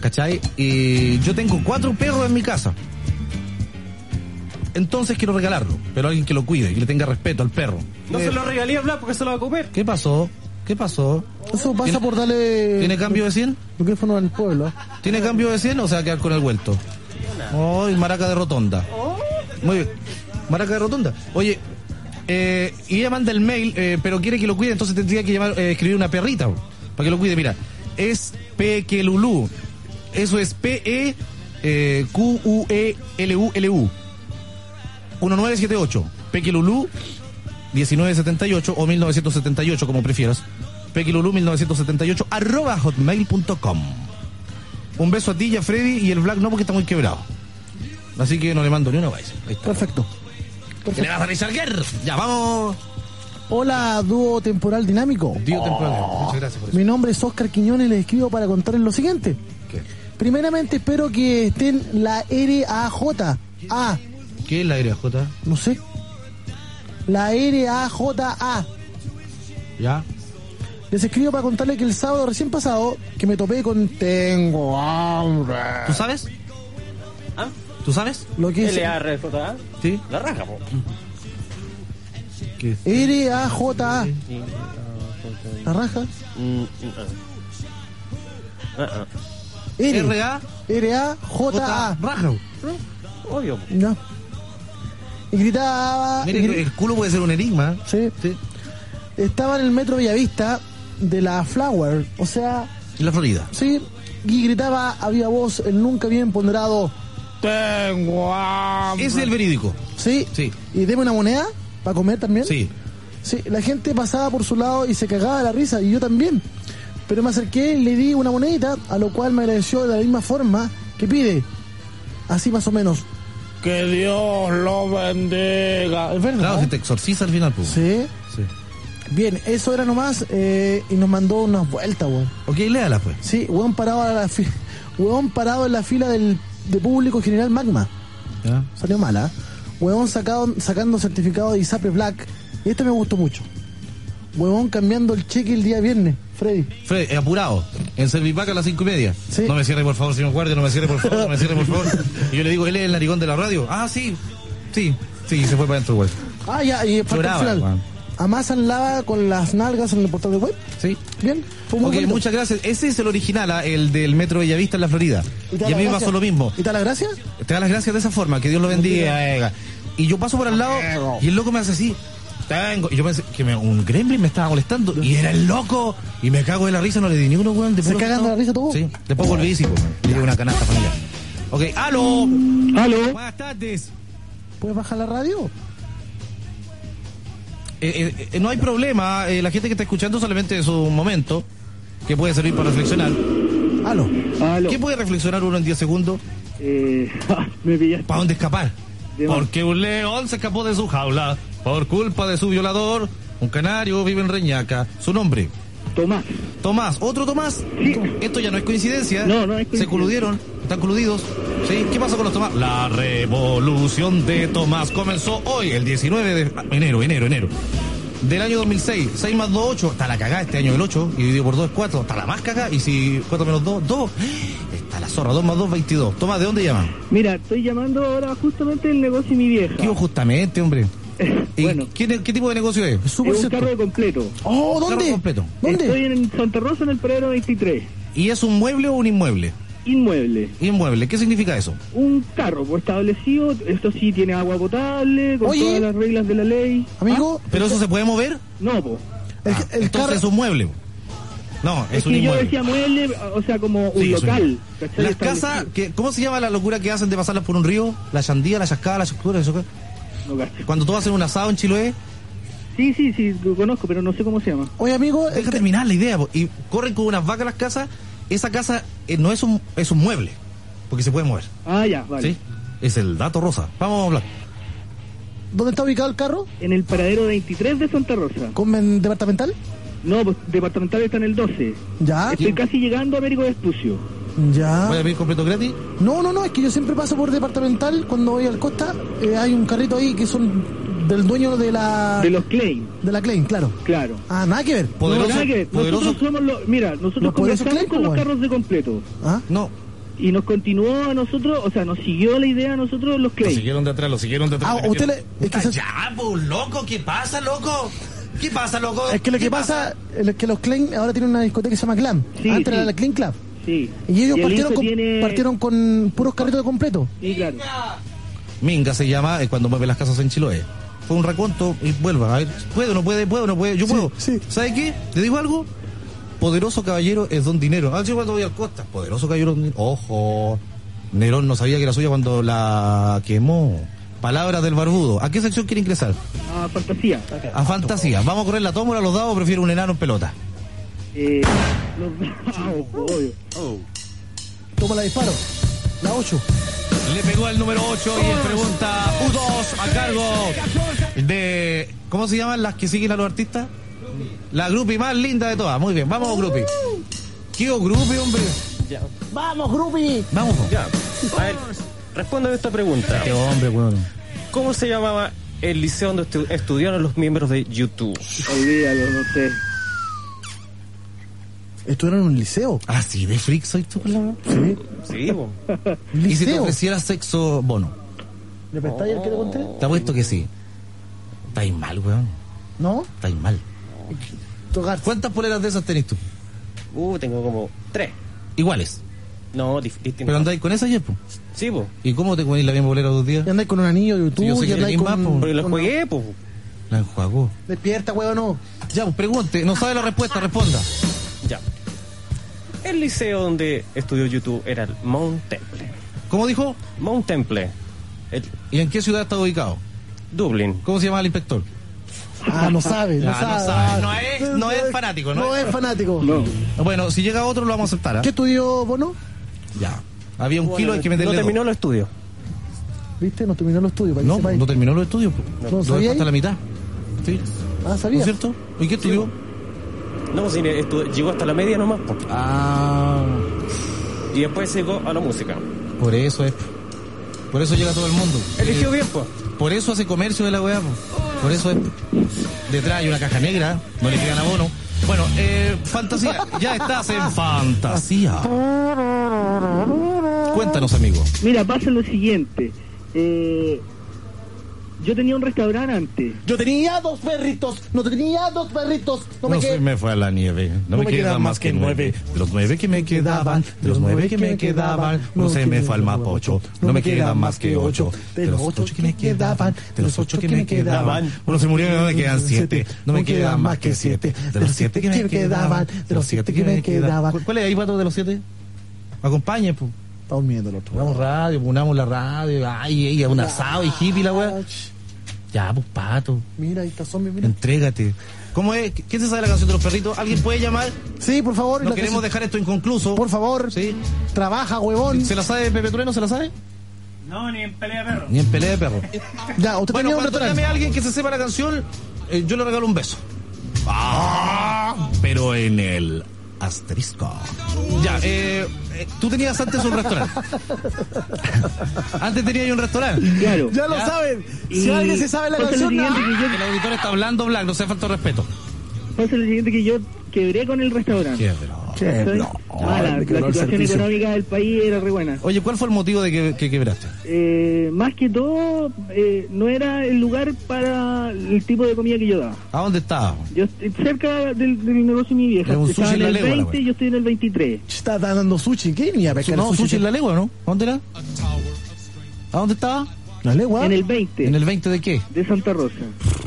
¿Cachai? Y yo tengo cuatro perros en mi casa. Entonces quiero regalarlo. Pero alguien que lo cuide, que le tenga respeto al perro.
No se
Eh,
lo regalé a Blas porque se lo va a comer.
¿Qué pasó? ¿Qué pasó?
Eso pasa
¿Tiene-
por darle.
¿Tiene cambio de 100?
Micrófono al pueblo.
¿Tiene cambio de 100 o se va a quedar con el vuelto? Oh, y maraca de rotonda. Muy bien. Maraca de rotonda. Oye, eh, y ella manda el mail, eh, pero quiere que lo cuide, entonces tendría que llamar, eh, escribir una perrita bro, para que lo cuide. Mira, es Pequelulú. Eso es P-E-Q-U-E-L-U-L-U. 1978. Pequelulú 1978 o 1978, como prefieras. Pequilulú 1978 arroba hotmail.com. Un beso a ti y a Freddy y el Black no porque está muy quebrado. Así que no le mando ni una vez.
Perfecto.
¿Qué le vas a revisar, Guerr? Ya, vamos.
Hola, dúo temporal dinámico.
Tío temprano. Muchas gracias por eso.
Mi nombre es Oscar Quiñones, les escribo para contarles lo siguiente.
¿Qué?
Primeramente espero que estén la RAJ. Ah,
¿Qué es la RJ?
no sé. La RAJA.
¿Ya?
Les escribo para contarles que el sábado recién pasado que me topé con Tengo hambre.
¿Tú sabes?
¿Ah?
¿Tú sabes?
Lo que es
LARJA.
Sí. Mm.
La raja, po.
¿Qué?
RAJA.
Sí.
La raja.
Mm, mm, ah. Ah,
R.
RA.
RAJA.
Raja.
ah. Obvio. po.
Ya. Y gritaba. y
Miren,
gri-
el culo puede ser un enigma.
Sí.
Sí.
Estaba en el metro Villavista de la Flower, o sea,
En la Florida.
sí, y gritaba había voz el nunca bien ponderado Tengo hambre.
Es el verídico.
Sí.
Sí.
Y deme una moneda para comer también.
Sí.
Sí, la gente pasaba por su lado y se cagaba de la risa, y yo también. Pero me acerqué y le di una monedita, a lo cual me agradeció de la misma forma que pide. Así más o menos.
Que Dios lo bendiga.
Es verdad.
Claro, se te exorciza al final, pues.
Sí.
Sí.
Bien, eso era nomás, eh, y nos mandó unas vueltas, weón.
Ok, léala, pues.
Sí, hueón parado, a la fi- hueón parado en la fila del, de público general Magma.
¿Ya?
Salió mala. ¿eh? Huevón sacado, sacando certificado de ISAPRE Black. Y este me gustó mucho. Huevón cambiando el cheque el día viernes, Freddy.
Fred, eh, apurado. En Servipac a las cinco y media.
Sí.
No me cierre, por favor, señor guardia, no me cierre, por favor, no me cierre, por favor. Y yo le digo, él es el narigón de la radio. Ah, sí, sí, sí, se fue para adentro, güey.
Ah, ya, y falta
Lloraba,
el final.
weón.
Amasan lava con las nalgas en el portal de web.
Sí.
Bien, fue muy
ok,
bonito.
muchas gracias. Ese es el original, ah, el del Metro Bellavista en la Florida.
¿Y te
Y a
da
mí
las
me
gracias?
pasó lo mismo.
¿Y te da las gracias?
Te da las gracias de esa forma, que Dios lo bendiga. eh. Y yo paso por al lado y el loco me hace así. Tengo. Y yo pensé que me- un gremlin me estaba molestando. Y era el loco. Y me cago de la risa, no le di ni uno, weón. de
¿Se
puro
cagan de la
asustado.
risa todos?
Sí, después volví y sí, pues, weón. Le di una canasta familiar. Ok, ah, oh, ¡aló!
Aló.
Buenas tardes.
¿Puedes bajar la radio?
Eh, eh, eh, no hay problema, eh, la gente que está escuchando solamente es un momento que puede servir para reflexionar.
Aló.
¿Qué puede reflexionar uno en 10 segundos?
Eh, ah,
me pillaste.
¿Para dónde escapar? Porque un león se escapó de su jaula por culpa de su violador. Un canario vive en Reñaca. ¿Su nombre?
Tomás.
Tomás. ¿Otro Tomás? Esto ya no es coincidencia. ¿eh?
No, no es
Se
coincidencia.
coludieron. Están coludidos. ¿Sí? ¿Qué pasa con los Tomás? La revolución de Tomás comenzó hoy, el 19 de ah, enero, enero, enero. Del año 2006, 6 más 2, 8. Está la cagada este año el 8. Y dividido por 2 es 4. Está la más cagada. Y si 4 menos 2, 2. Está la zorra. 2 más 2, 22. Tomás, ¿de dónde llaman?
Mira, estoy llamando ahora justamente el negocio de mi vieja.
Digo justamente, hombre. ¿Y ¿qué, qué tipo de negocio es?
Es un carro de completo.
Oh, ¿dónde?
Carro
completo. ¿Dónde?
Estoy en Santa Rosa, en el Paradero 23.
¿Y es un mueble o un inmueble?
Inmueble.
Inmueble, ¿qué significa eso?
Un carro pues, establecido, esto sí tiene agua potable, con
Oye.
todas las reglas de la ley.
Ah, ¿Pero eso se puede mover?
No, po.
Ah, entonces es un mueble. po. No, es,
Es,
un
que yo
inmueble.
decía mueble, o sea, como un
Sí, es
local.
inmueble.
¿cachai?
Las
Establecido.
casas, que, ¿cómo se llama la locura que hacen de pasarlas por un río? La chandía, la chascada, la chascura, eso qué?
No, cacho.
Cuando tú haces un asado en Chiloé,
Sí, sí, sí, lo conozco, pero no sé cómo se llama.
Oye, amigo. Deja terminar la idea. po. Y corren con unas vacas las casas. Esa casa eh, no es un, es un mueble. Porque se puede mover.
Ah, ya, vale.
¿Sí? Es el dato rosa. Vamos a hablar.
¿Dónde está ubicado el carro? En el paradero 23 de Santa Rosa.
¿Comen departamental? Ah,
No, pues, departamental está en el 12.
Ya.
Estoy casi llegando a Américo Vespucio.
Ya.
¿Voy a pedir completo gratis?
No, no, no, es que yo siempre paso por departamental cuando voy al Costa. eh, hay un carrito ahí que son del dueño de la.
De los Klein.
De la Klein, claro.
Claro.
Ah, nada que ver.
No, nada que ver. Nosotros somos los, mira, nosotros
Los poderosos
comenzamos
Klein,
con los
pues,
carros de completo.
¿Ah?
No.
Y nos continuó a nosotros, o sea, nos siguió la idea a nosotros los
Lo
Klein.
siguieron de atrás, lo siguieron de atrás.
Ah, usted le-
Puta, Ya, po, loco, ¿qué pasa, loco? ¿Qué pasa, loco?
Es que lo
¿Qué
que pasa es que los Klein ahora tienen una discoteca que se llama Glam.
Sí,
Antes era
sí.
la Klein Club.
Sí.
Y ellos
el
partieron,
hijo
con,
tiene-
partieron con puros carritos de completo.
Sí, claro.
Minga se llama eh, cuando mueve las casas en Chiloé. Fue un raconto y vuelva. A ver, puedo, no puede, puedo, no puede, yo puedo. ¿Sabe qué? ¿Te digo algo? Poderoso caballero es don dinero. Ah, yo cuando voy al Costa. Poderoso caballero es don dinero. Ojo. Nerón no sabía que era suya cuando la quemó. Palabras del barbudo. ¿A qué sección quiere ingresar?
Ah, fantasía.
A fantasía. ¿Vamos a correr la tómbola, los dados o prefiero un enano en pelota?
Eh, los- Ah, obvio.
Toma la disparo. La 8.
Le pegó al número 8 y en pregunta U2 a cargo de. ¿Cómo se llaman las que siguen a los artistas? La grupi más linda de todas. Muy bien, vamos, grupi. ¿Qué o grupi, hombre?
¡Vamos, Grupi!
Vamos,
Ya. A ver, respóndame esta pregunta.
Este hombre, weón.
¿Cómo se llamaba el liceo donde estu- estudiaron los miembros de YouTube?
Olvídalo, no sé.
¿Esto era en un liceo?
Ah, sí, de freak soy tú, por la verdad.
Sí.
Sí, bo.
¿Y si te
¿Liceo?
ofreciera sexo bono?
¿Repentáis el que te conté?
Te apuesto que sí. Estáis mal, weón.
¿No?
Estáis mal. ¿Cuántas poleras de esas tenés tú?
Uh, tengo como tres.
Iguales.
No, dif- distintas.
¿Pero andáis con esas, Yepo?
Sí, po.
¿Y cómo te comís la misma polera dos días?
Y andáis con un anillo de
Sí, yo
YouTube
sé
y
que
andáis
eres
con...
más, po.
Pero los
con-
jugué, po.
La enjuagó.
Despierta, huevo, no.
Ya, pues pregunte, no sabe la respuesta, responda.
Ya. El liceo donde estudió YouTube era el Mount Temple.
¿Cómo dijo?
Mount Temple. El
¿Y en qué ciudad está ubicado?
Dublín.
¿Cómo se llama el inspector?
Ah, no sabe, no
Ah,
sabe.
no sabe. No es- no es fanático, ¿no?
No es fanático.
Bueno, si llega otro lo vamos a aceptar. ¿ah?
¿Qué estudió Bono?
Ya. Había un
Bueno,
kilo, hay que
No
meterle dos.
terminó los estudios.
¿Viste? No terminó los estudios. Para
No,
que sepáis.
no terminó los estudios.
No.
No,
¿No sabía
hasta
ahí?
la mitad. Sí.
Ah,
¿No
sabía.
es cierto? ¿Y qué estudió?
No, pues, sí, estu- llegó hasta la media nomás. po.
Ah,
Y después llegó a la música.
por eso es. Por eso llega todo el mundo. Eh,
Eligió bien, po.
Por eso hace comercio de la weá. po. Por eso es. Detrás hay una caja negra, no le quedan abono. Bueno, eh, fantasía. Ya estás en fantasía. Cuéntanos, amigo.
Mira, pasa lo siguiente. Eh, yo tenía un restaurante antes.
Yo tenía dos perritos. No tenía dos perritos. No, me
No se
quedé.
me fue a la nieve, no, me quedan, más que nueve. De los nueve que me quedaban, de los nueve que me quedaban, no se me fue al mapocho. No me quedan más que ocho. De los ocho que me quedaban, de los ocho que me quedaban, uno se murió y no me quedan siete. No me quedan más que siete. De los siete que me quedaban, de los siete que me quedaban. ¿Cuál es ahí, pato, de los siete? Acompañe, pues.
Está durmiendo el otro.
Ponamos radio, ponamos la radio. Ay, ella, un asado y hippie la weá. Ya, pues, pato.
Mira, ahí está zombie, mira.
Entrégate. ¿Cómo es? ¿Quién se sabe la canción de los perritos? ¿Alguien puede llamar?
Sí, por favor.
No
la
queremos
canción-
dejar esto inconcluso.
Por favor.
Sí.
Trabaja, huevón.
¿Se la sabe Pepe Trueno? ¿Se la sabe?
No, ni en pelea perro.
Ni en pelea de perro.
Ya, usted
Bueno,
tenía un
cuando llame
restaurante.
a alguien que se sepa la canción, eh, yo le regalo un beso. Ah, pero en el asterisco. Ya, eh, eh, tú tenías antes un restaurante. antes tenías un restaurante.
Claro.
Ya lo
Ya.
saben. Si
Y
alguien se sabe la
pasa lo
canción,
siguiente
ah,
que yo
El auditor está hablando blanco, no se falta respeto.
Pasa lo siguiente que yo quebré con el restaurante.
Piedra.
Qué
Entonces,
no,
ah, la,
me quedó
la
el
situación
servicio.
económica del país era re buena.
Oye, ¿cuál fue el motivo de que, que quebraste?
Eh, más que todo, eh, no era el lugar para el tipo de comida que yo daba.
¿A dónde estabas?
Yo estoy cerca del, del negocio de mi vieja.
Era un
Estaba
sushi en
en
la
el
legua, la
20 y yo estoy en el 23.
Está dando sushi. ¿Qué venía a pescar
No,
el
sushi en la legua, ¿no? ¿Dónde era? ¿A dónde estaba?
¿La legua?
En el 20.
¿En el 20 de qué?
De Santa Rosa.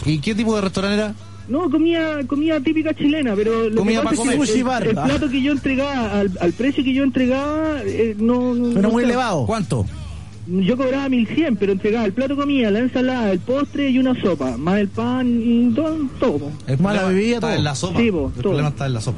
¿Y qué tipo de restaurante era?
No, comía comida típica chilena, pero lo
Comida
que
para
pasa es que
comer.
el-
Sushi bar.
el, plato que yo entregaba, al, al precio que yo entregaba, eh, no, no... no sé.
¿Cuánto?
Yo cobraba 1100, pero entregaba el plato comía, la ensalada, el postre y una sopa, más el pan y todo, todo.
El
Más
problema
la bebida,
está
todo.
en la sopa.
Sí,
el
po, todo.
problema está en la sopa.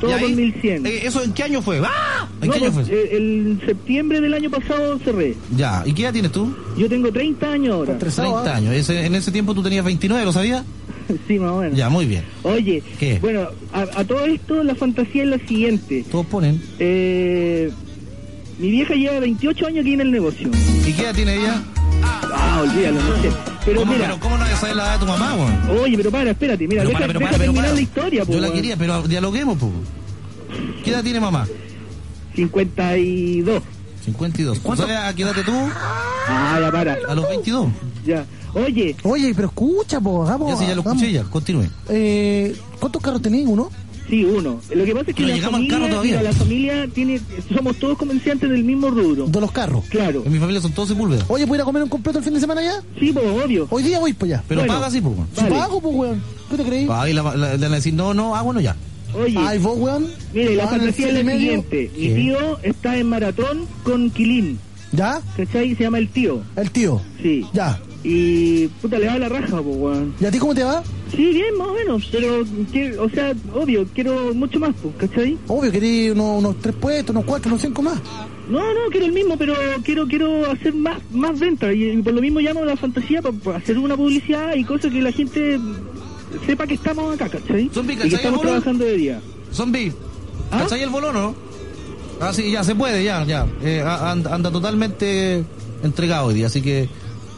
Todo
¿Y ahí?
por 1100.
Eh, ¿Eso en qué año fue? ¡Ah! ¿En
No,
qué año fue?
pues, eh, el septiembre del año pasado cerré.
Ya, ¿y qué edad tienes tú?
Yo tengo 30 años ahora.
30 años. Ese- en ese tiempo tú tenías 29, ¿lo sabías?
Sí, más o menos.
Ya, muy bien.
Oye,
¿Qué?
bueno, a, a todo esto la fantasía es la siguiente.
Todos ponen.
Eh, mi vieja lleva 28 años aquí en el negocio.
¿Y qué edad tiene ella?
Ah, olvídalo, no sé. Pero
¿Cómo,
mira,
pero ¿cómo no vas a saber la edad de tu mamá, weón?
oye, pero para, espérate, mira,
Pero
deja,
para, pero
deja
para, pero
terminar
para.
la historia, po,
Yo la
weón.
quería, pero dialoguemos, po. ¿Qué edad tiene mamá?
52.
52. ¿Cuánto? ¿Sabes a qué edad te tuvo?
Ah, ya para.
A los 22.
Ya. Oye.
Oye, pero escucha, po, hagamos.
Ya sí, ya lo escuché, ya. Continúe.
Eh, ¿Cuántos carros tenéis? ¿Uno?
Sí, uno. Lo que pasa es que
Pero
la
llegamos al
familia,
carro todavía.
mira, la familia tiene, somos todos comerciantes del mismo rubro.
De los carros.
Claro.
En mi familia son todos sepúlvedas.
Oye, ¿puedo ir a comer un completo el fin de semana ya?
Sí, pues, obvio.
Hoy día voy para allá.
Pero paga sí, po. weón.
Si pago, pues, weón. ¿Qué te creí?
Ah, y la- la- le van a decir, no, no, ah, bueno, ya.
Oye.
Ay, vos, weón.
Mire, la
Van al
fantasía es
siete
la
y medio.
siguiente. Mi
¿Qué?
tío está en maratón con Quilín.
¿Ya?
¿Cachai? Se llama el tío.
El tío.
Sí.
Ya.
Y puta, le va la raja, pues, weón.
¿Y a ti cómo te va?
Sí, bien, más o menos. Pero, que- o sea, obvio, quiero mucho más, pues, ¿cachai?
Obvio, querí unos, unos tres puestos, unos cuatro, unos cinco más.
No, no, quiero el mismo, pero quiero quiero hacer más más ventas. Y, y por lo mismo llamo a la fantasía para hacer una publicidad y cosas que la gente sepa que estamos acá, ¿cachai?
Zombie,
Y
¿cachai
que
el
estamos
bolo?
trabajando de día.
Zombie, ¿cachai el bolón o no? Ah, sí, ya se puede, ya, ya. Eh, a- anda, anda totalmente entregado hoy día, así que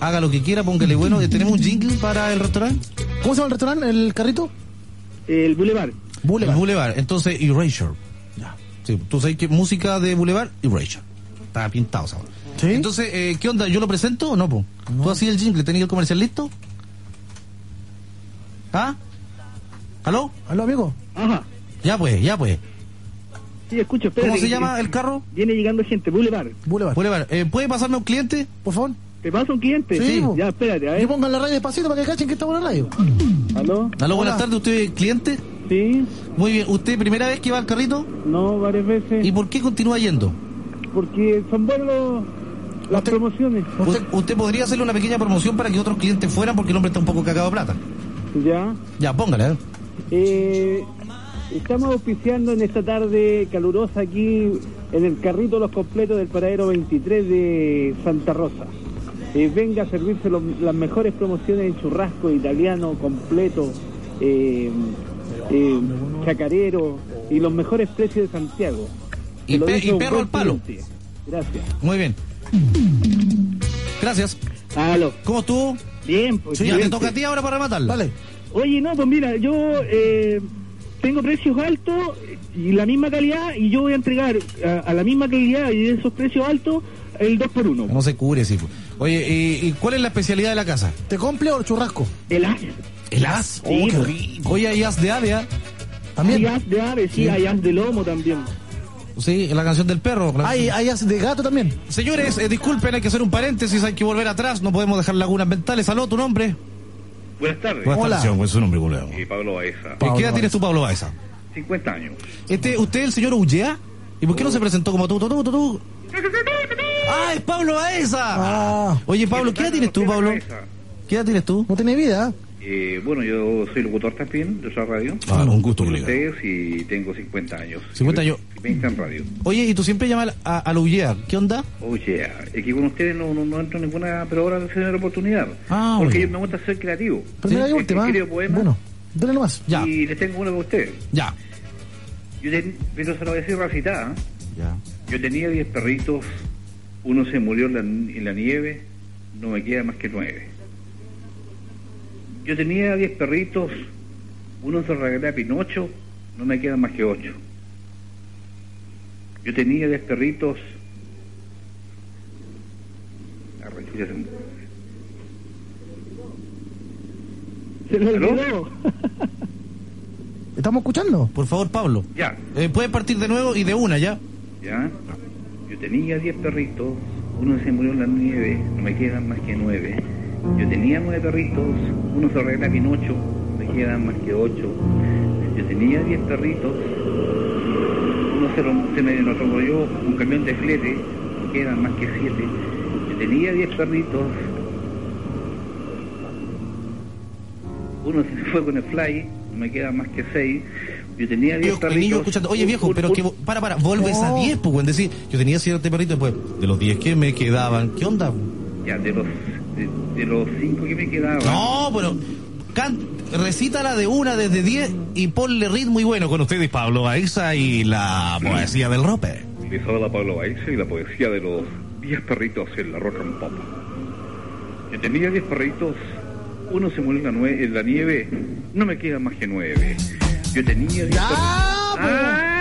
haga lo que quiera, póngale bueno. Eh, ¿Tenemos un jingle para el restaurante?
¿Cómo se llama el restaurante? ¿El carrito?
El Boulevard.
Boulevard. El Boulevard. Entonces, Erasure. Ya. Sí, tú sabes que música de Boulevard, Erasure. Está pintado, ¿sabes? Entonces, eh, ¿qué onda? ¿Yo lo presento o no, po? ¿Tú así el jingle? ¿Tenías el comercial listo? ¿Ah? ¿Aló?
¿Aló, amigo?
Ajá.
Ya pues, ya pues.
Sí, escucho, espérate.
¿Cómo se
que-
llama el carro?
Viene llegando gente, Boulevard.
Boulevard.
Boulevard. Eh, ¿Puede pasarme un cliente?
Por favor.
¿Te pasa un cliente?
Sí.
po. Ya, espérate, a
Que
ver.
pongan la radio despacito para que cachen que estamos en la radio.
¿Aló?
Aló, buenas
Hola.
tardes. ¿Usted es cliente?
Sí.
Muy bien. ¿Usted primera vez que va al carrito?
No, varias veces.
¿Y por qué continúa yendo?
Porque son buenos las promociones.
¿Usted, usted podría hacerle una pequeña promoción para que otros clientes fueran porque el hombre está un poco cagado de plata.
Ya.
Ya, póngale, a ver.
Eh, estamos auspiciando en esta tarde calurosa aquí en el carrito Los Completos del Paradero 23 de Santa Rosa. Eh, venga a servirse lo- las mejores promociones en churrasco italiano completo, eh, eh, chacarero y los mejores precios de Santiago. Te
Y
lo
pe-
dice
y
un
perro
buen
al palo.
cliente. Gracias.
Muy bien. Gracias.
Aló.
¿Cómo estuvo?
Bien, pues.
ya te
excelente.
toca a ti ahora para rematarla. este. Vale.
Oye, no, pues mira, yo eh, tengo precios altos y la misma calidad y yo voy a entregar a, a la misma calidad y de esos precios altos el 2x1.
No se cubre, sí. pues. Oye, ¿y, y cuál es la especialidad de la casa?
¿Te cumple o churrasco?
El as.
El as.
Sí,
Oh, qué
pues.
rico. Oye, hay as de ave, ¿ah?
Hay as de ave, sí,
Sí.
hay as de lomo también.
Sí, la canción del perro. la-
Hay, hay as de gato también.
Señores, eh, disculpen, hay que hacer un paréntesis, hay que volver atrás, no podemos dejar lagunas mentales. Aló, tu nombre.
Buenas tardes.
es su nombre, culero.
Y Pablo Baeza.
¿Qué edad tienes tú, Pablo Baeza?
50 años.
Este, ¿Usted es el señor Ullea? ¿Y por qué no se presentó como tú, tú, tú, tú, tú? ¡Ah, es Pablo Baeza! Oye, Pablo, ¿qué edad tienes tú, Pablo? ¿Qué edad tienes tú?
No tiene vida.
Eh, bueno, yo soy locutor también de esa radio.
Ah, un gusto,
Con
colega.
ustedes y tengo 50 años.
50
Y
años.
20 en radio.
Oye, y tú siempre llamas a, a la Ullea, ¿qué onda?
Oye, Oh, es que con ustedes no, no, no entro en ninguna, pero ahora es una oportunidad.
Ah,
porque
bueno.
me gusta ser creativo.
Primera
Sí.
y última.
He escrito poemas
Bueno, dale nomás.
y les tengo uno para ustedes.
Ya.
Yo ten- pero se lo voy a decir recitada.
Ya.
Yo tenía 10 perritos, uno se murió en la, en la nieve, no me queda más que 9. Yo tenía 10 perritos, uno se lo regalé a Pinocho, no me quedan más que 8. Yo tenía dos perritos. Ah, respiración.
Se le
¿Aló?
olvidó. ¿Estamos escuchando?
Por favor, Pablo.
Ya,
Eh, puedes partir de nuevo y de una ya.
ya. Yo tenía 10 perritos, uno se murió en la nieve, no me quedan más que 9. Yo tenía 9 perritos, uno se arregla con 8, me quedan más que 8. Yo tenía 10 perritos, uno se, rom- se me atropelló un camión de flete, me quedan más que 7. Yo tenía 10 perritos, uno se me fue con el fly, me quedan más que 6. Yo tenía 10
Yo, el
perritos.
niño escuchando, oye
un-
viejo,
un-
pero
un-
que vo- para, para, vuelves a
No.
10, pues, weón. Decir, yo tenía 7 perritos después. De los 10 que me quedaban, ¿qué onda?
Ya, de los, de, de los cinco que me quedaban.
No, pero can- recítala de una desde 10 y ponle ritmo y bueno con ustedes, Pablo Aiza y la poesía del rope.
Les habla Pablo Baiza y la poesía de los 10 perritos en la rock and pop.
Yo tenía 10 perritos, uno se murió en la, nue- en la nieve, no me quedan más que nueve. Yo tenía 10 perritos.
pues,
¡Ah!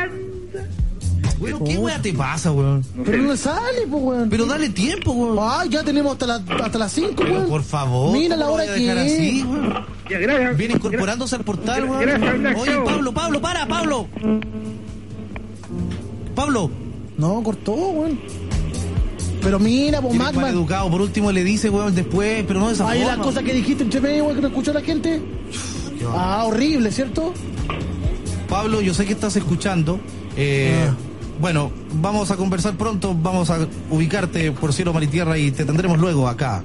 Bueno, ¿qué weá te pasa, weón?
Pero no le sale, pues, weón.
Pero dale tiempo, weón.
Ay, ya tenemos hasta, la- hasta las 5,
Pero,
weón.
por favor,
Mira la
¿cómo
hora
voy a
que
dejar
es.
así, weón? Viene incorporándose al portal, weón.
gracias, Black,
Oye,
chao.
Pablo, Pablo, para, Pablo. Pablo.
No, cortó, weón. Pero mira, pues,
Eres mal
Magma.
educado, por último le dice, weón, después, pero no de esa
Ahí
forma.
las cosas que dijiste entre medio, weón, que no escuchó la gente. Ah, horrible, ¿cierto?
Pablo, yo sé que estás escuchando. eh, Bueno, vamos a conversar pronto, vamos a ubicarte por cielo, mar y tierra y te tendremos luego acá.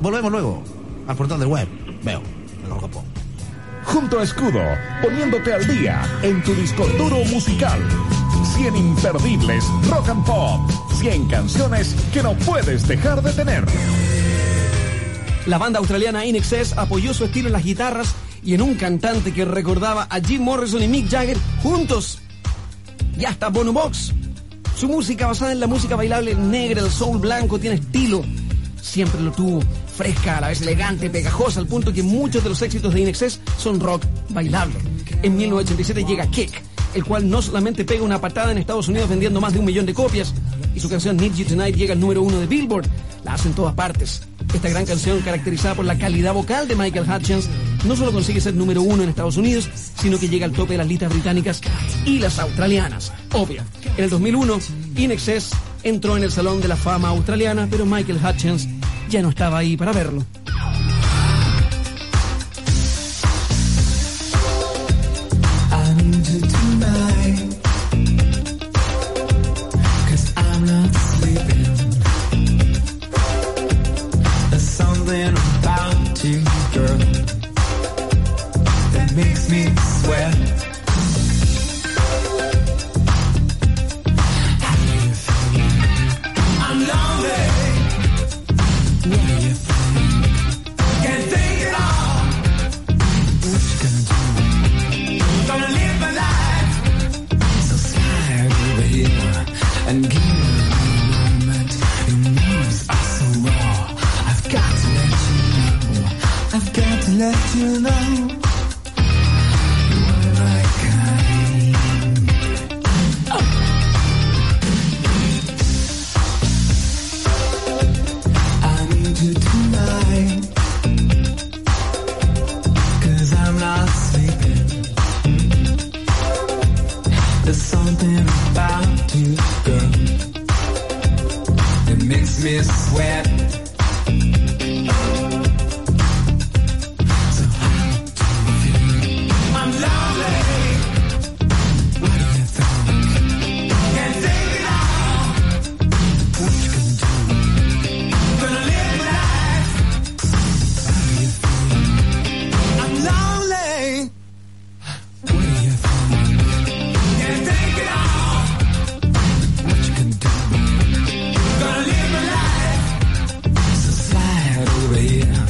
Volvemos luego al portal del web. Veo.
Junto a Escudo, poniéndote al día en tu disco duro musical. 100 imperdibles rock and pop. 100 canciones que no puedes dejar de tener.
La banda australiana In Excess apoyó su estilo en las guitarras y en un cantante que recordaba a Jim Morrison y Mick Jagger juntos. Y hasta Bono Box. Su música basada en la música bailable negra, el soul blanco, tiene estilo. Siempre lo tuvo fresca, a la vez elegante, pegajosa, al punto que muchos de los éxitos de In Excess son rock bailable. En 1987 llega Kick, el cual no solamente pega una patada en Estados Unidos vendiendo más de un millón de copias, y su canción Need You Tonight llega al número uno de Billboard. La hace en todas partes. Esta gran canción, caracterizada por la calidad vocal de Michael Hutchins, no solo consigue ser número uno en Estados Unidos, sino que llega al tope de las listas británicas y las australianas. Obvio. En el 2001, In Excess entró en el Salón de la Fama australiana, pero Michael Hutchins ya no estaba ahí para verlo.
I need you tonight. Cause I'm not sleeping. There's something about you, girl, that makes me sweat. I'm lonely. What do you think? Can't think at all. What you gonna do? Gonna live my life. So fly over here and give me a moment. Your moves are so raw. I've got to let you know. I've got to let you know. You're my kind. Oh. I need you tonight. Cause I'm not sleeping. There's something about you, girl, that makes me sweat. So how do you feel? I'm lonely. What do you think? Can't take it all. What you gonna do? Gonna live my life. How do you feel? I'm lonely. What do you think? Can't take it all. What you gonna do? Gonna live my life. So fly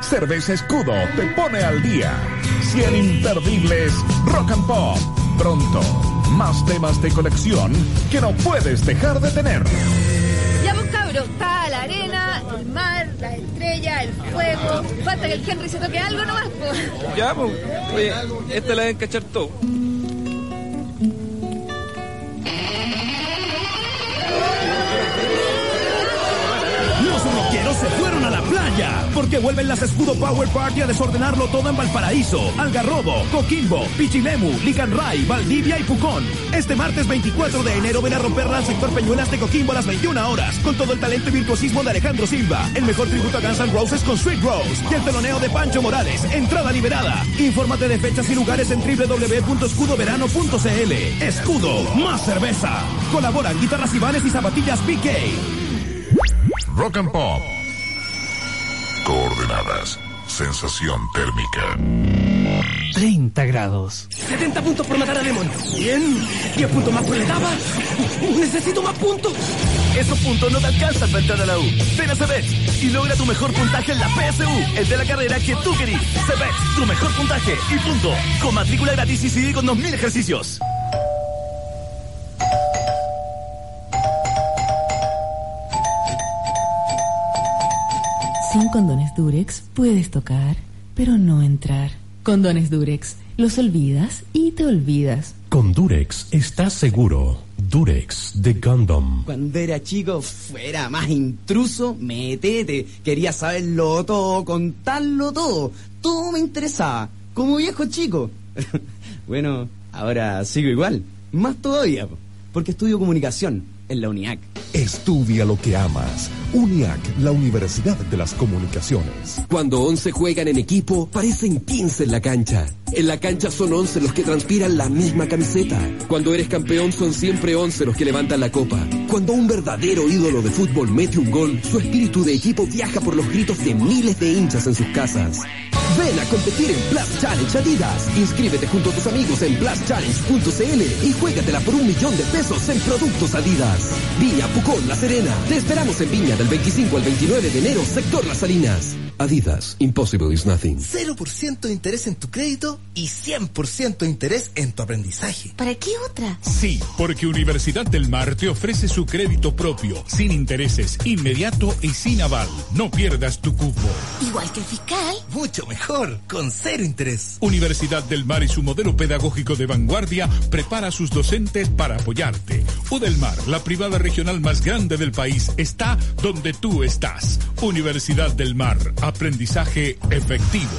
Cerveza Escudo te pone al día. 100 imperdibles Rock and Pop. Pronto, más temas de colección que no puedes dejar de tener.
Ya vos cabro, está la arena, el mar, las estrellas, el fuego. Falta que el Henry se toque algo nomás, po.
Ya, pues. Oye, esta la deben cachar todo.
Los rockeros se fueron a la playa porque vuelven las Escudo Power Party a desordenarlo todo en Valparaíso, Algarrobo, Coquimbo, Pichilemu, Licanray, Valdivia y Pucón. Este martes 24 de enero ven a romperla al sector Peñuelas de Coquimbo a las 21 horas con todo el talento y virtuosismo de Alejandro Silva, el mejor tributo a Guns N' Roses con Sweet Rose y el teloneo de Pancho Morales. Entrada liberada. Infórmate de fechas y lugares en www.escudoverano.cl. Escudo, más cerveza. Colaboran guitarras Ibanes y zapatillas PK.
Rock and Pop.
Coordenadas. Sensación térmica.
30 grados.
70 puntos por matar a Demon. Bien. 10 puntos más por la etapa. Necesito más puntos.
Esos puntos no te alcanzan para entrar a la U. Ven a Cebex y logra tu mejor puntaje en la PSU. Es de la carrera que tú querís. Cebex, tu mejor puntaje y punto. Con matrícula gratis y CD con 2000 ejercicios.
Sin condones Durex puedes tocar, pero no entrar. Condones Durex, los olvidas y te olvidas.
Con Durex estás seguro. Durex de Gundam.
Cuando era chico, fuera más intruso, metete. Quería saberlo todo, contarlo todo. Todo me interesaba, como viejo chico. bueno, ahora sigo igual. Más todavía, po, porque estudio comunicación en la UNIAC.
Estudia lo que amas. UNIAC, la Universidad de las Comunicaciones.
Cuando 11 juegan en equipo, parecen 15 en la cancha. En la cancha son 11 los que transpiran la misma camiseta. Cuando eres campeón son siempre 11 los que levantan la copa. Cuando un verdadero ídolo de fútbol mete un gol, su espíritu de equipo viaja por los gritos de miles de hinchas en sus casas. Ven a competir en Plus Challenge Adidas. Inscríbete junto a tus amigos en pluschallenge.cl y juégatela por un millón de pesos en productos Adidas. Viña Pucón La Serena. Te esperamos en Viña del 25 al 29 de enero, sector Las Salinas. Adidas, Impossible is Nothing.
0% de interés en tu crédito y 100% de interés en tu aprendizaje.
¿Para qué otra?
Sí, porque Universidad del Mar te ofrece su crédito propio, sin intereses, inmediato y sin aval. No pierdas tu cupo.
Igual que el fiscal.
Mucho mejor, con cero interés.
Universidad del Mar y su modelo pedagógico de vanguardia prepara a sus docentes para apoyarte. Udelmar, la privada regional más grande del país, está donde tú estás. Universidad del Mar, aprendizaje efectivo.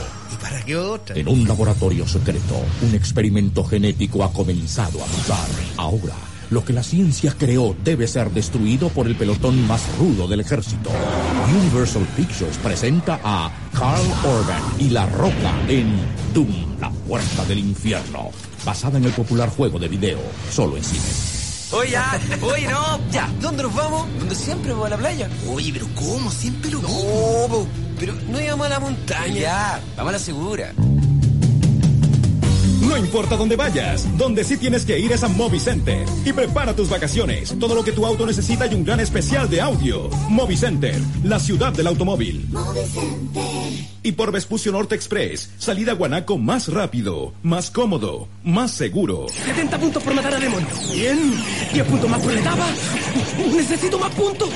¿Para qué otra?
En un laboratorio secreto, un experimento genético ha comenzado a mutar. Ahora, lo que la ciencia creó debe ser destruido por el pelotón más rudo del ejército. Universal Pictures presenta a Carl Orban y La Roca en Doom, la puerta del infierno, basada en el popular juego de video, solo en cine.
Oye, ya, oye, no, ya. ¿Dónde nos vamos? Donde siempre, vamos a la playa.
Oye, pero ¿cómo? Siempre lo
No, po, pero no íbamos a la montaña. Ya, vamos a la segura.
No importa dónde vayas, donde sí tienes que ir es a Movicenter. Y prepara tus vacaciones. Todo lo que tu auto necesita y un gran especial de audio. Movicenter, la ciudad del automóvil. Y por Vespucio Norte Express, salida a Guanaco más rápido, más cómodo, más seguro.
70 puntos por matar a Demon. Bien. 10 puntos más por la etapa. Necesito más puntos.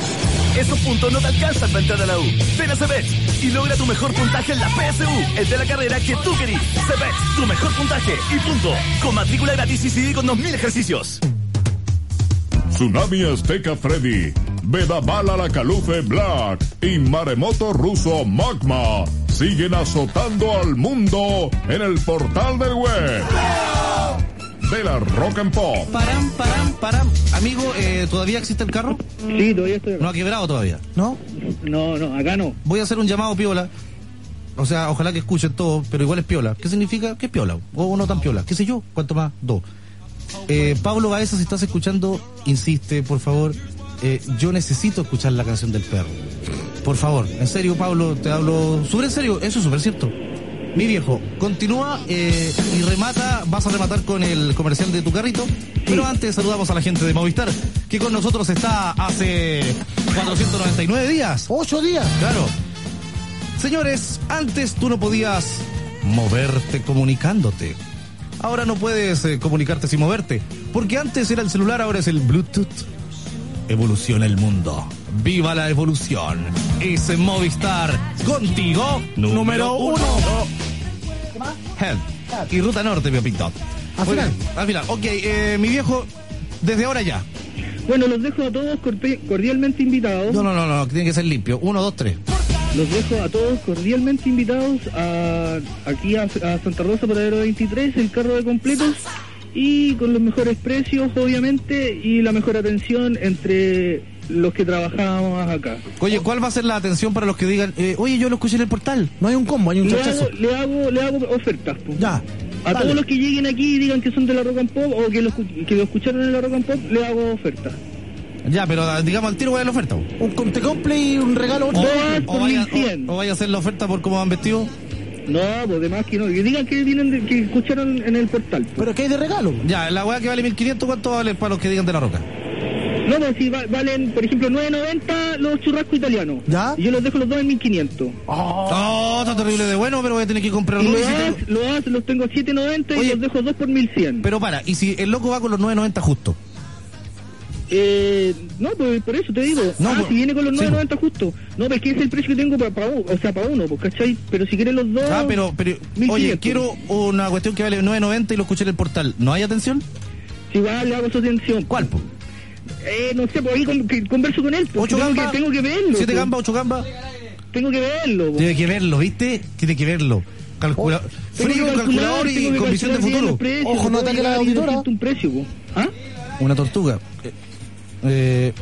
Esos puntos no te alcanzan para entrar a la U. Ven a Cebex y logra tu mejor puntaje en la PSU. Es de la carrera que tú querís. Cebex, tu mejor puntaje y punto. Con matrícula gratis y CD con 2000 ejercicios.
Tsunami Azteca Freddy, Vedabala la Calufe Black y Maremoto Ruso Magma siguen azotando al mundo en el portal del web. De la Rock and Pop.
Param, param, param. Amigo, eh, ¿todavía existe el carro?
Sí, todavía estoy
No ha quebrado todavía.
¿No? No, no, acá no.
Voy a hacer un llamado piola. O sea, ojalá que escuchen todo, pero igual es piola. ¿Qué significa? ¿Qué es piola? O no tan piola. ¿Qué sé yo? ¿Cuánto más? Dos. Eh, Pablo Baeza, si estás escuchando, insiste, por favor. eh, yo necesito escuchar la canción del perro. Por favor, en serio, Pablo, te hablo. Súper en serio, eso es súper cierto. Mi viejo, continúa eh, y remata, vas a rematar con el comercial de tu carrito, pero antes saludamos a la gente de Movistar, que con nosotros está hace 499 días.
Oh, Ocho días.
Claro. Señores, antes tú no podías moverte comunicándote. Ahora no puedes eh, comunicarte sin moverte. Porque antes era el celular, ahora es el Bluetooth. Evoluciona el mundo. Viva la evolución. Es en Movistar. Contigo, número, uno. Help. Y Ruta Norte, mi pinto.
Al
Muy
final.
bien, Al final. Ok, eh, mi viejo, desde ahora ya.
Bueno, los dejo a todos corpe- cordialmente invitados.
No, no, no, no, tiene que ser limpio. Uno, dos, tres.
Los dejo a todos cordialmente invitados a, aquí a, a Santa Rosa Paradero 23, el carro de completos y con los mejores precios, obviamente, y la mejor atención entre los que trabajábamos acá.
Oye, ¿cuál va a ser la atención para los que digan, eh, oye, yo lo escuché en el portal? No hay un combo, hay
Le hago, le hago, le hago ofertas. po. A
dale.
todos los que lleguen aquí y digan que son de la Rock and Pop o que lo, escu- que lo escucharon en la Rock and Pop, le hago ofertas.
Ya, pero ah, digamos al tiro cuál es la oferta. Un te compre y un regalo. O,
Dos por
o vaya,
1100.
o- o vaya a hacer la oferta por cómo van vestidos.
No, pues demás que no. Que digan que vienen de- que escucharon en el portal.
Pero que hay de regalo. Ya, la weá que vale 1500, ¿cuánto vale para los que digan de la roca?
No, pues si va- valen, por ejemplo, 9.90 los churrascos italianos. Y yo los dejo los dos en 1500.
Oh, está terrible de bueno, pero voy a tener que comprar
Y
uno.
lo
y si tengo-
haz, lo haz, los tengo a 7.90 y los dejo dos por 1100.
Pero para, y si el loco va con los 990 justo.
Eh, no, pues por eso te digo.
No,
ah,
pues-
si viene con los
sí,
9.90 justo. No, pues que es el precio que tengo para, para u- o sea, para uno, pues, ¿cachai? Pero si quieren los dos...
Ah, pero, pero oye,
1500.
quiero una cuestión que vale 990 y lo escuché en el portal. ¿No hay atención?
Si va, le hago su atención.
¿Cuál? po?
Eh, no sé, pues ahí con- que converso con él. Pues,
¿Ocho
tengo,
gambas?
Que, tengo que verlo.
¿Siete
pues.
gambas, ocho gambas?
Tengo que verlo. pues.
Tiene que verlo, ¿viste? Tiene que verlo.
Oh,
Calcula...
Tengo que
Frío,
calcular,
calculador
tengo
y
que
con visión de
calcular bien
futuro.
los precios, puedo llegar y decirte un precio, po.
Una tortuga. Eh, eh,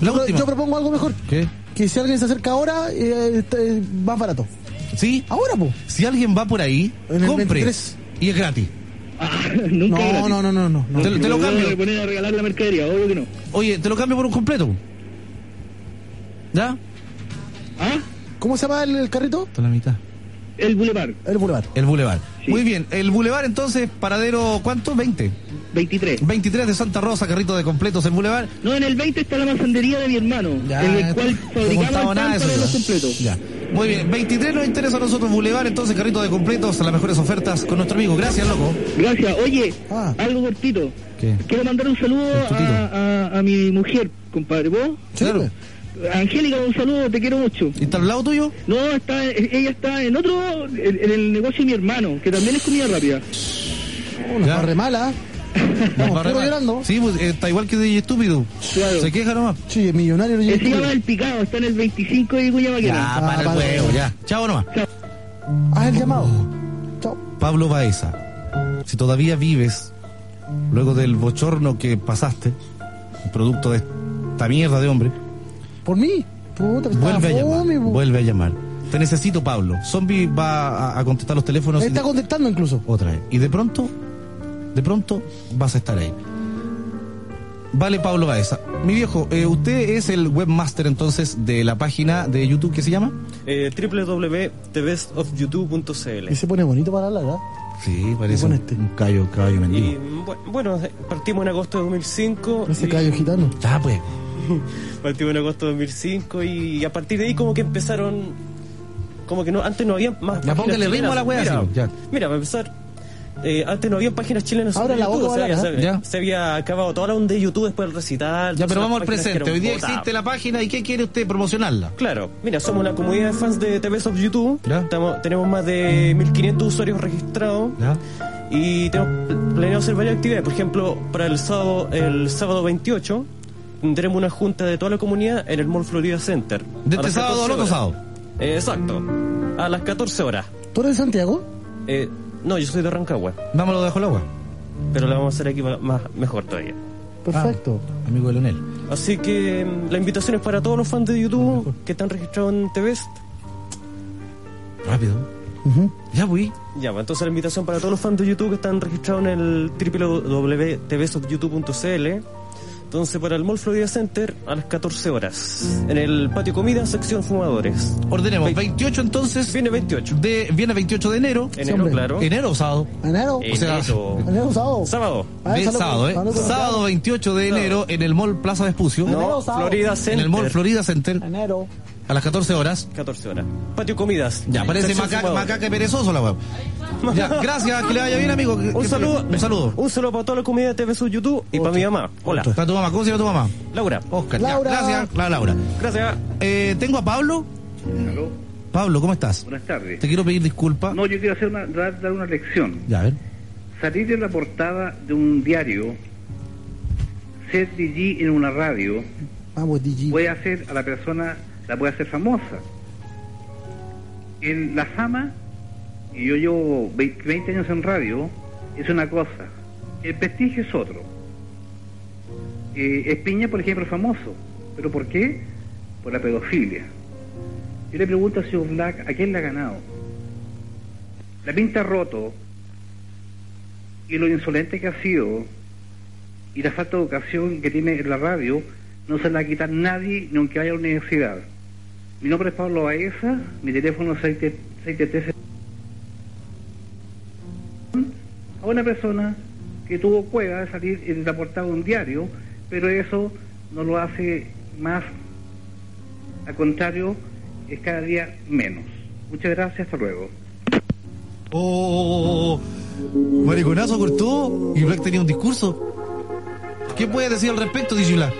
la
¿ah? Yo-
última.
Yo propongo algo mejor.
¿Qué?
Que si alguien se acerca ahora, eh, está- eh, más barato.
¿Sí?
Ahora, po.
Si alguien va por ahí,
En el
compre.
23.
Y es gratis.
No,
Nunca
no,
gratis.
no, no, no, no.
Te, te lo
Me voy a
cambio.
poner a regalar la mercadería, obvio que no.
Oye, te lo cambio por un completo. ¿Ya?
¿Ah? ¿Cómo se llama el, el carrito?
Hasta la mitad.
El Boulevard.
El Boulevard.
El Boulevard. Muy bien. El Boulevard, entonces, paradero, ¿cuánto? 20.
23.
23 de Santa Rosa, carrito de completos, el Boulevard.
No, en el 20 está la mansandería de mi hermano, en el cual fabricamos el pan para los completos.
Ya. Muy bien, 23 nos interesa a nosotros Boulevard, entonces carrito de completos, las mejores ofertas con nuestro amigo. Gracias, loco.
Gracias. Oye, algo cortito.
Ah. ¿Qué?
Quiero mandar un saludo a, a- a mi mujer, compadre. ¿Vos?
Claro.
Angélica, un saludo, te quiero mucho.
¿Y está al lado tuyo?
No, está, ella está en otro, en, en el negocio de mi hermano, que también es comida rápida.
Ya.
Re mala.
Nos va a
puro
remar.
llorando.
Sí, pues, eh, está igual que DJ Estúpido.
Claro.
Se queja nomás.
Sí, es millonario.
Eh, Se
estúpido.
llama El Picado, está en el 25 de Cuyamaquena.
Ya, para el huevo, ya. Oh, Chao nomás.
Ah, el llamado. Chao.
Pablo Baeza, si todavía vives, luego del bochorno que pasaste, producto de esta mierda de hombre,
Por mí. Puta, que
vuelve a
estaba
llamar.
fome, po.
Vuelve a llamar. Te necesito, Pablo. Zombie va a, a contestar los teléfonos. y
Está
de-
contestando incluso.
otra vez. Y de pronto, de pronto vas a estar ahí. Vale, Pablo Baeza. Mi viejo, eh, usted es el webmaster entonces de la página de YouTube que se llama.
Eh, www.thebestofyoutube.cl
Y se pone bonito para hablar, ¿verdad?
Sí, parece un,
este.
un callo, caballo mendigo.
Y bu- bueno, eh, partimos en agosto de 2005.
Ese
y-
callo gitano.
Ya, pues.
Partimos en agosto de 2005 y a partir de ahí como que empezaron... Como que no, antes no había más...
Ya
páginas
póngale ritmo
chilenas.
a la wea,
Mira,
sí, ya.
mira, para empezar... eh, antes no había páginas chilenas
Ahora
sobre
la
YouTube,
boca
o sea,
va a
se,
hablar, ¿eh? Ya.
se había acabado toda la onda de YouTube después del recital.
Ya,
entonces
pero vamos al
las páginas
presente.
quedaron
Hoy día
botadas.
existe la página y ¿qué quiere usted promocionarla?
Claro, mira, somos una comunidad de fans de TV Soft YouTube. Estamos- tenemos más de 1500 usuarios registrados. Y tenemos pl- planeado hacer varias actividades. Por ejemplo, para el sábado, el sábado 28 tendremos una junta de toda la comunidad en el Mall Florida Center.
¿De
A
este
las
sábado al
14
otro
horas.
sábado?
Eh, exacto, a las 14 horas.
¿Tú eres de Santiago?
Eh, no, yo soy de Rancagua,
Vámonos debajo del agua.
pero la vamos a hacer aquí ma- más, mejor todavía.
Perfecto.
amigo de Leonel.
Así que mm, la invitación es para todos los fans de YouTube que están registrados en TVest.
Rápido. Ya voy.
Ya, pues, entonces la invitación para todos los fans de YouTube que están registrados en el www.tvsofyoutube.cl. Entonces, para el Mall Florida Center a las 14 horas. En el patio comida, sección fumadores.
Ordenemos 28 entonces.
Viene 28.
De, viene 28 de enero.
Enero, Siempre. claro.
Enero, sábado.
Enero.
O
Eh,
sea,
Enero.
Enero, sábado.
Sábado.
Ah,
de
sábado,
sábado, ¿eh?
sábado, sábado.
Sábado 28 de enero en el Mall Plaza Vespucio.
Enero, sábado.
En el Mall Florida Center.
Enero.
A las 14 horas.
14 horas. Patio Comidas.
Ya, parece
Sección
macaca,
fumador.
macaca y perezoso la web. Ya, gracias, que le vaya bien, amigo. Que-
Un
que-
saludo.
Un saludo.
Un saludo para toda la comunidad de TV Sub YouTube y para mi mamá. Hola.
Está tu mamá, ¿cómo se llama tu mamá?
Laura.
Oscar, ya. Gracias, la Laura.
Gracias.
Eh, tengo a Pablo.
Aló,
Pablo, ¿cómo estás?
buenas tardes.
Te quiero pedir disculpas.
No, yo quiero hacer una, dar, dar una lección.
Ya, a ver.
Salir en la portada de un diario, ser DJ en una radio,
Vamos, DJ.
puede hacer a la persona, la puede hacer famosa. El- la fama, y yo llevo 20, 20 años en radio, es una cosa. El prestigio es otro. Eh, Espiña, por ejemplo, es famoso. ¿Pero por qué? Por la pedofilia. Yo le pregunto a Sir Black, ¿a quién le ha ganado? La pinta roto y lo insolente que ha sido y la falta de educación que tiene en la radio no se la va a quitar nadie, ni aunque vaya a la universidad. Mi nombre es Pablo Baeza, mi teléfono es 633. A una persona que tuvo cueva de salir en la portada de un diario, pero eso no lo hace más, al contrario, es cada día menos. Muchas gracias, hasta luego.
Oh, oh, oh, oh. Mariconazo cortó y Black tenía un discurso. ¿Qué puedes decir al respecto, DJ Black?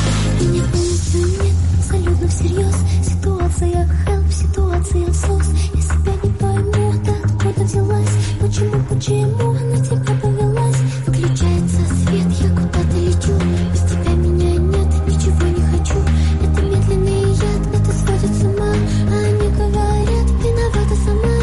Ситуация нет абсолютно всерьез Ситуация хелп, ситуация сос Я себя не пойму, да откуда взялась Почему, почему она тебя повелась Включается свет, я куда-то лечу Без тебя меня нет, ничего не хочу Это медленный яд, это сводит с ума Они говорят, виновата сама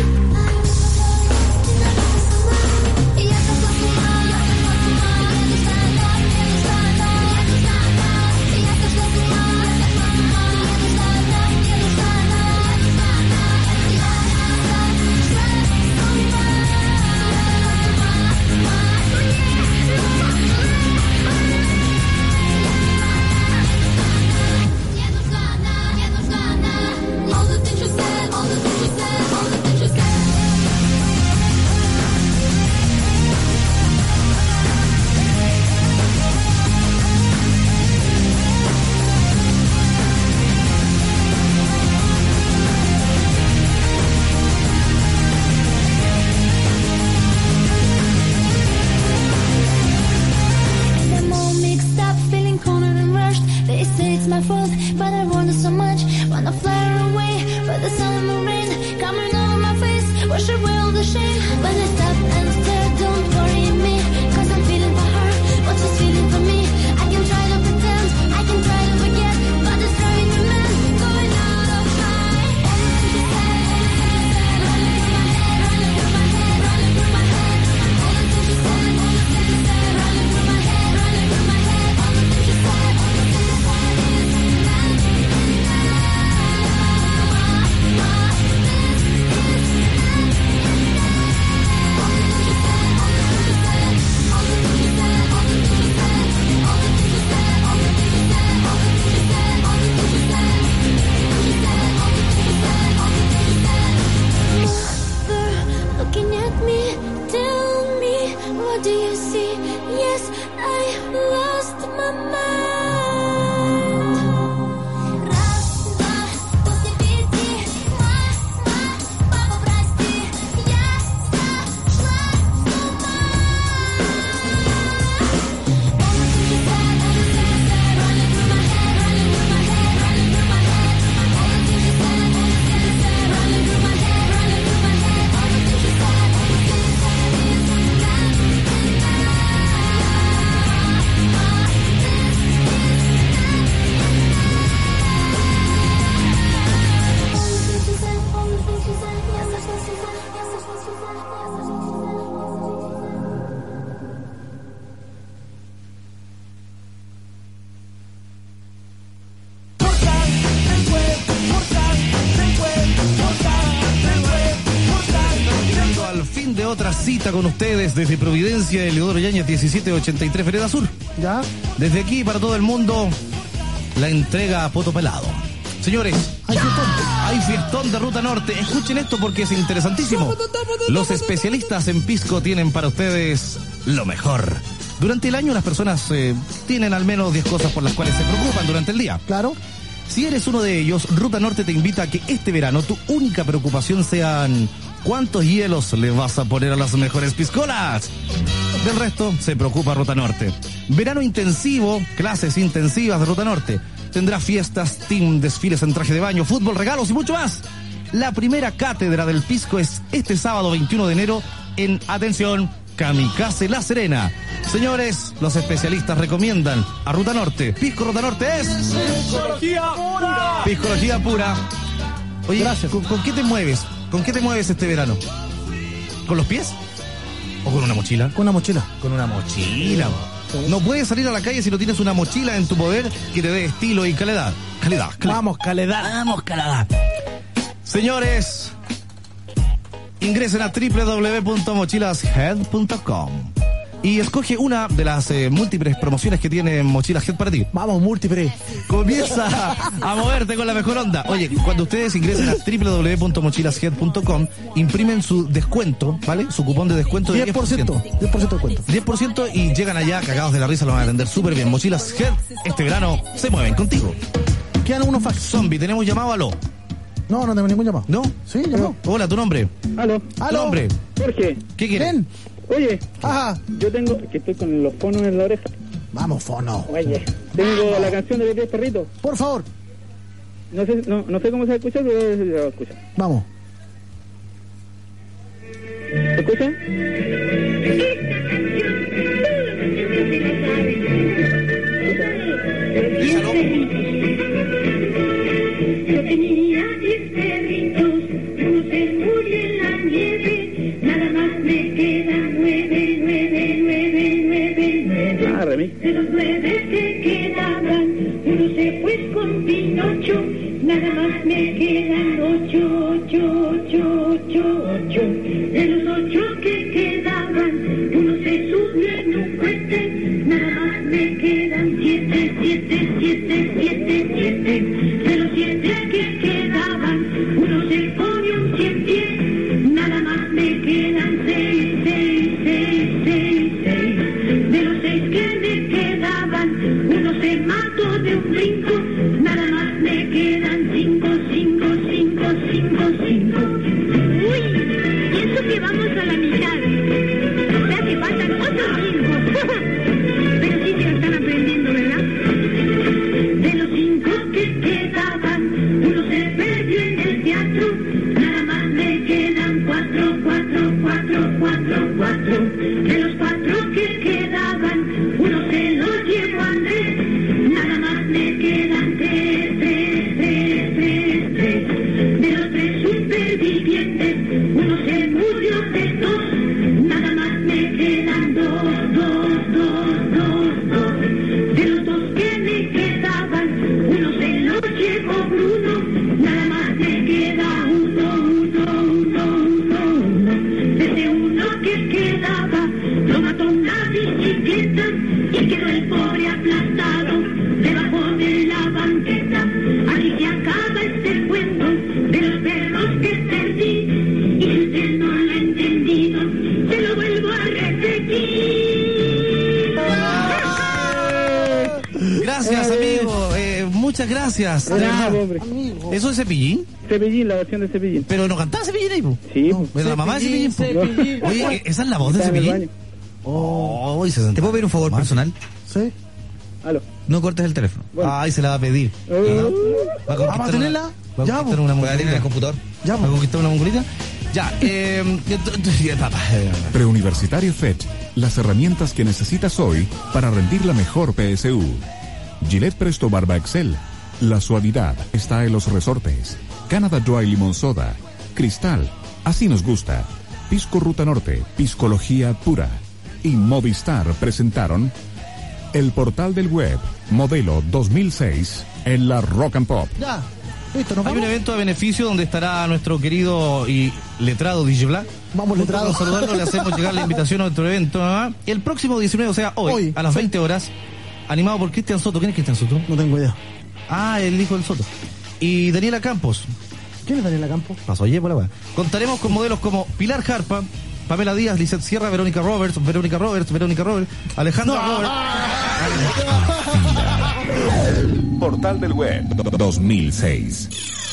I'm all mixed up, feeling cornered and rushed. They say it's my fault, but I want it so much. Wanna fly away, but the sun and the rain coming on my face, wash away all the shame. But I stop and stare, don't worry me, cause I'm feeling for her, what she's feeling for me. I can try to pretend, I can try to forget, but it's driving me mad, going out of my Thank
de otra cita con ustedes desde Providencia, Eleodoro Yañez, 1783, Vereda Sur.
Ya.
Desde aquí para todo el mundo, la entrega a Poto Pelado. Señores, hay fiestón. hay fiestón de Ruta Norte. Escuchen esto porque es interesantísimo. Los especialistas en pisco tienen para ustedes lo mejor. Durante el año las personas eh, tienen al menos 10 cosas por las cuales se preocupan durante el día.
Claro.
Si eres uno de ellos, Ruta Norte te invita a que este verano tu única preocupación sean cuántos hielos le vas a poner a las mejores piscolas. Del resto, se preocupa Ruta Norte. Verano intensivo, clases intensivas de Ruta Norte. Tendrá fiestas, team, desfiles en traje de baño, fútbol, regalos y mucho más. La primera cátedra del pisco es este sábado 21 de enero en Atención, Kamikaze La Serena. Señores, los especialistas recomiendan a Ruta Norte. Pisco Ruta Norte es.
Psicología pura.
Piscología pura. Oye, ¿con, con qué te mueves? ¿Con qué te mueves este verano? ¿Con los pies? ¿O con una mochila?
Con una mochila.
Con una mochila. No puedes salir a la calle si no tienes una mochila en tu poder que te dé estilo y calidad. Calidad. Vamos, calidad. Vamos, calidad. Señores, ingresen a www.mochilashead.com y escoge una de las eh, múltiples promociones que tiene Mochilas Head para ti.
Vamos, múltiples.
Comienza a moverte con la mejor onda. Oye, cuando ustedes ingresen a www.mochilashead.com, imprimen su descuento, ¿vale? Su cupón de descuento de
10%.
10%.
10% de cuento.
10% y llegan allá cagados de la risa, lo van a atender súper bien. Mochilas Head, este verano se mueven contigo.
Quedan algunos fax.
Zombie, tenemos llamado a lo.
No, no tenemos ningún llamado.
¿No?
Sí, llamado.
Hola, tu nombre.
Aló.
Tu nombre.
Jorge.
¿Qué quieres?
Ven.
Oye. Yo tengo. Que estoy con los fonos en la oreja.
Vamos,
Oh,
fono.
Oye. Tengo la canción de Tres Perritos.
Por favor.
No sé, no, no sé cómo se escucha, pero se la escucha.
Vamos.
¿Se escucha?
Yo tenía diez perritos, uno se murió en la nieve, nada más me quedan nueve, nueve, nueve, nueve, nueve.
Ah, remix.
De los nueve que quedaban, uno se fue con Pinocho, nada más me quedan ocho, ocho, ocho, ocho, ocho. De los ocho que quedaban, uno se subió en un cohete, nada más me quedan siete, siete, siete, siete, siete. De los siete que quedaban, uno se pone un cien pies, nada más me quedan seis, seis, seis, seis, seis. De los seis que me quedaban, uno se mató de un brinco, nada más me quedan cinco, cinco, cinco, cinco, cinco. Uy, pienso que vamos a la mitad. Ya que faltan otros cinco. Pero sí se lo están aprendiendo, ¿verdad? De los cinco que quedaban, uno se perdió en el teatro. Nada más me quedan cuatro, cuatro, cuatro, cuatro, cuatro. De los cuatro que quedaban, uno se lo llevó a Andrés. Nada más me quedan tres, tres, tres, tres, tres. De los tres supervivientes, uno se murió de dos. Nada más me quedan dos, dos, dos, dos, dos. De los dos que me quedaban, uno se lo llevó Bruno. Nada más me queda uno, uno, uno, uno, uno. Desde uno que quedaba, lo mató una bicicleta y quedó el pobre aplastado debajo de la banqueta. Así se acaba este cuento de los perros que perdí. Y si usted no lo ha entendido, se lo vuelvo a repetir.
Gracias,
Eh.
amigo. Eh, muchas gracias. de
Gracias,
verdad.
hombre.
¿Eso es cepillín?
Cepillín, la versión de Cepillín.
Pero no cantaba cepillín ahí, po.
Sí, pues,
Pero la mamá de cepillín, po. Oye, ¿e- ¿esa es la voz de
Estaba en el
cepillín? Oh, y se sentó
¿Te puedo pedir un favor
mal.
personal?
Sí.
Aló.
No cortes el teléfono.
Ay, se la va a pedir.
아,
¿Va
아,
a
Vamos a
conquistar una,
tenerla.
va a
Ya,
conquistar
Voy a tener
una
el
mongolita?
computador.
Ya,
¿Va a conquistar una mongolita? Ya, eh,
Preuniversitario FET, las herramientas que necesitas hoy para rendir la mejor PSU. Gillette Presto Barba Excel, la suavidad está en los resortes. Canada Dry Limon Soda, Cristal, así nos gusta. Pisco Ruta Norte, Piscología Pura y Movistar presentaron el portal del web, modelo 2006, en la Rock and Pop.
Ya. Listo, nos
Hay un
vamos.
evento de beneficio donde estará nuestro querido y letrado Digibla.
Vamos, letrado.
Para saludarlo, le hacemos llegar la invitación a nuestro evento. ¿ah? El próximo 19, o sea, hoy, a las 20 horas, animado por Cristian Soto. ¿Quién es Cristian Soto?
No tengo idea.
Ah, el hijo del Soto. Y Daniela Campos.
¿Quién es Daniela Campos?
Pasó ayer por la weá. Contaremos con modelos como Pilar Harpa, Pamela Díaz, Lizeth Sierra, Verónica Roberts, Verónica Roberts, Verónica Roberts, Alejandra Roberts.
Portal del Web 2006.